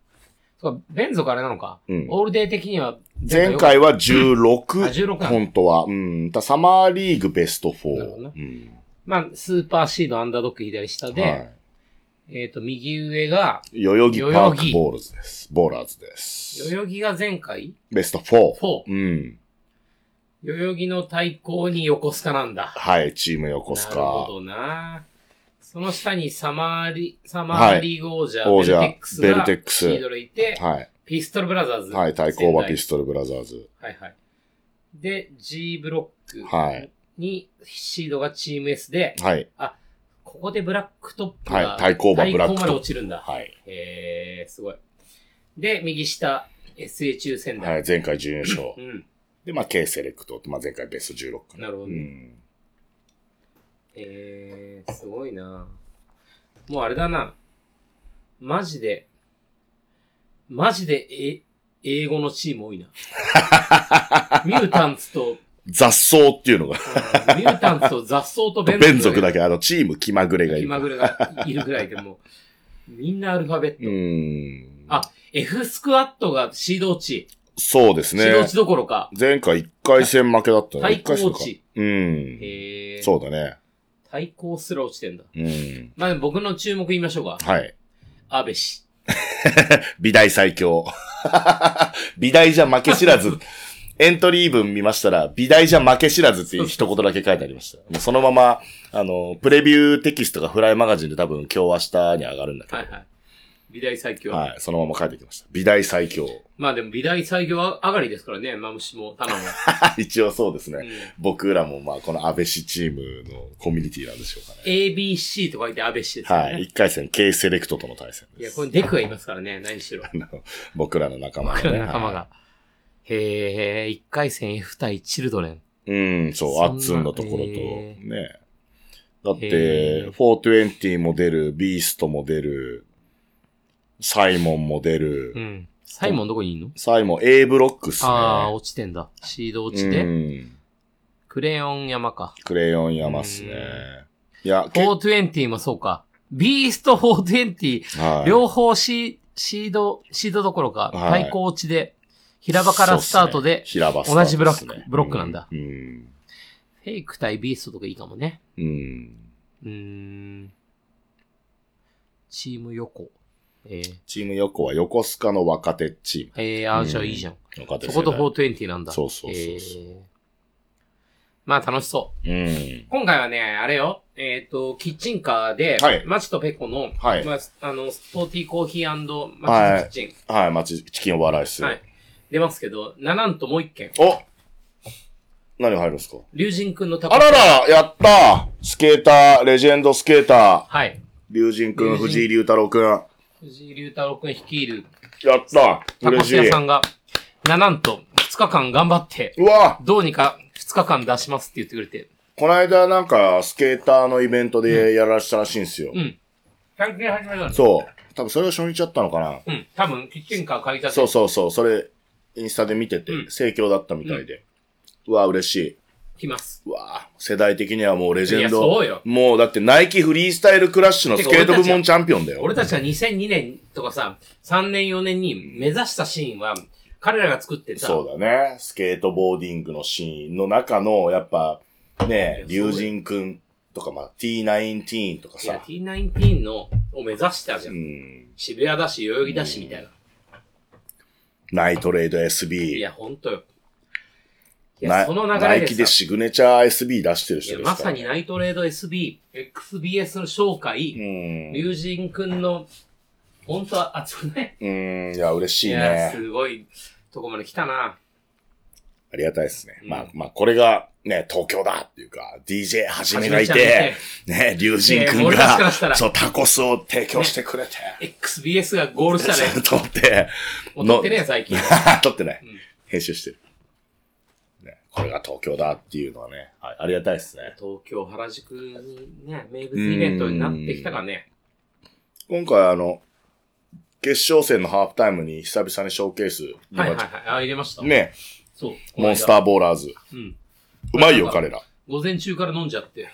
[SPEAKER 3] そうか、ベンゾクあれなのか、
[SPEAKER 2] うん
[SPEAKER 3] オールデー的には
[SPEAKER 2] 前回は
[SPEAKER 3] あ16
[SPEAKER 2] 16。
[SPEAKER 3] か
[SPEAKER 2] 本当は。うん。だサマーリーグベスト
[SPEAKER 3] なるほどね。
[SPEAKER 2] 4うん。
[SPEAKER 3] まあ、スーパーシードアンダードック左下で、
[SPEAKER 2] はい
[SPEAKER 3] えっ、と、右上が、
[SPEAKER 2] 代々木パ
[SPEAKER 3] 代
[SPEAKER 2] ー
[SPEAKER 3] 々
[SPEAKER 2] ク
[SPEAKER 3] 木
[SPEAKER 2] ボールズです。ボーラーズです。
[SPEAKER 3] 代々木が前回
[SPEAKER 2] ベスト4。
[SPEAKER 3] フォ
[SPEAKER 2] うん。
[SPEAKER 3] 代々木の対抗に横須賀なんだ。
[SPEAKER 2] はい、チーム横須
[SPEAKER 3] なるほ
[SPEAKER 2] 賀。
[SPEAKER 3] どな。その下にサマーリ、サマーリーグ王者、
[SPEAKER 2] はい王者
[SPEAKER 3] ベ
[SPEAKER 2] ベル
[SPEAKER 3] ル
[SPEAKER 2] テ
[SPEAKER 3] テ
[SPEAKER 2] ッ
[SPEAKER 3] ッ
[SPEAKER 2] ク
[SPEAKER 3] ク
[SPEAKER 2] ス
[SPEAKER 3] スがシードでいて、
[SPEAKER 2] はい。
[SPEAKER 3] ピストルブラザーズ。
[SPEAKER 2] はい、対抗馬ピ
[SPEAKER 3] ス
[SPEAKER 2] ストルブラザーズ。
[SPEAKER 3] はいはい。で、G ブロック
[SPEAKER 2] はい
[SPEAKER 3] にシードがチーム S で、
[SPEAKER 2] はい。
[SPEAKER 3] ここでブラックトップ
[SPEAKER 2] は
[SPEAKER 3] が
[SPEAKER 2] い対抗馬ブラックトップ
[SPEAKER 3] 対抗まで落ちるんだ。
[SPEAKER 2] はい。
[SPEAKER 3] へえすごい。で、右下、SA 抽選
[SPEAKER 2] は
[SPEAKER 3] 台。
[SPEAKER 2] い、前回準優勝。
[SPEAKER 3] うん。
[SPEAKER 2] で、まあ、K セレクトって、まあ、前回ベスト16かな。
[SPEAKER 3] なるほど
[SPEAKER 2] う
[SPEAKER 3] ね
[SPEAKER 2] ん。
[SPEAKER 3] えー、すごいなもうあれだな。マジで、マジで、え、英語のチーム多い な。ミュータンツと、
[SPEAKER 2] 雑草っていうの が、
[SPEAKER 3] うんミュータンツと雑草と
[SPEAKER 2] 連続だ
[SPEAKER 3] け
[SPEAKER 2] け、あの、チーム気まぐれがい
[SPEAKER 3] 気
[SPEAKER 2] る。
[SPEAKER 3] まぐれがいるぐらいでもう、みんなアルファベット。
[SPEAKER 2] うん。
[SPEAKER 3] あ、F スクワットがシード落ち。
[SPEAKER 2] そうです
[SPEAKER 3] シード
[SPEAKER 2] ね
[SPEAKER 3] 落。ちどころか。
[SPEAKER 2] 前回1回戦負けだった
[SPEAKER 3] 対抗
[SPEAKER 2] 一回戦
[SPEAKER 3] 落
[SPEAKER 2] か
[SPEAKER 3] ち。
[SPEAKER 2] うん。
[SPEAKER 3] へー
[SPEAKER 2] そうだね。
[SPEAKER 3] 対抗すら落ちてんだ。
[SPEAKER 2] うん。
[SPEAKER 3] まあ、僕の注目言いましょうか。
[SPEAKER 2] はい。
[SPEAKER 3] 安倍氏。
[SPEAKER 2] 美大最強。 美大じゃ負け知らず。エントリー文見ましたら、美大じゃ負け知らずっていう一言だけ書いてありました。もうそのまま、あの、プレビューテキストがフライマガジンで多分今日明日に上がるんだけど、
[SPEAKER 3] はいはい。美大最強。
[SPEAKER 2] はい、そのまま帰ってきました。美大最強。
[SPEAKER 3] まあでも美大最強上がりですからね、マムシも、タナも。
[SPEAKER 2] 一応そうです
[SPEAKER 3] う
[SPEAKER 2] ね。
[SPEAKER 3] ん
[SPEAKER 2] 僕らもまあ、この安倍氏チームのコミュニティなんでしょうかね。
[SPEAKER 3] ABC とか言って安倍氏ですよね。
[SPEAKER 2] はい、一回戦、K セレクトとの対戦
[SPEAKER 3] い
[SPEAKER 2] で
[SPEAKER 3] や、
[SPEAKER 2] す
[SPEAKER 3] こ。れデクがいますからね、何し ろ。
[SPEAKER 2] 僕らの仲間が、
[SPEAKER 3] 僕ら
[SPEAKER 2] ね。
[SPEAKER 3] の仲間
[SPEAKER 2] は
[SPEAKER 3] が。へえ、一回戦 F 対チルドレン。
[SPEAKER 2] い。うん、そ
[SPEAKER 3] そん
[SPEAKER 2] う、
[SPEAKER 3] な
[SPEAKER 2] アッツンのところと、
[SPEAKER 3] へー
[SPEAKER 2] ね。だっ
[SPEAKER 3] へ
[SPEAKER 2] て、
[SPEAKER 3] ー
[SPEAKER 2] 420も出る、ビーストも出る、サイモンも出る、
[SPEAKER 3] うん。サイモンどこにいんの
[SPEAKER 2] サイモン A ブロックっすね。
[SPEAKER 3] ああ、落ちてんだ。シード落ち
[SPEAKER 2] う
[SPEAKER 3] て。
[SPEAKER 2] ん。
[SPEAKER 3] クレヨン山か。
[SPEAKER 2] クレヨン山っすね。いや、け
[SPEAKER 3] 420もそうか。ビースト420、
[SPEAKER 2] はい
[SPEAKER 3] 両方シシード、シードどころか、
[SPEAKER 2] はい
[SPEAKER 3] 対抗落ちで、平場からスタートで、
[SPEAKER 2] そうっすね平場スタートっすね
[SPEAKER 3] 同じブロックブロックなんだ
[SPEAKER 2] うん。
[SPEAKER 3] フェイク対ビーストとかいいかもね。
[SPEAKER 2] うんうん。
[SPEAKER 3] うーん。チーム横。えー、
[SPEAKER 2] チーム横は横須賀の若手チ
[SPEAKER 3] えー、あ
[SPEAKER 2] う
[SPEAKER 3] ー、
[SPEAKER 2] ん
[SPEAKER 3] じゃあいいじゃん。
[SPEAKER 2] ーム。若手
[SPEAKER 3] そ
[SPEAKER 2] 世代
[SPEAKER 3] こと420なんだ。
[SPEAKER 2] そうそうそうそう
[SPEAKER 3] えーまあ楽しそう。
[SPEAKER 2] うん。
[SPEAKER 3] 今回はね、あれよ、えっ、と、キッチンカーで、
[SPEAKER 2] はい
[SPEAKER 3] マチとペコの、
[SPEAKER 2] はい
[SPEAKER 3] まあ、あの、スポーティーコーヒー
[SPEAKER 2] は
[SPEAKER 3] マ
[SPEAKER 2] い
[SPEAKER 3] チのキッチン、
[SPEAKER 2] はい、町、チキンお笑い室。
[SPEAKER 3] はい。出ますけど、ななんともう一件。
[SPEAKER 2] お何が入るんですか
[SPEAKER 3] 龍神くんのタコ
[SPEAKER 2] あららやったースケーター、レジェンドスケーター、
[SPEAKER 3] はい。
[SPEAKER 2] 龍神く
[SPEAKER 3] 龍
[SPEAKER 2] ん、
[SPEAKER 3] 神
[SPEAKER 2] 藤井龍太郎くん。や
[SPEAKER 3] 藤井龍太郎くん率いる
[SPEAKER 2] った
[SPEAKER 3] タコ
[SPEAKER 2] 嬉
[SPEAKER 3] ス
[SPEAKER 2] しい
[SPEAKER 3] 屋さ。んが、ななんと2日間頑張って、
[SPEAKER 2] うわ
[SPEAKER 3] どうにか2日間出しますって言ってくれて。
[SPEAKER 2] この間なんか、スケーターのイベントでやらしたらしいんですよ。
[SPEAKER 3] うん。探検始めたんです。
[SPEAKER 2] そう。多分それが初日だったのかな。
[SPEAKER 3] うん。多分、キッチンカー買い立て
[SPEAKER 2] そうそうそう、それ、インスタで見てて
[SPEAKER 3] う、ん
[SPEAKER 2] 盛況だったみたいで。うわ、嬉しい。
[SPEAKER 3] きます。
[SPEAKER 2] うわ、世代的にはもうレジェン
[SPEAKER 3] いや
[SPEAKER 2] ド
[SPEAKER 3] そうよ。
[SPEAKER 2] もうだってナイキフリースタイルクラッシュのスケート部門チャンピオンだよ
[SPEAKER 3] 俺。たちが2002年とかさ、3年4年に目指したシーンは、彼らが作ってた、
[SPEAKER 2] そうだね。スケートボーディングのシーンの中の、やっぱ、ね、
[SPEAKER 3] いやそうだよ
[SPEAKER 2] 龍神くんとか、まあ、T19 とか
[SPEAKER 3] いや
[SPEAKER 2] さ、。
[SPEAKER 3] T19 のを目指したじゃ。
[SPEAKER 2] うんん。
[SPEAKER 3] 渋谷だし、代々木だし、みたいな。
[SPEAKER 2] ナイトレード
[SPEAKER 3] い
[SPEAKER 2] SB。
[SPEAKER 3] や、ほんとよ。い
[SPEAKER 2] ナ
[SPEAKER 3] や、
[SPEAKER 2] イ
[SPEAKER 3] その流
[SPEAKER 2] ナ
[SPEAKER 3] れ
[SPEAKER 2] イ
[SPEAKER 3] で
[SPEAKER 2] キ
[SPEAKER 3] さ
[SPEAKER 2] でシグネチャー SB 出してる
[SPEAKER 3] い
[SPEAKER 2] 人
[SPEAKER 3] や
[SPEAKER 2] です
[SPEAKER 3] ま
[SPEAKER 2] か
[SPEAKER 3] さ
[SPEAKER 2] ら
[SPEAKER 3] に
[SPEAKER 2] ね。
[SPEAKER 3] ナイトレード SB、XBS の紹介、
[SPEAKER 2] うん。
[SPEAKER 3] 龍神くんの、ほんとは熱くない
[SPEAKER 2] うん。いや、嬉しい
[SPEAKER 3] いや、
[SPEAKER 2] ね。
[SPEAKER 3] すごいとこまで来たな。
[SPEAKER 2] ありがたいですね。
[SPEAKER 3] うん
[SPEAKER 2] まあ、まあ、これが、ね、東京だっていうか、DJ はじめがい
[SPEAKER 3] はじめちゃん
[SPEAKER 2] て
[SPEAKER 3] がい、
[SPEAKER 2] ね、龍神く
[SPEAKER 3] いや
[SPEAKER 2] ん
[SPEAKER 3] 俺たちからした
[SPEAKER 2] が、
[SPEAKER 3] ら
[SPEAKER 2] そう、タコスを提供してくれて、
[SPEAKER 3] XBS がゴールしたね。
[SPEAKER 2] 撮って、
[SPEAKER 3] もう撮ってねえよ、最近。
[SPEAKER 2] 撮ってない。編集してる。ね、これが東京だっていうのはね、はい、ありがたいですね。
[SPEAKER 3] 東京、原宿にね、名物イベントになってきたからね。
[SPEAKER 2] 今回あの、決勝戦のハーフタイムに久々にショーケース、
[SPEAKER 3] はいはいはい。あ、入れました。。
[SPEAKER 2] ね、
[SPEAKER 3] そう。
[SPEAKER 2] モンスターボーラーズ。
[SPEAKER 3] ー。うん。
[SPEAKER 2] うまいよ、彼ら。
[SPEAKER 3] 午前中から飲んじゃって。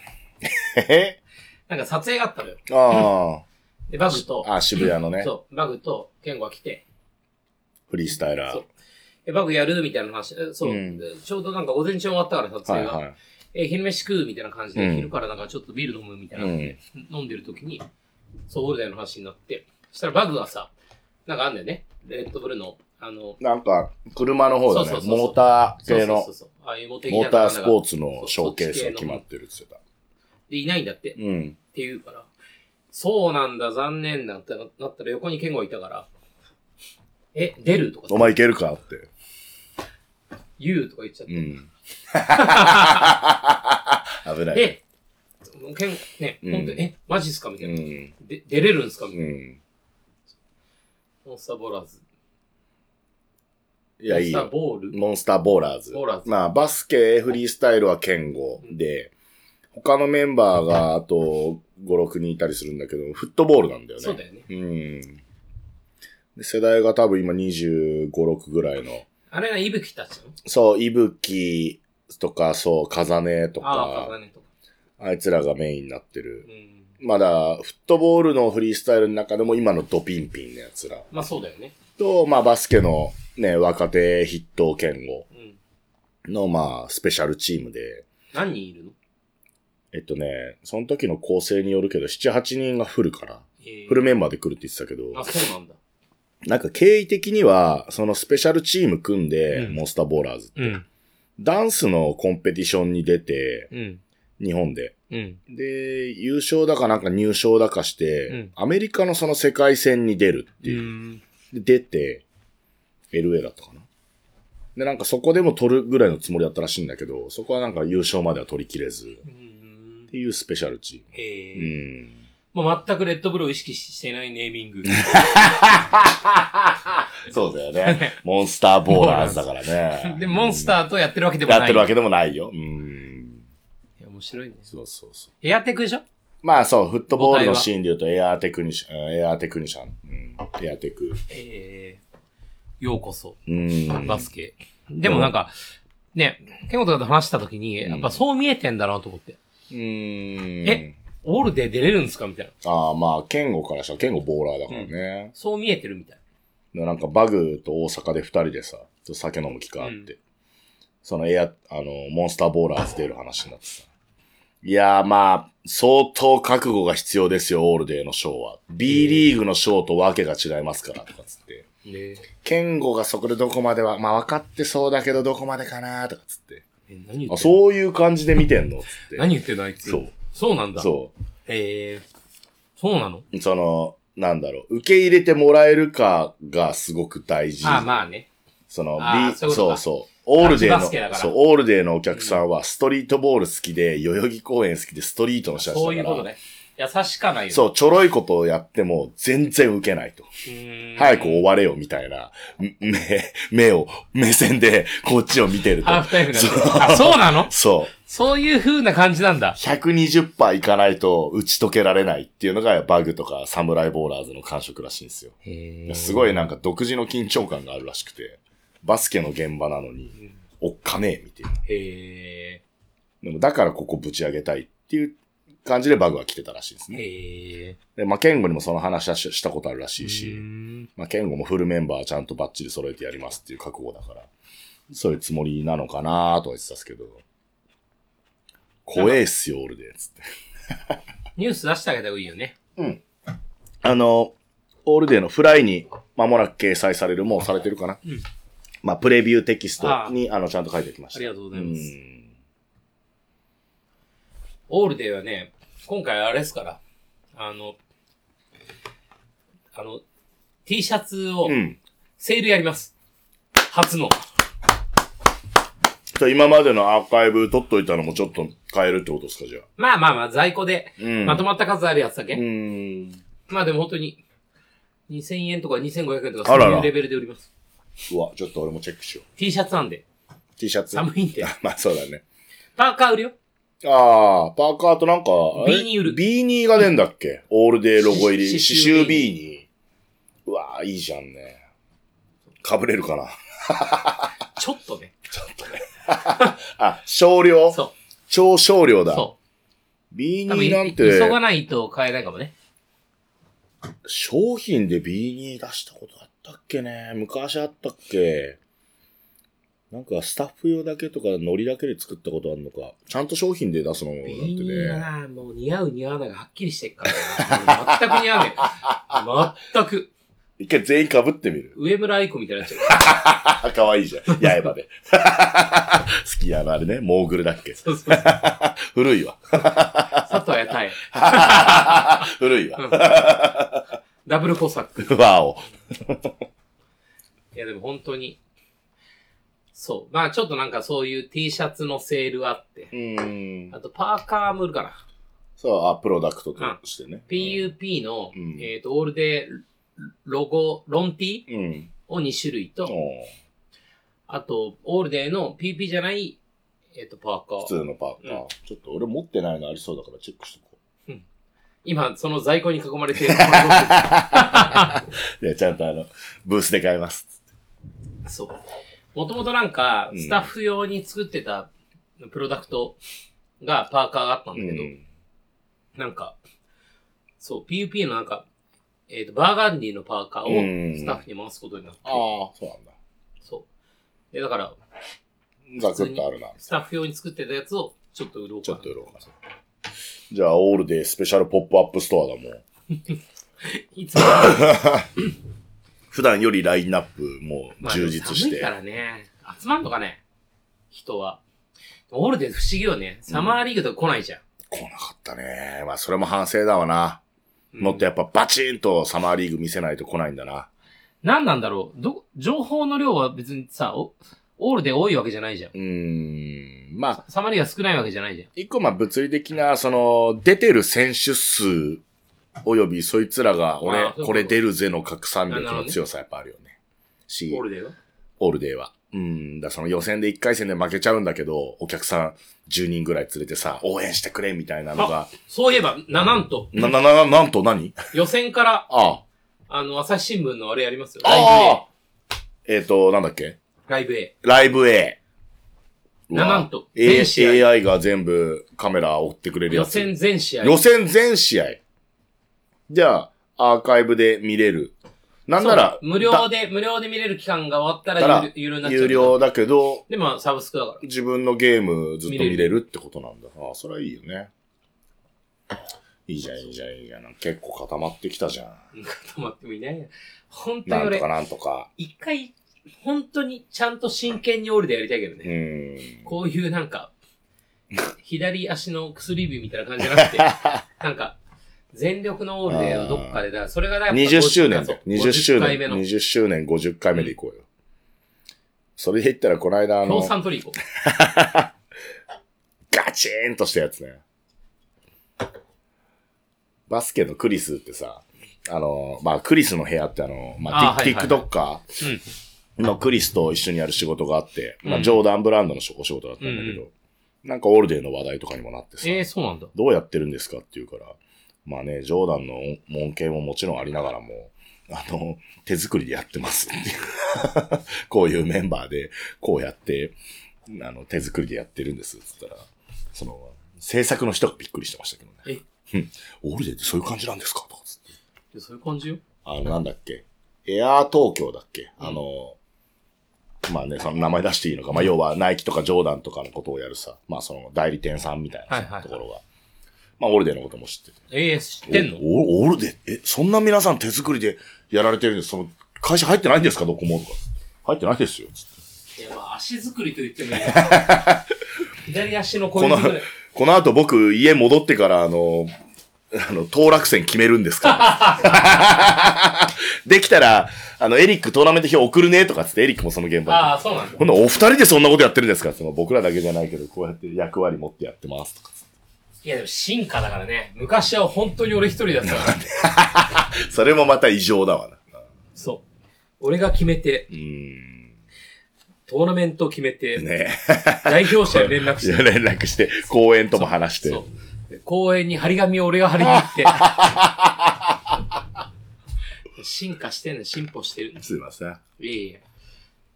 [SPEAKER 2] え
[SPEAKER 3] なんか撮影があったのよ。
[SPEAKER 2] へあ
[SPEAKER 3] で、バグと
[SPEAKER 2] あ、、あ、渋谷のね、
[SPEAKER 3] そう、バグと、ケンゴが来て、
[SPEAKER 2] フリースタイラ
[SPEAKER 3] そ
[SPEAKER 2] ー
[SPEAKER 3] う。え、バグやるみたいな話。えそう、
[SPEAKER 2] うん
[SPEAKER 3] でちょうどなんか午前中終わったから撮
[SPEAKER 2] は
[SPEAKER 3] 影
[SPEAKER 2] い
[SPEAKER 3] が。
[SPEAKER 2] はい。
[SPEAKER 3] え、昼飯食うみたいな感じ
[SPEAKER 2] う
[SPEAKER 3] で、
[SPEAKER 2] ん
[SPEAKER 3] 昼からなんかちょっとビール飲むみたいな
[SPEAKER 2] う
[SPEAKER 3] 感じ
[SPEAKER 2] ん
[SPEAKER 3] で、。飲んでる時に、そう、オールダイの話になって、そしたらバグがさ、なんかあんだよね。レッドブルの、あの、
[SPEAKER 2] なんか、車の方だね
[SPEAKER 3] そうそうそうそう
[SPEAKER 2] モーター
[SPEAKER 3] そうそ
[SPEAKER 2] 系
[SPEAKER 3] う
[SPEAKER 2] の
[SPEAKER 3] そう、そう。ああいうモテ
[SPEAKER 2] モータースポー
[SPEAKER 3] ツ。
[SPEAKER 2] ツのショーケースが決まってるって言ってた。
[SPEAKER 3] で、いないんだって。
[SPEAKER 2] うん。
[SPEAKER 3] って言うから、そうなんだ、残念だってななったら横に健吾いたから、え、出るとかさ
[SPEAKER 2] お前いけるかって。
[SPEAKER 3] 言うとか言っちゃって、
[SPEAKER 2] うん。危ない。
[SPEAKER 3] え、健吾、ね、
[SPEAKER 2] うん
[SPEAKER 3] 本当に、え、マジっすかみた
[SPEAKER 2] う
[SPEAKER 3] いな。
[SPEAKER 2] ん。
[SPEAKER 3] で、出れるんすかみたい
[SPEAKER 2] う
[SPEAKER 3] な。
[SPEAKER 2] ん。
[SPEAKER 3] モンスターボーラーズ。
[SPEAKER 2] いや、
[SPEAKER 3] モン
[SPEAKER 2] いい
[SPEAKER 3] スター
[SPEAKER 2] よ。
[SPEAKER 3] ボール。
[SPEAKER 2] モンスターボーラーズ。
[SPEAKER 3] ボーラーズ
[SPEAKER 2] まあ、バスケ、フリースタイルは剣豪で、他のメンバーが、あと、5、6人いたりするんだけど、フットボールなんだよね。
[SPEAKER 3] そうだよね。
[SPEAKER 2] うん。で世代が多分今25、6ぐらいの。
[SPEAKER 3] あれがいぶきたちの
[SPEAKER 2] そう、いぶきとか、そう、風音と
[SPEAKER 3] ああ、
[SPEAKER 2] か、
[SPEAKER 3] 鋼とか。
[SPEAKER 2] あいつらがメインになってる
[SPEAKER 3] う。ん。
[SPEAKER 2] まだ、フットボールのフリースタイルの中でも今のドピンピンのやつら。
[SPEAKER 3] まあそうだよね。
[SPEAKER 2] と、まあ、バスケのね、若手筆頭剣豪
[SPEAKER 3] うん。
[SPEAKER 2] の、まあ、スペシャルチームで、
[SPEAKER 3] 何人いるの
[SPEAKER 2] えっとね、その時の構成によるけど、7、8人がフルかな。
[SPEAKER 3] えー
[SPEAKER 2] フルメンバーで来るって言ってたけど、
[SPEAKER 3] あ、そうなんだ。
[SPEAKER 2] なんか経緯的には、そのスペシャルチーム組んで、
[SPEAKER 3] うん
[SPEAKER 2] モンスターボーラーズ。
[SPEAKER 3] うん。
[SPEAKER 2] ダンスのコンペティションに出て、
[SPEAKER 3] うん。
[SPEAKER 2] 日本で。
[SPEAKER 3] うん。
[SPEAKER 2] で、優勝だかなんか入賞だかして、
[SPEAKER 3] うん
[SPEAKER 2] アメリカのその世界戦に出るって
[SPEAKER 3] う
[SPEAKER 2] いう。
[SPEAKER 3] ん。
[SPEAKER 2] で、出て、LA だったかな。で、なんかそこでも取るぐらいのつもりだったらしいんだけど、そこはなんか優勝までは取りきれず、っ
[SPEAKER 3] うん
[SPEAKER 2] ていうスペシャルチ
[SPEAKER 3] へえ
[SPEAKER 2] ーム。うん。
[SPEAKER 3] もう全くレッドブルを意識してないネーミング。
[SPEAKER 2] そうだよね。 モンスターボーラーズだから
[SPEAKER 3] 。
[SPEAKER 2] ね
[SPEAKER 3] で、モンス
[SPEAKER 2] ー
[SPEAKER 3] ターとやってるわけでもない。
[SPEAKER 2] やってるわけでもないよ。うん。
[SPEAKER 3] いや面白いね。
[SPEAKER 2] そうそうそう。
[SPEAKER 3] エアテクでしょ
[SPEAKER 2] まあそう、フットボールのシーンで言うとエアーテクニシャン、エアーテクニシャン。うん、エアーテク。
[SPEAKER 3] えー、ようこそ、
[SPEAKER 2] うん。
[SPEAKER 3] バスケ。でもなんか、ね、ケンゴとかと話したときに、やっぱそう見えてんだなと思って。
[SPEAKER 2] うん。
[SPEAKER 3] えオールで出れるんですかみたいな。
[SPEAKER 2] ああ、まあ、ケンゴからしたらケンゴボーラーだからね。
[SPEAKER 3] そう見えてるみたい。
[SPEAKER 2] でなんかバグと大阪で二人でさ、ちょっと酒飲む機会あって、
[SPEAKER 3] うん
[SPEAKER 2] そのエア、あの、モンスターボーラーズ出る話になってさ。いやーまあ、相当覚悟が必要ですよ、オールデーのショーは。B リーグのショーとわけが違いますから、とかつって。
[SPEAKER 3] え
[SPEAKER 2] ケンゴがそこでどこまでは、まあ分かってそうだけどどこまでかな、とかつって。
[SPEAKER 3] え何言
[SPEAKER 2] あ、
[SPEAKER 3] ってんの
[SPEAKER 2] そういう感じで見てんのつって。
[SPEAKER 3] 何言ってんのあいつ。
[SPEAKER 2] そう。
[SPEAKER 3] そうなんだ。
[SPEAKER 2] そう。
[SPEAKER 3] へえそうなの
[SPEAKER 2] その、なんだろう、受け入れてもらえるかがすごく大事。
[SPEAKER 3] あまあね。
[SPEAKER 2] その、
[SPEAKER 3] あ
[SPEAKER 2] B、
[SPEAKER 3] そ
[SPEAKER 2] そう
[SPEAKER 3] いううこと
[SPEAKER 2] そ
[SPEAKER 3] か
[SPEAKER 2] うオールデ
[SPEAKER 3] バスケだか
[SPEAKER 2] ーの、
[SPEAKER 3] ら
[SPEAKER 2] そう、オールデーのお客さんはストリートボール好きで、代々木公園好きでストリートの人たちだ
[SPEAKER 3] そう
[SPEAKER 2] か
[SPEAKER 3] いうこと
[SPEAKER 2] ら、
[SPEAKER 3] ね。優しかないよ。。
[SPEAKER 2] そうう、ちょろいことをやっても全然受けないと。早く終われよ、みたいな、目、目を、目線でこっちを見てると
[SPEAKER 3] ハー。フタイムだね
[SPEAKER 2] そう。
[SPEAKER 3] あ、そうなの
[SPEAKER 2] そう。
[SPEAKER 3] そういう風な感じなんだ。
[SPEAKER 2] 120%いかないと打ち解けられないっていうのがバグとかサムライボーラーズの感触らしいんですよ。
[SPEAKER 3] へ
[SPEAKER 2] すごいなんか独自の緊張感があるらしくて、バスケの現場なのに、おっかねえ、みたいな。
[SPEAKER 3] へ
[SPEAKER 2] でもだからここぶち上げたいっていう感じでバグは来てたらしいです
[SPEAKER 3] え。
[SPEAKER 2] ね。
[SPEAKER 3] へえ。
[SPEAKER 2] で、まあ、ケンゴにもその話はししたことあるらしいうし、
[SPEAKER 3] ん
[SPEAKER 2] まあ、ケンゴもフルメンバーちゃんとバッチリ揃えてやりますっていう覚悟だから、そういうつもりなのかなとは言ってたんですけど、怖えっすよ、俺で、つって。
[SPEAKER 3] ニュース出してあげた方がいいよね。
[SPEAKER 2] あの、オールデーのフライに間もなく掲載される、もうされてるかな、
[SPEAKER 3] ん
[SPEAKER 2] まあ、プレビューテキストに、あの、ちゃんと書いてきました。
[SPEAKER 3] ありがとうございます
[SPEAKER 2] ん
[SPEAKER 3] オールデーはね、今回あれですから、あの、あの、T シャツを
[SPEAKER 2] うん。
[SPEAKER 3] セールやります。初の。
[SPEAKER 2] じゃあ今までのアーカイブ取っといたのもちょっと変えるってことですか、じゃあ。
[SPEAKER 3] まあまあまあ、在庫で、
[SPEAKER 2] ん
[SPEAKER 3] まとまった数あるやつだけ。
[SPEAKER 2] ん。
[SPEAKER 3] まあでも本当に、2000円とか2500円とか、
[SPEAKER 2] あら
[SPEAKER 3] そう
[SPEAKER 2] ら
[SPEAKER 3] いうレベルで売ります。
[SPEAKER 2] うわ、ちょっと俺もチェックしよ
[SPEAKER 3] T シャツなんで。
[SPEAKER 2] う。T シャツ。
[SPEAKER 3] 寒いんで。
[SPEAKER 2] まあそうだね。
[SPEAKER 3] パーカー売るよ。
[SPEAKER 2] ああ、パーカーとなんか、あれ
[SPEAKER 3] ビーニー売る
[SPEAKER 2] ビーニーが出んだっけオールデーロゴ入り。
[SPEAKER 3] し
[SPEAKER 2] 刺
[SPEAKER 3] し刺繍
[SPEAKER 2] 繍ビーニー。うわーいいじゃんね。被れるかな。
[SPEAKER 3] ちょっとね。
[SPEAKER 2] あ、少量
[SPEAKER 3] そ
[SPEAKER 2] 超少量
[SPEAKER 3] う。
[SPEAKER 2] だ。
[SPEAKER 3] そ
[SPEAKER 2] ビ
[SPEAKER 3] う。
[SPEAKER 2] ー
[SPEAKER 3] 多分、
[SPEAKER 2] ニーなん
[SPEAKER 3] い急が
[SPEAKER 2] て、
[SPEAKER 3] ないと買えないかもね。
[SPEAKER 2] 商品でビーニー出したことあったっけね昔あったっけなんかスタッフ用だけとかノリだけで作ったことあるのか。ちゃんと商品で出すのもだってね。
[SPEAKER 3] ビーニーはな、もう似合う似合わないがはっきりしてっから。全く似合わない。全く。
[SPEAKER 2] 一回全員被ってみる。
[SPEAKER 3] 上村愛子みたいになっちゃう。
[SPEAKER 2] あ、可愛いじゃん。八重歯で。 好きやな、あれね。モーグルだっけ。
[SPEAKER 3] そうそうそう。
[SPEAKER 2] 古いわ。
[SPEAKER 3] 佐藤やたい。
[SPEAKER 2] 古いわ。
[SPEAKER 3] ダブルコサック。
[SPEAKER 2] わお。
[SPEAKER 3] いやでも本当に。そう。まあちょっとなんかそういう T シャツのセールあって
[SPEAKER 2] う。ん
[SPEAKER 3] あ。とパーカーも売るかな。
[SPEAKER 2] そう、あ、プロダクトとしてね。
[SPEAKER 3] PUP の、
[SPEAKER 2] うん
[SPEAKER 3] えっ、と、オールデーロゴ、ロン T
[SPEAKER 2] うん。
[SPEAKER 3] を2種類と、
[SPEAKER 2] おー
[SPEAKER 3] あと、オールデーの PP じゃない、えっ、と、パーカ
[SPEAKER 2] 普
[SPEAKER 3] ー。
[SPEAKER 2] 通のパーカ
[SPEAKER 3] う
[SPEAKER 2] ー。ちょっと俺持ってないのありそうだからチェックしとこ
[SPEAKER 3] 今、その在庫に囲まれ てる。
[SPEAKER 2] う。いや、ちゃんとあの、ブースで買います。
[SPEAKER 3] そう。もともとなんか、
[SPEAKER 2] うん
[SPEAKER 3] スタッフ用に作ってたプロダクトがパーカーがあったん
[SPEAKER 2] う
[SPEAKER 3] だけど、
[SPEAKER 2] ん。
[SPEAKER 3] なんか、そう、PUP のなんか、えっ、と、バーガンディのパーカー
[SPEAKER 2] う
[SPEAKER 3] を
[SPEAKER 2] ん
[SPEAKER 3] スタッフに回すことになって、
[SPEAKER 2] ああ、そうなんだ。
[SPEAKER 3] そう。で、だから、
[SPEAKER 2] ザクッとあるな。
[SPEAKER 3] スタッフ用に作ってたやつを、ちょっと売ろう
[SPEAKER 2] ち
[SPEAKER 3] か
[SPEAKER 2] ょ
[SPEAKER 3] な
[SPEAKER 2] っと。やろうかな。じゃあ、オールデースペシャルポップアップストアだもん。
[SPEAKER 3] いつも、ま
[SPEAKER 2] 普段よりラインナップも
[SPEAKER 3] あ
[SPEAKER 2] 充実し
[SPEAKER 3] 寒い
[SPEAKER 2] て。
[SPEAKER 3] からね、集まんのかね、人は。オールで不思議よね。サマーリーグとか来ないじゃん。
[SPEAKER 2] 来なかったね。まあ、それも反省だわな。もっとやっぱバチンとサマーリーグ見せないと来ないんだな。
[SPEAKER 3] 何なんだろうど、情報の量は別にさ、おオールで多いわけじゃないじゃん。
[SPEAKER 2] うーん。まあ、
[SPEAKER 3] サマリーが少ないわけじゃないじゃん。
[SPEAKER 2] 一個まあ物理的な、その、出てる選手数、およびそいつらが、
[SPEAKER 3] あー
[SPEAKER 2] 俺
[SPEAKER 3] そういうこ、と
[SPEAKER 2] これ出るぜの拡散力
[SPEAKER 3] なるほ
[SPEAKER 2] の
[SPEAKER 3] どね
[SPEAKER 2] 強さやっぱあるよね。し、
[SPEAKER 3] オールでよ。
[SPEAKER 2] オールデーは。うん、だからその予選で1回戦で負けちゃうんだけど、お客さん10人ぐらい連れてさ、応援してくれみたいなのが、
[SPEAKER 3] そういえば、な、なんと、
[SPEAKER 2] な、な、な、ななんと何
[SPEAKER 3] 予選から、
[SPEAKER 2] ああ、
[SPEAKER 3] あの、朝日新聞のあれやりますよ。ライブ A
[SPEAKER 2] ああ。えっ、と、なんだっけ
[SPEAKER 3] ライブ A。
[SPEAKER 2] ライブ A。
[SPEAKER 3] ななんと
[SPEAKER 2] A
[SPEAKER 3] 全試合
[SPEAKER 2] AI が全部カメラ追ってくれるや
[SPEAKER 3] 予
[SPEAKER 2] つ。
[SPEAKER 3] 選全試合。
[SPEAKER 2] 予選全試合。じゃあ、アーカイブで見れる。なんなら
[SPEAKER 3] そう、無料で、無料で見れる期間が終わったらゆる、ゆるにな
[SPEAKER 2] だ
[SPEAKER 3] っちゃう。
[SPEAKER 2] 有料だけど、
[SPEAKER 3] で、まあ、サブスクだから。
[SPEAKER 2] 自分のゲームずっと
[SPEAKER 3] 見
[SPEAKER 2] 見
[SPEAKER 3] れる
[SPEAKER 2] れるってことなんだ。ああ、それはいいよね。いいじゃん、いいじゃん、いいじゃん。結構固まってきたじゃん。
[SPEAKER 3] 止まってもいないや。本当に
[SPEAKER 2] なんとか
[SPEAKER 3] 俺、
[SPEAKER 2] なんとか。
[SPEAKER 3] 一回、本当にちゃんと真剣にオールでやりたいけど
[SPEAKER 2] う
[SPEAKER 3] ね。
[SPEAKER 2] ーん。
[SPEAKER 3] こういうなんか、左足の薬指みたいな感じじゃな くて、なんか、全力のオールでどっかで、だからそれがだから
[SPEAKER 2] 20周年だよ。
[SPEAKER 3] 50
[SPEAKER 2] 20周
[SPEAKER 3] 回
[SPEAKER 2] 年。
[SPEAKER 3] 目の
[SPEAKER 2] 20周年、50回目でいこうよ。それで言ったら、この間、あの
[SPEAKER 3] 共、産取り行こう。
[SPEAKER 2] ガチーンとしたやつね。バスケのクリスってさ、あの、まあ、クリスの部屋ってあの、ま
[SPEAKER 3] あ
[SPEAKER 2] あ、テ
[SPEAKER 3] はい
[SPEAKER 2] ィ
[SPEAKER 3] はい
[SPEAKER 2] TikToker のクリスと一緒にやる仕事があって、まあ、ジョーダンブランドのしお仕事だったんだけど、なんかオールデーの話題とかにもなってさ、
[SPEAKER 3] ええそうなんだ。
[SPEAKER 2] どうやってるんですかって言うから、まあね、ジョーダンの恩恵ももちろんありながらも、あの、手作りでやってますっていう こういうメンバーで、こうやって、あの、手作りでやってるんですって言ったら、その、制作の人がびっくりしてましたけどね。うんオールデーってそういう感じなんですかとかっつって。
[SPEAKER 3] でそういう感じよ。
[SPEAKER 2] あの、なんだっけ。エアー東京だっけあの、まあね、その名前出していいのか。まあ、要は、ナイキとかジョーダンとかのことをやるさ、まあ、その代理店さんみたい
[SPEAKER 3] はいはいは
[SPEAKER 2] ないところが、まあ、オールデーのことも知ってて。
[SPEAKER 3] ええ知ってんの
[SPEAKER 2] おおオールデー、え、そんな皆さん手作りでやられてるんですその、会社入ってないんですかどこもとか。入ってないですよ。つって
[SPEAKER 3] いや、まあ、足作りと言って もいいよ。左足の小
[SPEAKER 2] こ
[SPEAKER 3] 指
[SPEAKER 2] の
[SPEAKER 3] ぐらい。、
[SPEAKER 2] この後僕、家戻ってから、あの、あの、当落戦決めるんですから。 できたら、あの、エリックトーナメント表送るね、とかっつって、エリックもその現場に。
[SPEAKER 3] ああ、そうなんだ。
[SPEAKER 2] ほんなお二人でそんなことやってるんですかっての僕らだけじゃないけど、こうやって役割持ってやってますとか。
[SPEAKER 3] いや、でも進化だからね。昔は本当に俺一人だったから。
[SPEAKER 2] それもまた異常だわな。
[SPEAKER 3] そう。俺が決めて
[SPEAKER 2] う、ーん。
[SPEAKER 3] トーナメント決めて、
[SPEAKER 2] ね
[SPEAKER 3] 代表者に連絡
[SPEAKER 2] え。
[SPEAKER 3] して、
[SPEAKER 2] 連絡して、公園とも話して。
[SPEAKER 3] そう。で公園に張り紙を俺が張りに行 って。進化してんの、進歩してる。
[SPEAKER 2] すいません。
[SPEAKER 3] いやいや。い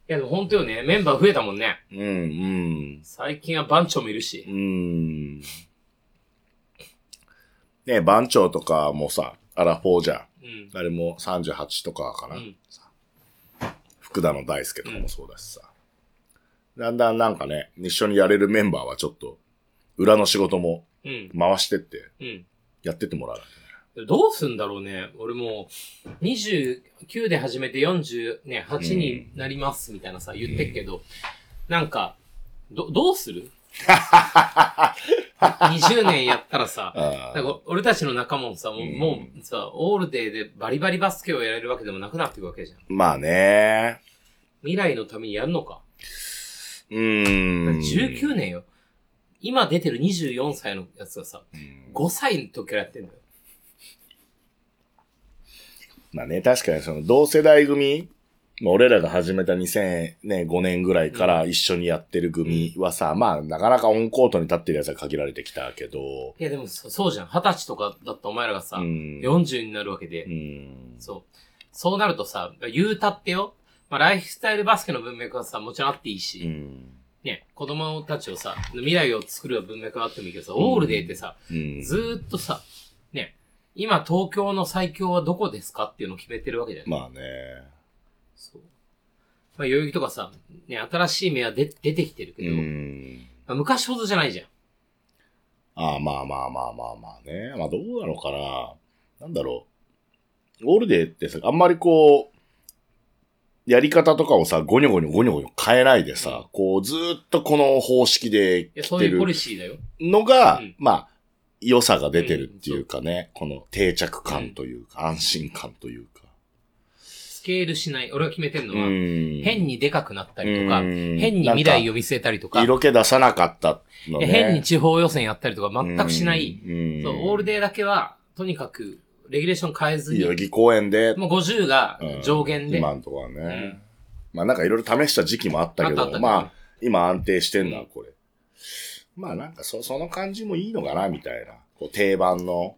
[SPEAKER 3] や、でも本当よね。メンバー増えたもんね。
[SPEAKER 2] うん、うん。
[SPEAKER 3] 最近は番長もいる
[SPEAKER 2] う
[SPEAKER 3] し。
[SPEAKER 2] ん。ねえ、番長とかもさ、アラフォーじゃん。
[SPEAKER 3] うん。
[SPEAKER 2] あれも38とかかな。
[SPEAKER 3] うん
[SPEAKER 2] 福田の大輔とかもそうだしさ。だんだんなんかね、一緒にやれるメンバーはちょっと、裏の仕事も
[SPEAKER 3] うん。
[SPEAKER 2] 回してって、
[SPEAKER 3] うん。
[SPEAKER 2] やってってもらう。
[SPEAKER 3] どうすんだろうね。俺もう、29で始めて48になりますみたいなさ、言ってっけど、なんか、ど、どうす る ?20 年やったらさ、
[SPEAKER 2] あ
[SPEAKER 3] なん
[SPEAKER 2] あ。
[SPEAKER 3] か俺たちの仲間もさ、もう,、もうさ、オールデーでバリバリバスケをやれるわけでもなくなっていくわけじゃん。
[SPEAKER 2] まあね。
[SPEAKER 3] 未来のためにやるのか。
[SPEAKER 2] うーん。
[SPEAKER 3] 19年よ。今出てる24歳のやつがさ、5歳の時からやってんだよ。
[SPEAKER 2] まあね、確かにその同世代組、まあ俺らが始めた2005年ぐらいから一緒にやってる組はさ、まあなかなかオンコートに立ってるやつが限られてきたけど、
[SPEAKER 3] いやでもそそうじゃん。20歳とかだったお前らがさ、
[SPEAKER 2] うん
[SPEAKER 3] 40になるわけで、
[SPEAKER 2] うん。
[SPEAKER 3] そう。そうなるとさ、言うたってよ。まあ、ライフスタイルバスケの文脈はさ、もちろんあっていいし、
[SPEAKER 2] うん。
[SPEAKER 3] ね、子供たちをさ、未来を作る文脈はあってもいいけどさ、オールデーってさ、
[SPEAKER 2] うん。
[SPEAKER 3] ずーっとさ、ね、今東京の最強はどこですかっていうのを決めてるわけじゃない。
[SPEAKER 2] まあね。
[SPEAKER 3] そう。まあ、代々木とかさ、ね、新しい目は出出てきてるけ
[SPEAKER 2] う
[SPEAKER 3] ど、
[SPEAKER 2] ん。
[SPEAKER 3] まあ、昔ほどじゃないじゃん。
[SPEAKER 2] ああ、まあまあまあまあまあね。まあどうなのかな。なんだろう。ゴールデーってさ、あんまりこう、やり方とかをさ、ゴニョゴニョゴニョゴニョ変えないでさ、こうずーっとこの方式で
[SPEAKER 3] いや、
[SPEAKER 2] 来
[SPEAKER 3] そう
[SPEAKER 2] て
[SPEAKER 3] いうポ
[SPEAKER 2] る
[SPEAKER 3] リシーだよ。
[SPEAKER 2] のが、
[SPEAKER 3] うん
[SPEAKER 2] まあ、良さが出てるっていうかね、この定着感というか、安心感というか。
[SPEAKER 3] スケールしない。俺が決めてるのは、変
[SPEAKER 2] 変
[SPEAKER 3] にでかくなったりとか、
[SPEAKER 2] うん
[SPEAKER 3] 変に未来を見据えたりとか、
[SPEAKER 2] 色気出さなかったのね。
[SPEAKER 3] 変に地方予選やったりとか全くしない。
[SPEAKER 2] うん。
[SPEAKER 3] そう、オールデーだけは、とにかく、レギュレーション変えずに
[SPEAKER 2] 代、々木公園で、
[SPEAKER 3] もう50が
[SPEAKER 2] うん
[SPEAKER 3] 上限で、
[SPEAKER 2] 今のとこはね。
[SPEAKER 3] ん
[SPEAKER 2] まあなんかいろいろ試した時期もあったけ
[SPEAKER 3] あったあ
[SPEAKER 2] ど、
[SPEAKER 3] った
[SPEAKER 2] まあ今安定してんだ、これ。まあなんかそその感じもいいのかな、みたいな。こう定番の、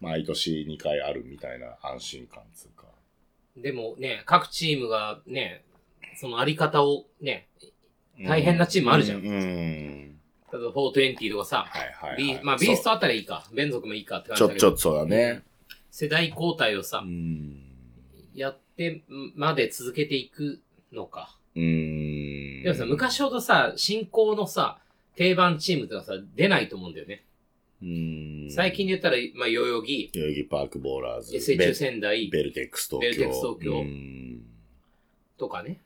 [SPEAKER 2] 毎年2回あるみたいな安心感つうか。
[SPEAKER 3] でもね、各チームがね、そのあり方をね、大変なチームあるじゃん
[SPEAKER 2] うん。うん
[SPEAKER 3] 例えば420とかさ、
[SPEAKER 2] はいはいはい
[SPEAKER 3] ビーまあ
[SPEAKER 2] そう
[SPEAKER 3] ビーストあたりいいか、ベン族もいいかって感
[SPEAKER 2] ち
[SPEAKER 3] じ
[SPEAKER 2] ょ、
[SPEAKER 3] だけ
[SPEAKER 2] ちょ
[SPEAKER 3] ど
[SPEAKER 2] っ、とそうだね。
[SPEAKER 3] 世代交代をさ
[SPEAKER 2] う、ん。
[SPEAKER 3] やってまで続けていくのか。
[SPEAKER 2] うん。
[SPEAKER 3] でもさ、昔ほどさ、新興のさ、定番チームとかさ、出ないと思うんだよね。
[SPEAKER 2] うん、
[SPEAKER 3] 最近で言ったら、まあ、代々木、
[SPEAKER 2] 代々木パークボーラーズ、
[SPEAKER 3] SHU 仙台
[SPEAKER 2] ベベルテックス東京。
[SPEAKER 3] ベルテックス東京
[SPEAKER 2] うん
[SPEAKER 3] とかね。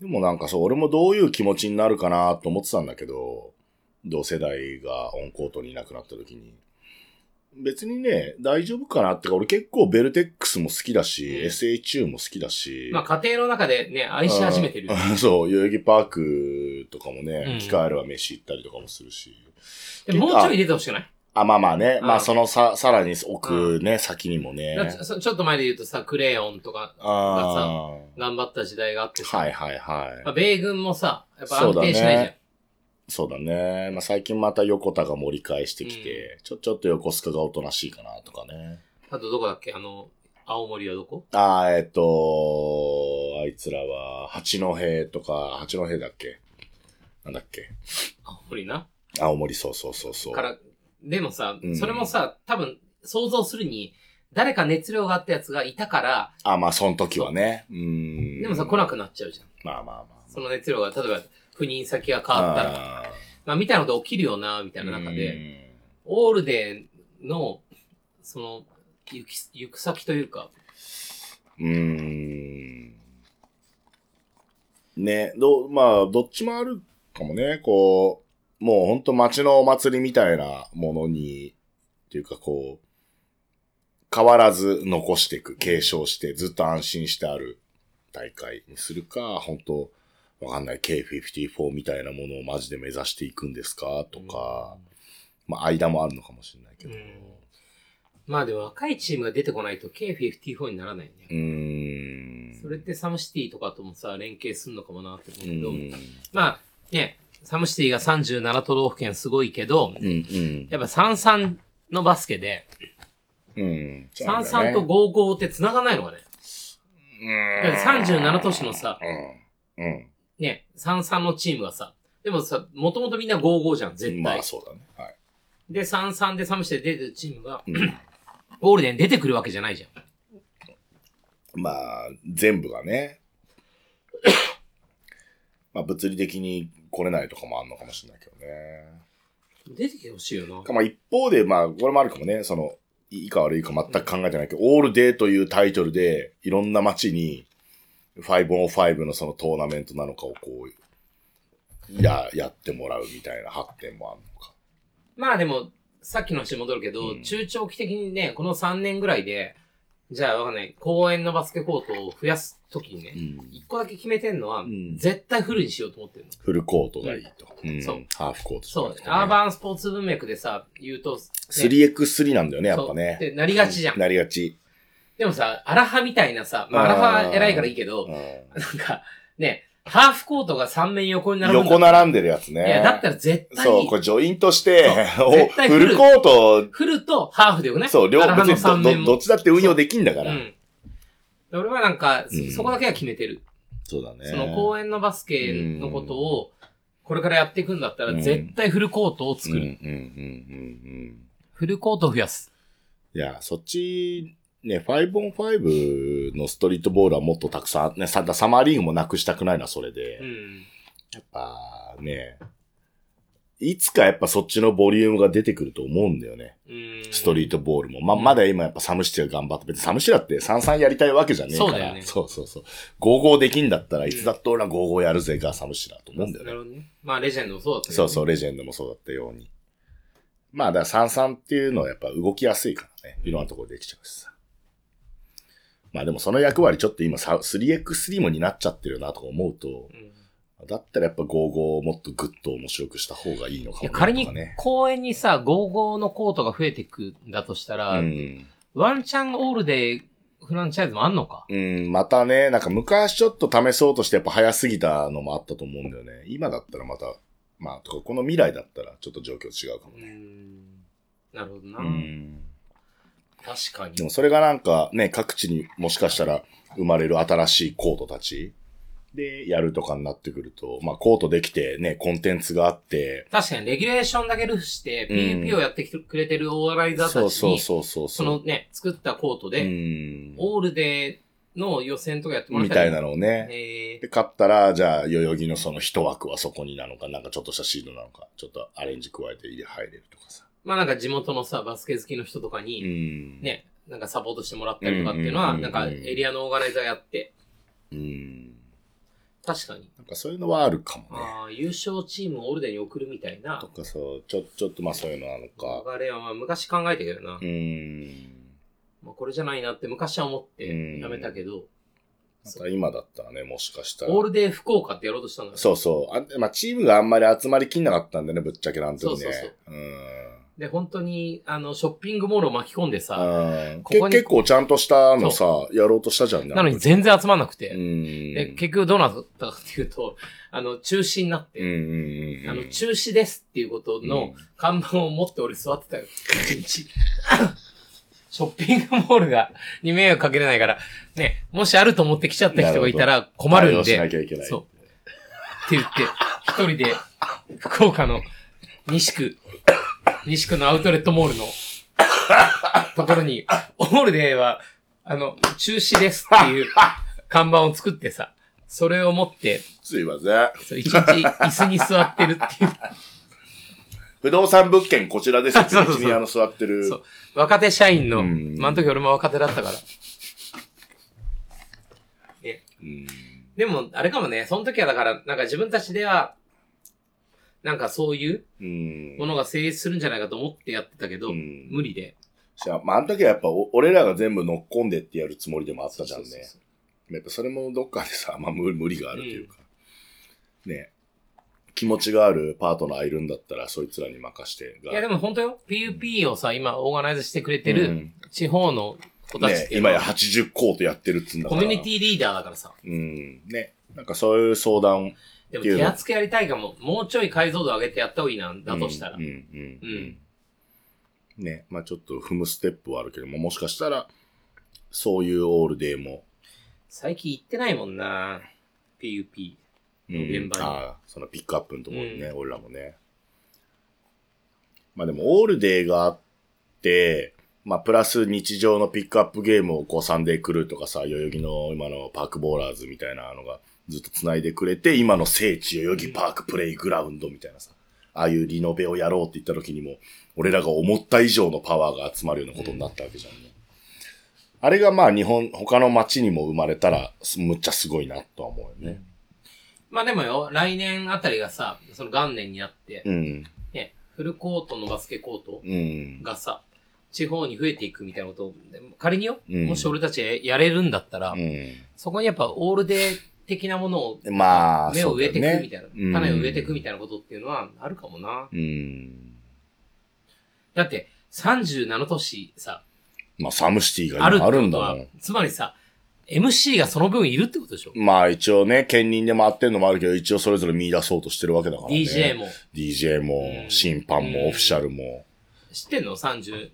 [SPEAKER 2] でもなんかそう、俺もどういう気持ちになるかなと思ってたんだけど、同世代がオンコートにいなくなった時に。別にね、大丈夫かなってか、俺結構ベルテックスも好きだし、
[SPEAKER 3] うん
[SPEAKER 2] SHU も好きだし。
[SPEAKER 3] まあ、家庭の中でね、愛し始めてる。
[SPEAKER 2] うん そう、代々木パークとかもね、
[SPEAKER 3] うん
[SPEAKER 2] 機会あれば飯行ったりとかもするし。
[SPEAKER 3] でもうちょい出てほしくない
[SPEAKER 2] あ、まあまあね。
[SPEAKER 3] うん
[SPEAKER 2] まあそのさ、さらに奥ね、先にもね。
[SPEAKER 3] だからちちょっと前で言うとさ、クレヨンとか
[SPEAKER 2] ああ。
[SPEAKER 3] 頑張った時代があってさ、
[SPEAKER 2] はいはいはい。
[SPEAKER 3] まあ、米軍もさ、やっぱ
[SPEAKER 2] そう
[SPEAKER 3] 安
[SPEAKER 2] だね
[SPEAKER 3] 定しないじゃん。
[SPEAKER 2] そうだね。まあ最近また横田が盛り返してきて、ちょ、ちょっと横須賀がおとなしいかなとかね。
[SPEAKER 3] あとどこだっけあの、青森はどこ
[SPEAKER 2] ああ、えっと、あいつらは、八戸とか、八戸だっけなんだっけ
[SPEAKER 3] 青森な。
[SPEAKER 2] 青森、そうそうそうそう。
[SPEAKER 3] から、でもさ
[SPEAKER 2] う、ん
[SPEAKER 3] それもさ、多分、想像するに、誰か熱量があったやつがいたから、
[SPEAKER 2] あまあその時はね。うん。
[SPEAKER 3] でもさ、来なくなっちゃうじゃん。
[SPEAKER 2] まあまあま
[SPEAKER 3] その熱量が、例えば、赴任先が変
[SPEAKER 2] あ。
[SPEAKER 3] わったら、
[SPEAKER 2] あ
[SPEAKER 3] まあ、みたいなこと起きるよな、みたい
[SPEAKER 2] ー
[SPEAKER 3] な中で、、オールデーの、その、行き、行く先というか、
[SPEAKER 2] うーん。ね、ど、まあ、どっちもあるかもね、こう、もうほんと街のお祭りみたいなものに、っていうかこう、変わらず残していく、継承して、ずっと安心してある大会にするか、本当わかんない、K54 みたいなものをマジで目指していくんですか、とか、まあ、間もあるのかもしれないけど。
[SPEAKER 3] うんまあでも若いチームが出てこないと K54 にならないよね。
[SPEAKER 2] うーん。
[SPEAKER 3] それってサムシティとかともさ、連携するのかもなって思う
[SPEAKER 2] う
[SPEAKER 3] けど、
[SPEAKER 2] ん。
[SPEAKER 3] まあね、サムシティが37都道府県すごいけど、
[SPEAKER 2] うん、うん。
[SPEAKER 3] やっぱ33のバスケで、
[SPEAKER 2] うん。
[SPEAKER 3] 33と55って繋がないのかね。だって37都市のさ、
[SPEAKER 2] うん。うん。
[SPEAKER 3] ね、33のチームがさ、でもさ、もともとみんな55じゃん、絶対。
[SPEAKER 2] まあそうだね。はい。
[SPEAKER 3] で、33でサムシティで出てるチームが、
[SPEAKER 2] ん
[SPEAKER 3] ゴールデン出てくるわけじゃないじゃん。
[SPEAKER 2] まあ、全部 がね。まあ物理的に来れないとかもあるのかもしれないけどね。
[SPEAKER 3] 出てきてほしいよな。
[SPEAKER 2] まあ一方で、まあこれもあるかもね、その、いいか悪いか全く考えてないけど、オールデーというタイトルで、いろんな街に、5on5 のそのトーナメントなのかをこう、や、やってもらうみたいな発展もあるのか。
[SPEAKER 3] まあでも、さっきの話に戻るけど、
[SPEAKER 2] うん
[SPEAKER 3] 中長期的にね、この3年ぐらいで、じゃあわかんない、公園のバスケコートを増やすときにね、一個だけ決めてんのは、
[SPEAKER 2] ん
[SPEAKER 3] 絶対フルにしようと思ってるの。
[SPEAKER 2] フルコートがいいと。ん
[SPEAKER 3] そう
[SPEAKER 2] ハーフコートじゃ
[SPEAKER 3] そ
[SPEAKER 2] な
[SPEAKER 3] う
[SPEAKER 2] くて、ね
[SPEAKER 3] アーバンスポーツ文脈でさ、言うと、ね
[SPEAKER 2] 3x3 なんだよね、やっぱ
[SPEAKER 3] そう
[SPEAKER 2] ね。
[SPEAKER 3] でなりがちじゃん。
[SPEAKER 2] なりがち。
[SPEAKER 3] でもさ、アラハみたいなさ、まあ、ア
[SPEAKER 2] あ
[SPEAKER 3] ラ
[SPEAKER 2] ー
[SPEAKER 3] ハは偉いからいいけど、
[SPEAKER 2] う
[SPEAKER 3] なんか、ね、ハーフコートが3面横に
[SPEAKER 2] ん
[SPEAKER 3] 並ぶんだ。
[SPEAKER 2] 横並んでるやつね。
[SPEAKER 3] いや、だったら絶対、
[SPEAKER 2] そう、これジョイントして、
[SPEAKER 3] そう
[SPEAKER 2] お
[SPEAKER 3] 絶対
[SPEAKER 2] フ
[SPEAKER 3] フル
[SPEAKER 2] ルコート、
[SPEAKER 3] フルとハーフでよくね。
[SPEAKER 2] そう、両
[SPEAKER 3] アラハ
[SPEAKER 2] 別
[SPEAKER 3] の
[SPEAKER 2] にど
[SPEAKER 3] 3面
[SPEAKER 2] ど
[SPEAKER 3] も。
[SPEAKER 2] どっちだって運用できんだから。
[SPEAKER 3] うん。で俺はなんか、そ
[SPEAKER 2] うん
[SPEAKER 3] そこだけは決めてる。
[SPEAKER 2] そうだね。
[SPEAKER 3] その公園のバスケのことを、これからやっていくんだった
[SPEAKER 2] う
[SPEAKER 3] ら、
[SPEAKER 2] ん
[SPEAKER 3] 絶対フルコートを作る。
[SPEAKER 2] うんうんうんうんうん。
[SPEAKER 3] フルコートを増やす。
[SPEAKER 2] いや、そっち、ね、5on5 のストリートボールはもっとたくさん、ね、さサマーリーグもなくしたくないな、それで。
[SPEAKER 3] うん。
[SPEAKER 2] やっぱね、いつかやっぱそっちのボリュームが出てくると思うんだよね。
[SPEAKER 3] うん。
[SPEAKER 2] ストリートボールも。ま、
[SPEAKER 3] うん
[SPEAKER 2] まだ今やっぱサムシティが頑張って、別にサムシティだって33やりたいわけじゃねえから。
[SPEAKER 3] そうだよね
[SPEAKER 2] そうそうそう。55できんだったらいつだって俺は55やるぜがサムシティだと思うんだよ
[SPEAKER 3] な
[SPEAKER 2] ね。
[SPEAKER 3] るほどね。まあ、レジェンドもそうだったけど
[SPEAKER 2] そうそう、レジェンドもそうだったように。まあ、だから33っていうのはやっぱ動きやすいからね。いろんなところできちゃうしさ。まあでもその役割ちょっと今さ 3x3 も担っちゃってるなとか思うと
[SPEAKER 3] う、ん
[SPEAKER 2] だったらやっぱ55をもっとグッと面白くした方がいいのか
[SPEAKER 3] い
[SPEAKER 2] も
[SPEAKER 3] や
[SPEAKER 2] ね
[SPEAKER 3] 仮
[SPEAKER 2] と
[SPEAKER 3] に
[SPEAKER 2] かね。
[SPEAKER 3] 公園にさ、55のコートが増えていくんだとした
[SPEAKER 2] う
[SPEAKER 3] ら、
[SPEAKER 2] ん。
[SPEAKER 3] ワンチャンオールでフランチャイズもあんのか
[SPEAKER 2] うん、またね、なんか昔ちょっと試そうとしてやっぱ早すぎたのもあったと思うんだよね。今だったらまた、まあ、とかこの未来だったらちょっと状況違うかも
[SPEAKER 3] う
[SPEAKER 2] ね。
[SPEAKER 3] ん。なるほどな。
[SPEAKER 2] うん。
[SPEAKER 3] 確かに
[SPEAKER 2] で。もそれがなんかね、各地にもしかしたら生まれる新しいコートたちでやるとかになってくると、まあコートできてね、コンテンツがあって、
[SPEAKER 3] 確かに、レギュレーションだけルフして、
[SPEAKER 2] うん
[SPEAKER 3] PVP をやってくれてるオーガナイザー
[SPEAKER 2] そ
[SPEAKER 3] た
[SPEAKER 2] う
[SPEAKER 3] ち
[SPEAKER 2] そ
[SPEAKER 3] に、
[SPEAKER 2] うそうそう。
[SPEAKER 3] そのね、作ったコート
[SPEAKER 2] う
[SPEAKER 3] で、
[SPEAKER 2] ん。
[SPEAKER 3] オールデーの予選とかやってもらっ
[SPEAKER 2] み
[SPEAKER 3] た
[SPEAKER 2] た
[SPEAKER 3] り
[SPEAKER 2] いなのをね。
[SPEAKER 3] え
[SPEAKER 2] で、勝ったら、じゃあ、代々木のその一枠はそこになのか、なんかちょっとしたシードなのか、ちょっとアレンジ加えて入れるとかさ。
[SPEAKER 3] ーまあなんか地元のさ、バスケ好きの人とか
[SPEAKER 2] う
[SPEAKER 3] に、
[SPEAKER 2] ん。。
[SPEAKER 3] ね、なんかサポートしてもらったりとかっていうのは、
[SPEAKER 2] うんうんうん
[SPEAKER 3] な
[SPEAKER 2] うんん
[SPEAKER 3] かエリアのオーガナイザーやって、
[SPEAKER 2] うん。
[SPEAKER 3] 確かに。
[SPEAKER 2] なんかそういうのはあるかもね。
[SPEAKER 3] ああ、優勝チームをオールデーに送るみたいな
[SPEAKER 2] と、かそう、ちょ、ちょっとまあそういうのなのか。
[SPEAKER 3] 流れはまあ昔考えたけどな、
[SPEAKER 2] うん。
[SPEAKER 3] まあこれじゃないなって昔は思って
[SPEAKER 2] うん
[SPEAKER 3] やめたけど、
[SPEAKER 2] また今だったらね、もしかしたら
[SPEAKER 3] オー。ルデー福岡ってやろうとしたんだよ。
[SPEAKER 2] そうそう。あまあ、チームがあんまり集まりきんなかったんだよね、ぶっちゃけなんてね。
[SPEAKER 3] そうそうそう
[SPEAKER 2] うん。
[SPEAKER 3] で、本当に、あの、ショッピングモールを巻き込んでさ、
[SPEAKER 2] うん
[SPEAKER 3] ここに
[SPEAKER 2] け結構ちゃんとしたのさ、やろうとしたじゃんね。
[SPEAKER 3] なのに全然集まんなくて。
[SPEAKER 2] うん。
[SPEAKER 3] で、結局どうなったかっていうと、あの、中止になっ
[SPEAKER 2] うんう
[SPEAKER 3] て、
[SPEAKER 2] んうん。
[SPEAKER 3] あの、中止ですっていうこと
[SPEAKER 2] う
[SPEAKER 3] の
[SPEAKER 2] ん
[SPEAKER 3] 看板を持って俺座ってたよ。一日。 ショッピングモールが、に迷惑かけれないから、ね、もしあると思って来ちゃった人がいたら困るん
[SPEAKER 2] 対応しなきゃ
[SPEAKER 3] で、
[SPEAKER 2] いけない。
[SPEAKER 3] そう。って言って、一人で、福岡の西区、西区のアウトレットモールのところに、オールデーは、あの、中止ですっていう看板を作ってさ、それを持って、
[SPEAKER 2] すいません。
[SPEAKER 3] そう一日椅子に座ってるっていう、
[SPEAKER 2] 不動産物件こちらですっ て、
[SPEAKER 3] そうそうそう
[SPEAKER 2] 一にあの座ってる。
[SPEAKER 3] そう、若手社員の、
[SPEAKER 2] うん
[SPEAKER 3] まあ、あの時俺も若手だったから。ね、
[SPEAKER 2] うん
[SPEAKER 3] でも、あれかもね、その時はだから、なんか自分たちでは、なんかそういう
[SPEAKER 2] うん。
[SPEAKER 3] ものが成立するんじゃないかと思ってやってたけど、
[SPEAKER 2] うん
[SPEAKER 3] 無理で。
[SPEAKER 2] じゃあ、まあ、あの時はやっぱお、俺らが全部乗っ込んでってやるつもりでもあったじゃんね。
[SPEAKER 3] そうそうそう
[SPEAKER 2] やっぱそれもどっかでさ、まあ、無無理があるというか、ね、気持ちがあるパートナーいるんだったら、そいつらに任してが。
[SPEAKER 3] いや、でも本当よ。PUP をさ、今、オーガナイズしてくれて
[SPEAKER 2] う
[SPEAKER 3] る
[SPEAKER 2] ん、
[SPEAKER 3] 地方の子たちっ
[SPEAKER 2] ね、
[SPEAKER 3] ていうの
[SPEAKER 2] 今
[SPEAKER 3] は、
[SPEAKER 2] や80コートやってるっつうんだか
[SPEAKER 3] コ
[SPEAKER 2] ら。
[SPEAKER 3] ミュニティリーダーだからさ。
[SPEAKER 2] うん。ね。なんかそういう相談。
[SPEAKER 3] でも、
[SPEAKER 2] っていう
[SPEAKER 3] 手
[SPEAKER 2] の
[SPEAKER 3] 厚くやりたいかも。もうちょい解像度上げてやった方がいいな、だとしたら。
[SPEAKER 2] うん、うん、
[SPEAKER 3] うん
[SPEAKER 2] ね。まあちょっと踏むステップはあるけども、もしかしたら、そういうオールデーも、
[SPEAKER 3] 最近行ってないもんな PUP。
[SPEAKER 2] うん
[SPEAKER 3] 現場に
[SPEAKER 2] ああそのピックアップのところにね、
[SPEAKER 3] う
[SPEAKER 2] 俺らもね。まあでも、オールデーがあって、まあ、プラス日常のピックアップゲームをこうサンデークルーとかさ、代々木の今のパークボーラーズみたいなのがずっと繋いでくれて、今の聖地代々木パークプレイグラウンドみたいなさ、ああいうリノベをやろうって言った時にも、俺らが思った以上のパワーが集まるようなことになったわけじゃんね。あれがまあ日本、他の街にも生まれたら、すむっちゃすごいなとは思うよね。
[SPEAKER 3] まあでもよ、来年あたりがさ、その元年になって、
[SPEAKER 2] うん。
[SPEAKER 3] ね、フルコートのバスケコート
[SPEAKER 2] うん。
[SPEAKER 3] がさ、地方に増えていくみたいなことを、でも仮によ、
[SPEAKER 2] うん
[SPEAKER 3] もし俺たちがやれるんだったら、
[SPEAKER 2] う
[SPEAKER 3] そこにやっぱオールデー的なものを、
[SPEAKER 2] ん。まあ、
[SPEAKER 3] 芽を植えていくみたい
[SPEAKER 2] そうだよね
[SPEAKER 3] な、種を植えていくみたいなことっていうのはあるかもな。
[SPEAKER 2] うん。
[SPEAKER 3] だって、37都市さ、
[SPEAKER 2] まあ、サムシティが
[SPEAKER 3] あるって
[SPEAKER 2] 今ある
[SPEAKER 3] こ
[SPEAKER 2] ん
[SPEAKER 3] と
[SPEAKER 2] だ
[SPEAKER 3] は
[SPEAKER 2] もん。、
[SPEAKER 3] つまりさ、MC がその分いるってことでしょ、
[SPEAKER 2] まあ、一応ね、兼任で回ってんのもあるけど、一応それぞれ見出そうとしてるわけだからね。
[SPEAKER 3] ?DJ。も。
[SPEAKER 2] DJ
[SPEAKER 3] う
[SPEAKER 2] も、
[SPEAKER 3] ん
[SPEAKER 2] 審判
[SPEAKER 3] うん
[SPEAKER 2] も、オフィシャルも。
[SPEAKER 3] 知ってんの ?30、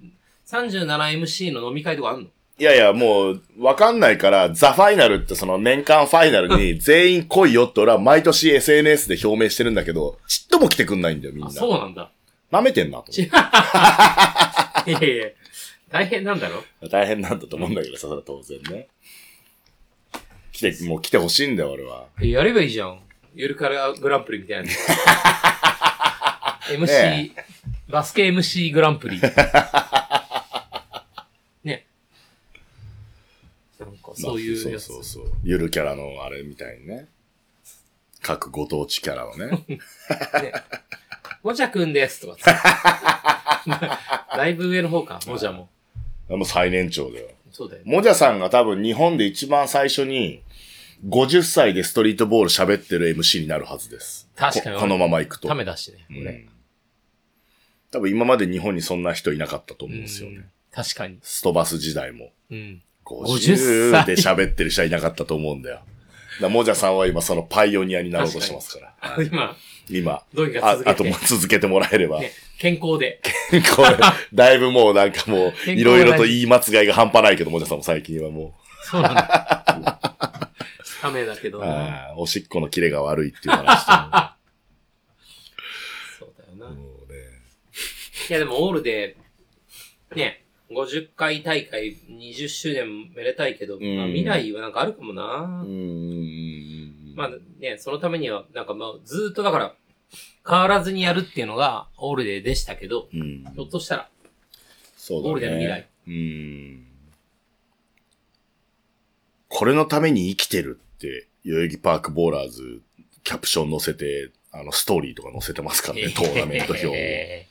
[SPEAKER 3] 37MC の飲み会とかあんの
[SPEAKER 2] いやいや、もう、わかんないから、ザ・ファイナルってその年間ファイナル に全員来いよって俺は毎年 SNS で表明してるんだけど、ちっとも来てくんないんだよ、みんな。
[SPEAKER 3] あ、そうなんだ。
[SPEAKER 2] 舐めてんなと思って。
[SPEAKER 3] いやいや大変なんだろ
[SPEAKER 2] 大変なんだと思うんだけどさ、それは当然ね。来て、もう来てほしいんだよ、俺は。
[SPEAKER 3] えやればいいじゃん。ゆるからグランプリみ たいな。MC、
[SPEAKER 2] ね
[SPEAKER 3] バスケ MC グランプリ。ね。なんかそういうやつ。
[SPEAKER 2] そうそうそう。ゆるキャラのあれみたいにね。各ご当地キャラのね。
[SPEAKER 3] ね。もちゃくんですとかっ だいぶ上の方か、もじゃも。
[SPEAKER 2] もう最年長だよ。
[SPEAKER 3] そうだよね。
[SPEAKER 2] もじゃさんが多分日本で一番最初に、50歳でストリートボール喋ってる MC になるはずです。
[SPEAKER 3] 確かに
[SPEAKER 2] ここのまま行くと。
[SPEAKER 3] ためだしね。
[SPEAKER 2] う
[SPEAKER 3] これ
[SPEAKER 2] ん。多分今まで日本にそんな人いなかったと思うんですよね。
[SPEAKER 3] うん確かに。
[SPEAKER 2] ストバス時代も。
[SPEAKER 3] うん。50
[SPEAKER 2] 50
[SPEAKER 3] 歳
[SPEAKER 2] で喋ってる人はいなかったと思うんだよ。だからもじゃさんは今そのパイオニアになろうとしてます から。
[SPEAKER 3] 今、
[SPEAKER 2] 今。
[SPEAKER 3] どうにか
[SPEAKER 2] あ
[SPEAKER 3] 続
[SPEAKER 2] あ
[SPEAKER 3] け
[SPEAKER 2] と
[SPEAKER 3] て、
[SPEAKER 2] もう続けてもらえれば。
[SPEAKER 3] ね、健康で。
[SPEAKER 2] これ、だいぶもうなんかもう、
[SPEAKER 3] 健康が大事
[SPEAKER 2] いろいろと言い間違いが半端ないけど、もじゃさんも最近はも
[SPEAKER 3] そうなんだ。ためだけど
[SPEAKER 2] う、
[SPEAKER 3] な。
[SPEAKER 2] あーおしっこのキレが悪いっていう話して
[SPEAKER 3] そ
[SPEAKER 2] も
[SPEAKER 3] うだよな。
[SPEAKER 2] もうね。
[SPEAKER 3] いやでもオールで、ね、50回大会20周年めでたいけど、
[SPEAKER 2] ん
[SPEAKER 3] まあ、未来はなんかあるかもな、
[SPEAKER 2] うーん。
[SPEAKER 3] まあね、そのためには、なんかまあずーっとだから、変わらずにやるっていうのがオールデーでしたけど、
[SPEAKER 2] うん。
[SPEAKER 3] ひょっとしたら、
[SPEAKER 2] そう
[SPEAKER 3] ゴールデ
[SPEAKER 2] だ
[SPEAKER 3] ンの未来
[SPEAKER 2] ね。うん。これのために生きてるって、代々木パークボーラーズ、キャプション載せて、あの、ストーリーとか載せてますからね、トーナメント表を。
[SPEAKER 3] え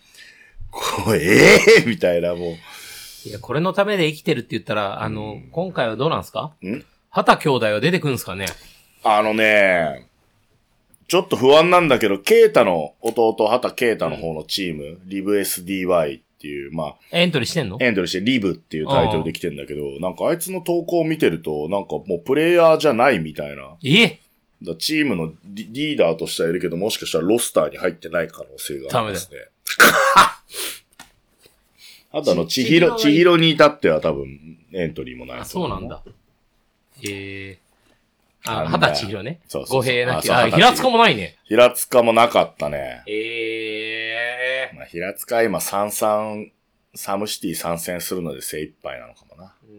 [SPEAKER 2] これ、ええみたいな、もう。
[SPEAKER 3] ーいや、これのためで生きてるって言ったら、あの、今回はどうなんすか
[SPEAKER 2] ん
[SPEAKER 3] 畑兄弟は出てくるんすかね
[SPEAKER 2] あのね、ちょっと不安なんだけど、ケイタの弟、畑ケイタの方のチーム、リブ SDY っていう、まあ、
[SPEAKER 3] エントリーしてんの
[SPEAKER 2] エンドルしてリブっていうタイトルで来てんだけど、なんかあいつの投稿を見てると、なんかもうプレイヤーじゃないみたいな。
[SPEAKER 3] え
[SPEAKER 2] だチームのリリーダーとしてはいるけど、もしかしたらロスターに入ってない可能性があるんですね。 あとあの、
[SPEAKER 3] ち
[SPEAKER 2] 千尋、
[SPEAKER 3] 千
[SPEAKER 2] 千
[SPEAKER 3] 尋
[SPEAKER 2] 尋に至っては多分エントリーもない
[SPEAKER 3] あ、
[SPEAKER 2] と
[SPEAKER 3] そう
[SPEAKER 2] 思
[SPEAKER 3] なん。だ。ええ
[SPEAKER 2] あ
[SPEAKER 3] あ、
[SPEAKER 2] ん
[SPEAKER 3] 二
[SPEAKER 2] だ
[SPEAKER 3] 十歳ひろね。
[SPEAKER 2] そうそうそう
[SPEAKER 3] 語弊なきゃ。
[SPEAKER 2] あそ
[SPEAKER 3] あ、
[SPEAKER 2] う二十歳
[SPEAKER 3] 平塚もないね。
[SPEAKER 2] 平塚もなかったね。
[SPEAKER 3] ええ
[SPEAKER 2] まあ、平塚は今三三、サムシティ参戦するので精一杯なのかもな。
[SPEAKER 3] うー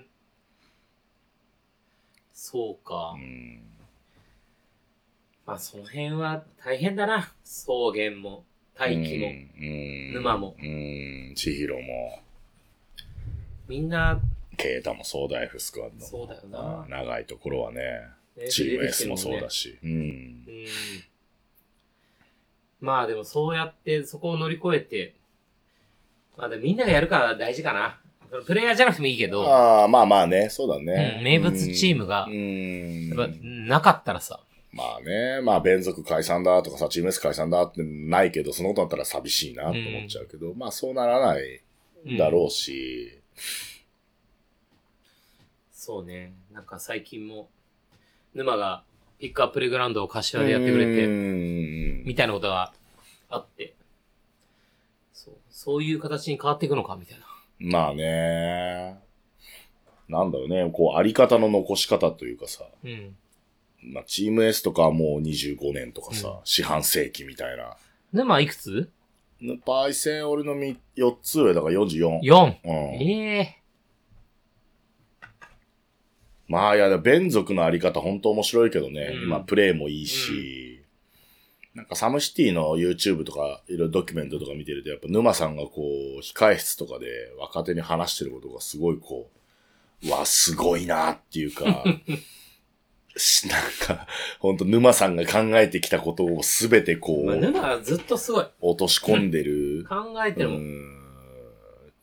[SPEAKER 3] ん。そうか
[SPEAKER 2] う。ん。
[SPEAKER 3] まあ、その辺は大変だな。草原も、大気も
[SPEAKER 2] う。ん。
[SPEAKER 3] 沼も
[SPEAKER 2] うん。千尋も。
[SPEAKER 3] みんな、
[SPEAKER 2] ケイタもそうだよ、F スクワッドも。
[SPEAKER 3] そうだよな。
[SPEAKER 2] 長いところはね、
[SPEAKER 3] ね
[SPEAKER 2] チーム
[SPEAKER 3] 出てき
[SPEAKER 2] S
[SPEAKER 3] て
[SPEAKER 2] も
[SPEAKER 3] る
[SPEAKER 2] そうだ
[SPEAKER 3] し。
[SPEAKER 2] し。うん
[SPEAKER 3] う。ん。まあ、でもそうやって、そこを乗り越えて、まあ、でもみんながやるから大事かな。そのプレイヤーじゃなくてもいいけど、
[SPEAKER 2] ああ、まあまあね、そうだね。
[SPEAKER 3] うん名物チームが
[SPEAKER 2] うんうん
[SPEAKER 3] やっぱなかったらさ、
[SPEAKER 2] まあね、まあ、連続解散だとかさ、チーム S 解散だってないけど、そのことだったら寂しいなと思っちゃうけど、まあそうならない
[SPEAKER 3] うん
[SPEAKER 2] だろうし、
[SPEAKER 3] そうね。なんか最近も、沼がピックアップレグラウンドを柏でやってくれて、み
[SPEAKER 2] て、
[SPEAKER 3] たいなことがあって、そう、そういう形に変わっていくのか、みたいな。
[SPEAKER 2] まあね、なんだろうね、こう、あり方の残し方というかさ、
[SPEAKER 3] うん。
[SPEAKER 2] まあ、チーム S とかはもう25年とかさ、
[SPEAKER 3] うん
[SPEAKER 2] 四半世紀みたいな。
[SPEAKER 3] 沼いくつ
[SPEAKER 2] パイセン俺のみ4つ上だから44。
[SPEAKER 3] ?4。
[SPEAKER 2] うん、
[SPEAKER 3] ええ
[SPEAKER 2] まあいや、だから連続のあり方本当面白いけどね。
[SPEAKER 3] うん
[SPEAKER 2] 今プレイもいいし、なんかサムシティの YouTube とかいろいろドキュメントとか見てるとやっぱ沼さんがこう、控え室とかで若手に話してることがすごいこう、うわ、すごいなっていうか、しなんか、本当沼さんが考えてきたことをすべてこ
[SPEAKER 3] まあ、
[SPEAKER 2] う、
[SPEAKER 3] 沼はずっとすごい。
[SPEAKER 2] 落とし込んでる。
[SPEAKER 3] 考えてるも。
[SPEAKER 2] うん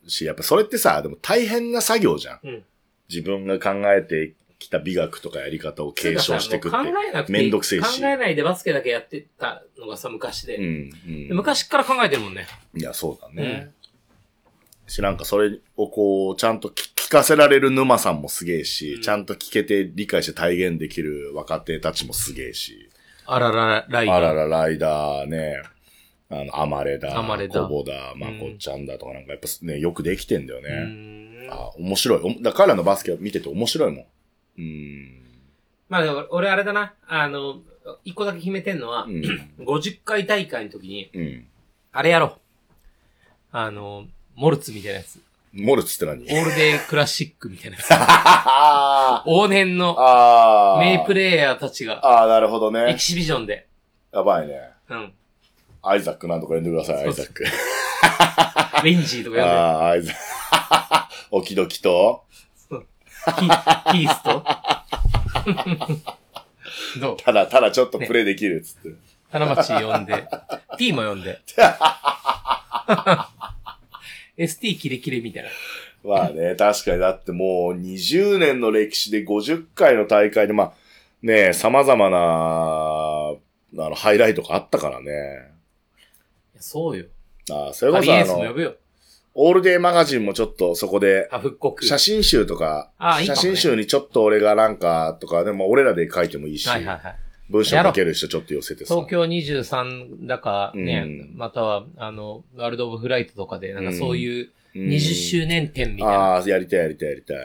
[SPEAKER 2] ーんし、やっぱそれってさ、でも大変な作業じゃん。
[SPEAKER 3] うん
[SPEAKER 2] 自分が考えてきた美学とかやり方を継承していく
[SPEAKER 3] つう
[SPEAKER 2] って。
[SPEAKER 3] かさもう考えなくていい
[SPEAKER 2] めんどくせえし
[SPEAKER 3] 考えないでバスケだけやってたのがさ、昔で。
[SPEAKER 2] うん、
[SPEAKER 3] で
[SPEAKER 2] うん。
[SPEAKER 3] 昔から考えてるもんね。
[SPEAKER 2] いや、そうだね。し、なんかそれをこう、ちゃんと聞聞かせられる沼さんもすげえし、
[SPEAKER 3] うん
[SPEAKER 2] ちゃんと聞けて理解して体現できる若手たちもすげえし。
[SPEAKER 3] あららら、ライ
[SPEAKER 2] あら
[SPEAKER 3] ら。
[SPEAKER 2] ら、ライダーね。あの、アマレだ、
[SPEAKER 3] アマレダ
[SPEAKER 2] コボだ、マコちゃんだとかなんかやっぱね、よくできてんだよね。
[SPEAKER 3] うーん。
[SPEAKER 2] あ、面白い。おだから彼らのバスケを見てて面白いもん。うーん。
[SPEAKER 3] まあでも、俺あれだな。あの、一個だけ決めてんのは、
[SPEAKER 2] うん。
[SPEAKER 3] 50回大会の時に、
[SPEAKER 2] うん。
[SPEAKER 3] あれやろう。あの、モルツみたいなやつ。
[SPEAKER 2] モルツって何
[SPEAKER 3] オールデイクラシックみたいなやつ。
[SPEAKER 2] あ
[SPEAKER 3] 往年の
[SPEAKER 2] あ
[SPEAKER 3] 名プ
[SPEAKER 2] レ
[SPEAKER 3] レイヤーたちが、
[SPEAKER 2] ああ、なるほど
[SPEAKER 3] エ
[SPEAKER 2] ね
[SPEAKER 3] キ。シビジョンで。
[SPEAKER 2] やばいね。
[SPEAKER 3] うん。
[SPEAKER 2] アイザックなんとか呼んでください、アイザック。
[SPEAKER 3] レンジーとか
[SPEAKER 2] あ
[SPEAKER 3] 呼んで
[SPEAKER 2] あ、アイザック。 オキドキと、
[SPEAKER 3] キ、キースと。 どう
[SPEAKER 2] ただただちょっとプレイできるっつって。
[SPEAKER 3] 花町呼んで、P も呼んで。 ST キレキレみたいな。
[SPEAKER 2] まあね、確かにだってもう20年の歴史で50回の大会で、まあね、様々な、あの、ハイライトがあったからね。
[SPEAKER 3] そうよ。
[SPEAKER 2] ああ、それ
[SPEAKER 3] ハ
[SPEAKER 2] こ
[SPEAKER 3] リ
[SPEAKER 2] そ
[SPEAKER 3] エ
[SPEAKER 2] あ
[SPEAKER 3] ースも呼
[SPEAKER 2] の、
[SPEAKER 3] ぶよ。
[SPEAKER 2] オールデイマガジンもちょっとそこで、
[SPEAKER 3] あ、復刻。
[SPEAKER 2] 写真集とか、
[SPEAKER 3] ああいいか
[SPEAKER 2] 写
[SPEAKER 3] もね
[SPEAKER 2] 真集にちょっと俺がなんか、とか、でも俺らで書いてもいいし、
[SPEAKER 3] はいはいはい。
[SPEAKER 2] 文章書ける人ちょっと寄せてさ。
[SPEAKER 3] 東京23だかね、
[SPEAKER 2] うん
[SPEAKER 3] または、あの、ワールド・オブ・フライトとかで、なん
[SPEAKER 2] う
[SPEAKER 3] か
[SPEAKER 2] ん
[SPEAKER 3] そういう
[SPEAKER 2] うん
[SPEAKER 3] 20周年展みたいな。
[SPEAKER 2] ああ、やりたいやりたいやりたい。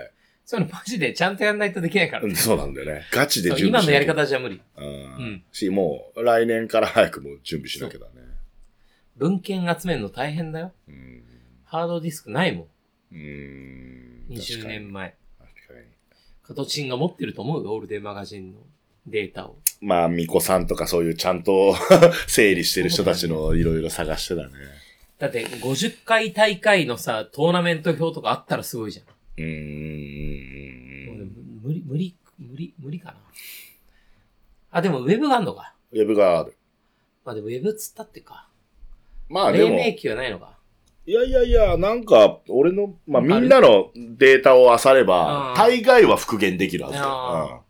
[SPEAKER 3] そういうのマジでちゃんとやんないとできないから
[SPEAKER 2] う
[SPEAKER 3] ね
[SPEAKER 2] ん。 そうなんだよね。ガチで
[SPEAKER 3] そう
[SPEAKER 2] 準
[SPEAKER 3] 今
[SPEAKER 2] 備し
[SPEAKER 3] の
[SPEAKER 2] なき
[SPEAKER 3] や
[SPEAKER 2] ゃ
[SPEAKER 3] り方じゃ無理。
[SPEAKER 2] う
[SPEAKER 3] うんん。
[SPEAKER 2] し、もう、来年から早くもう準備しなきゃだね。
[SPEAKER 3] 文献集めるの大変だよ。
[SPEAKER 2] うん。
[SPEAKER 3] ハードディスクないも
[SPEAKER 2] うん。
[SPEAKER 3] ん。20年前。
[SPEAKER 2] 確かに。確か
[SPEAKER 3] カトチンが持ってると思うよ、オールデイマガジンのデータを。
[SPEAKER 2] に。まあ、巫女さんとかそういうちゃんと 整理してる人たちのいろいろ探してだね。
[SPEAKER 3] だって、50回大会のさ、トーナメント表とかあったらすごいじゃん。
[SPEAKER 2] う。
[SPEAKER 3] もうん無理、無理、無理、無理かな。あ、でもウェブがあんのか。
[SPEAKER 2] ウェブがある。
[SPEAKER 3] まあでもウェブっつったってか。
[SPEAKER 2] まあで
[SPEAKER 3] 黎
[SPEAKER 2] も、
[SPEAKER 3] 明
[SPEAKER 2] い
[SPEAKER 3] 期はないのか。
[SPEAKER 2] やいやいや、なんか、俺の、まあ
[SPEAKER 3] ある
[SPEAKER 2] みんなのデータを漁れ
[SPEAKER 3] う
[SPEAKER 2] ば
[SPEAKER 3] ん、
[SPEAKER 2] 大概は復元できるはずだ
[SPEAKER 3] あ
[SPEAKER 2] よ。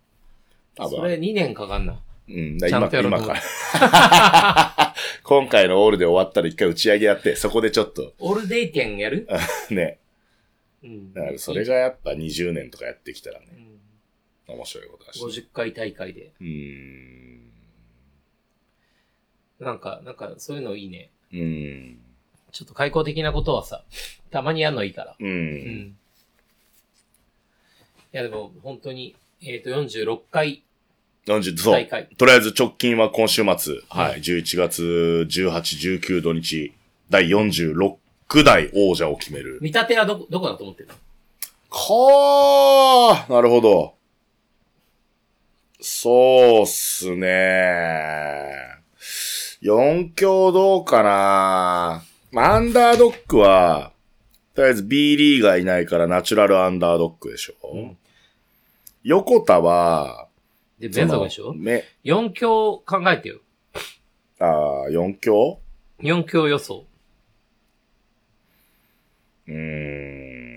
[SPEAKER 2] うん。多
[SPEAKER 3] そ
[SPEAKER 2] 分
[SPEAKER 3] れ。2年かかんな。
[SPEAKER 2] うん。
[SPEAKER 3] ちゃんとやろうと思
[SPEAKER 2] 今か
[SPEAKER 3] う
[SPEAKER 2] ら。 今回のオールで終わったら一回打ち上げやって、そこでちょっと、
[SPEAKER 3] オールデイ店やる
[SPEAKER 2] ね。
[SPEAKER 3] うん
[SPEAKER 2] だからそれがやっぱ20年とかやってきたら
[SPEAKER 3] う
[SPEAKER 2] ね、
[SPEAKER 3] ん
[SPEAKER 2] 面白いことだし。
[SPEAKER 3] 50回大会で。
[SPEAKER 2] うーん。
[SPEAKER 3] なんか、なんかそういうのいいね。
[SPEAKER 2] うーん。
[SPEAKER 3] ちょっと開口的なことはさ、たまにやるのいいから。
[SPEAKER 2] う。
[SPEAKER 3] うんん。いやでも本当に、えっ、と46回
[SPEAKER 2] 40、そ
[SPEAKER 3] 大
[SPEAKER 2] う。
[SPEAKER 3] 会。
[SPEAKER 2] とりあえず直近は今週末、はい、11月18、19土日、第46代王者を決める。
[SPEAKER 3] 見立てはどこ、どこだと思ってるの
[SPEAKER 2] はあ、なるほど。そうっすね。四強どうかな。まあアンダードックは、とりあえず B リーがいないからナチュラルアンダードックでしょ。
[SPEAKER 3] うん
[SPEAKER 2] 横田は、
[SPEAKER 3] で、ベンゾがでしょ
[SPEAKER 2] め、
[SPEAKER 3] ?4 強考えてよ。
[SPEAKER 2] ああ、四強
[SPEAKER 3] 4強予想。
[SPEAKER 2] うー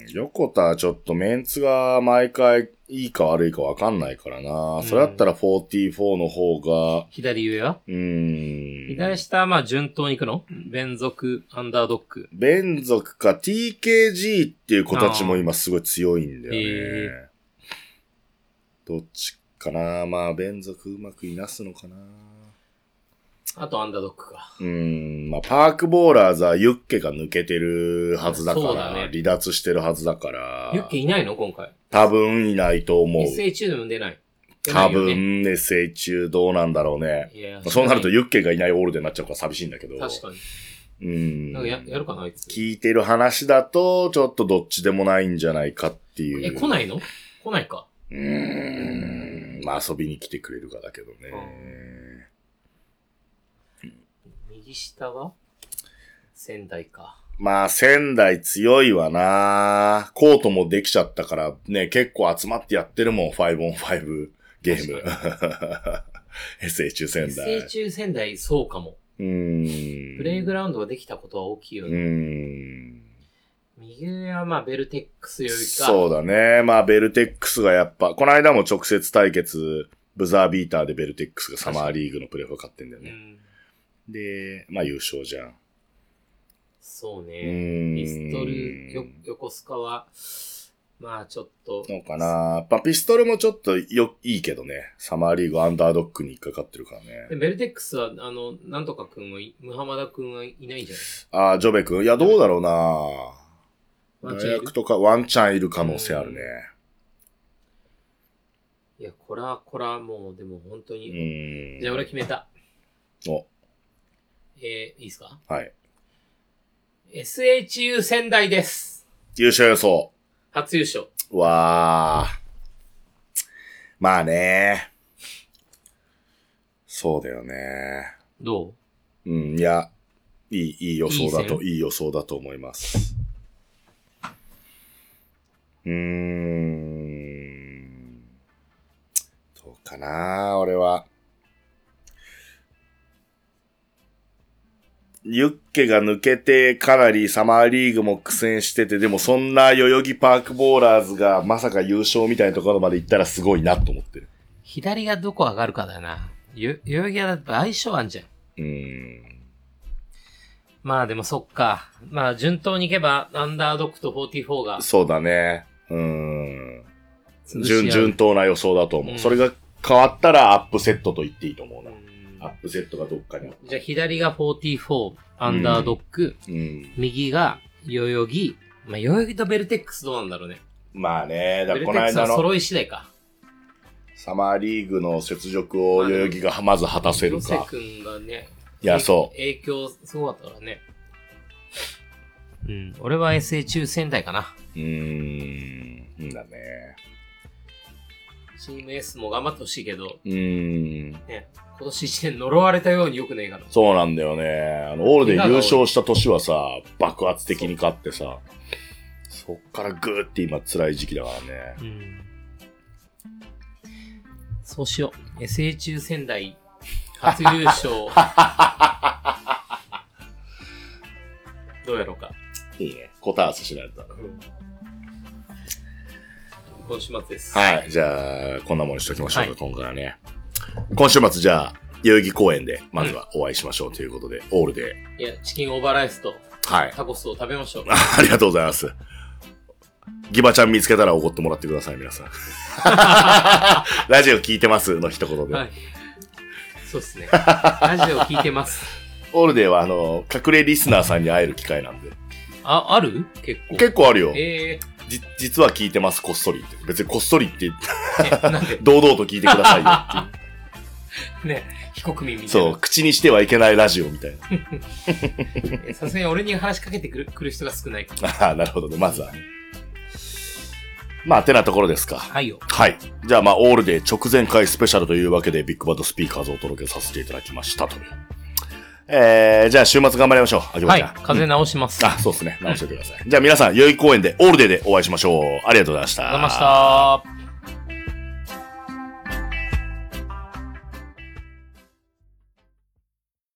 [SPEAKER 2] ん。横田はちょっとメンツが毎回いいか悪いかわかんないからな。それだったら44の方が、
[SPEAKER 3] 左上は
[SPEAKER 2] うーん。
[SPEAKER 3] 左下はまあ順当に行くの連続、アンダードック。
[SPEAKER 2] 連続か TKG っていう子たちも今すごい強いんだよね。
[SPEAKER 3] え
[SPEAKER 2] どっちかなまあ、連続うまくいなすのかな
[SPEAKER 3] あとアンダードックか。
[SPEAKER 2] うーん、まあ、パークボーラーズはユッケが抜けてるはずだから、
[SPEAKER 3] そうだね
[SPEAKER 2] 離脱してるはずだから、
[SPEAKER 3] ユッケいないの今回。
[SPEAKER 2] 多分いないと思う。
[SPEAKER 3] SA 中でも出ない。出な
[SPEAKER 2] 多
[SPEAKER 3] いよね。
[SPEAKER 2] 分、ね、成中どうなんだろうね。
[SPEAKER 3] いや
[SPEAKER 2] そうなるとユッケがいないオールでなっちゃうから寂しいんだけど。
[SPEAKER 3] 確かに。
[SPEAKER 2] うーん。
[SPEAKER 3] なんかややるかなあいつ。
[SPEAKER 2] 聞いてる話だと、ちょっとどっちでもないんじゃないかっていう。
[SPEAKER 3] え、来ないの来ないか。
[SPEAKER 2] うーん。まあ遊びに来てくれるかだけどね。
[SPEAKER 3] 右下は仙台か。
[SPEAKER 2] まあ仙台強いわなコートもできちゃったからね、結構集まってやってるもん、5on5 ゲーム。SA 中仙台。
[SPEAKER 3] SA 中仙台、そうかも。
[SPEAKER 2] うーん。
[SPEAKER 3] プレイグラウンドができたことは大きいよ
[SPEAKER 2] う
[SPEAKER 3] ね。
[SPEAKER 2] ーん。
[SPEAKER 3] 右上はまあベルテックスよりか。
[SPEAKER 2] そうだね。まあ、ベルテックスがやっぱ、この間も直接対決、ブザービーターでベルテックスがサマーリーグのプレーオフを勝ってんだよ
[SPEAKER 3] う
[SPEAKER 2] ね。
[SPEAKER 3] ん。
[SPEAKER 2] で、まあ優勝じゃん。
[SPEAKER 3] そう
[SPEAKER 2] う
[SPEAKER 3] ね。
[SPEAKER 2] ーん。
[SPEAKER 3] ピストル、よ横須賀は、まあちょっと、
[SPEAKER 2] のかな。まあ、ピストルもちょっとよ、いいけどね。サマーリーグアンダードックに引っかかってるから
[SPEAKER 3] で
[SPEAKER 2] ね。
[SPEAKER 3] ベルテックスは、あの、なんとかくんはい、ムハマダくんはいないんじゃ
[SPEAKER 2] ああ、ジョベ君。いや、どうだろうな。
[SPEAKER 3] ない
[SPEAKER 2] 大学とかワンチャンいる可能性あるね。
[SPEAKER 3] いや、こら、こら、もう、でも本当
[SPEAKER 2] う
[SPEAKER 3] に。
[SPEAKER 2] ーん。
[SPEAKER 3] じゃあ俺決めた。
[SPEAKER 2] お、
[SPEAKER 3] えー、いいですか
[SPEAKER 2] はい。
[SPEAKER 3] ?SHU 仙台です。
[SPEAKER 2] 優勝予想。
[SPEAKER 3] 初優勝。
[SPEAKER 2] わあ。まあね。そうだよね。
[SPEAKER 3] ど
[SPEAKER 2] うん、いや、いい、いい予想だと、
[SPEAKER 3] い
[SPEAKER 2] いい予想だと思います。うーん。どうかな、俺は。ユッケが抜けて、かなりサマーリーグも苦戦してて、でもそんな代々木パークボーラーズがまさか優勝みたいなところまで行ったらすごいなと思ってる。
[SPEAKER 3] 左がどこ上がるかだよな。ゆ、代々木はやっぱ相性あんじゃん。
[SPEAKER 2] うーん。
[SPEAKER 3] まあでもそっか。まあ順当にいけば、アンダードックと44が
[SPEAKER 2] そうだね。うーん。
[SPEAKER 3] 潰し合う。
[SPEAKER 2] 順、順当な予想だと思う。
[SPEAKER 3] うん
[SPEAKER 2] それが変わったらアップセットと言っていいと思う
[SPEAKER 3] う
[SPEAKER 2] な。
[SPEAKER 3] ん
[SPEAKER 2] アップセットがどっかにある。
[SPEAKER 3] じゃあ左が44、アンダードック、
[SPEAKER 2] うん。
[SPEAKER 3] 右が代々木。まあ代々木とベルテックスどうなんだろうね。
[SPEAKER 2] まあね、だ
[SPEAKER 3] ベ
[SPEAKER 2] か
[SPEAKER 3] ル
[SPEAKER 2] らこ
[SPEAKER 3] テ
[SPEAKER 2] の
[SPEAKER 3] ックス
[SPEAKER 2] 間
[SPEAKER 3] は
[SPEAKER 2] の
[SPEAKER 3] 揃い次第か。
[SPEAKER 2] サマーリーグの雪辱を代々木がまず果たせる
[SPEAKER 3] ロセ
[SPEAKER 2] か。
[SPEAKER 3] 君がね、
[SPEAKER 2] いや、そう。
[SPEAKER 3] 影響すごかったからね。うん、俺は SA 中仙台かな。
[SPEAKER 2] うーん、だね。
[SPEAKER 3] チーム S も頑張ってほしいけど、
[SPEAKER 2] うーん。
[SPEAKER 3] ね、今年一年呪われたようによくねえから。
[SPEAKER 2] そうなんだよね。あの、オールで優勝した年はさ、爆発的に勝ってさ、そっからグーって今辛い時期だからね。
[SPEAKER 3] うん。そうしよう。SA 中仙台、初優 勝。どうやろうか。
[SPEAKER 2] いいね。答え合わせしないと。
[SPEAKER 3] 今週末です。
[SPEAKER 2] はい。じゃあ、こんなものにしときましょうか、
[SPEAKER 3] はい
[SPEAKER 2] 今回はね。今週末、じゃあ、代々木公園で、まずはお会いしましょうということで、オールで。
[SPEAKER 3] いや、チキンオーバーライスと
[SPEAKER 2] はい。
[SPEAKER 3] タコスを食べましょう。
[SPEAKER 2] ありがとうございます。ギバちゃん見つけたら怒ってもらってください、 皆さん。ラジオ聞いてますの一言で。
[SPEAKER 3] はい。そうですね。 ラジオ聞いてます。
[SPEAKER 2] オールデーは、あの、隠れリスナーさんに会える機会なんで。
[SPEAKER 3] あ、ある結構。
[SPEAKER 2] 結構あるよ。
[SPEAKER 3] え
[SPEAKER 2] じ実は聞いてます、こっそりって。別にこっそりって言って、
[SPEAKER 3] ー、ね、なんで、
[SPEAKER 2] 堂々と聞いてください よっていう。
[SPEAKER 3] ね、非国民みたい
[SPEAKER 2] そ
[SPEAKER 3] な
[SPEAKER 2] う、。口にしてはいけないラジオみたい
[SPEAKER 3] えさすがに俺に話しかけてくるくる人が少ないから。
[SPEAKER 2] な。ああ、なるほどね。まずはね。まあ、てなところですか。
[SPEAKER 3] はいよ。
[SPEAKER 2] はい。じゃあ、まあ、オールデー直前回スペシャルというわけで、ビッグバッドスピーカーズをお届けさせていただきましたという。えー、じゃあ、週末頑張りましょう。あきま
[SPEAKER 3] は
[SPEAKER 2] ち
[SPEAKER 3] い
[SPEAKER 2] ゃん。、
[SPEAKER 3] 風直します。ありが
[SPEAKER 2] あ、そうですね。直しておいてください。じゃあ、皆さん、代々木公園でオールデーでお会いしましょう。ありがとうございました。
[SPEAKER 3] とうございました。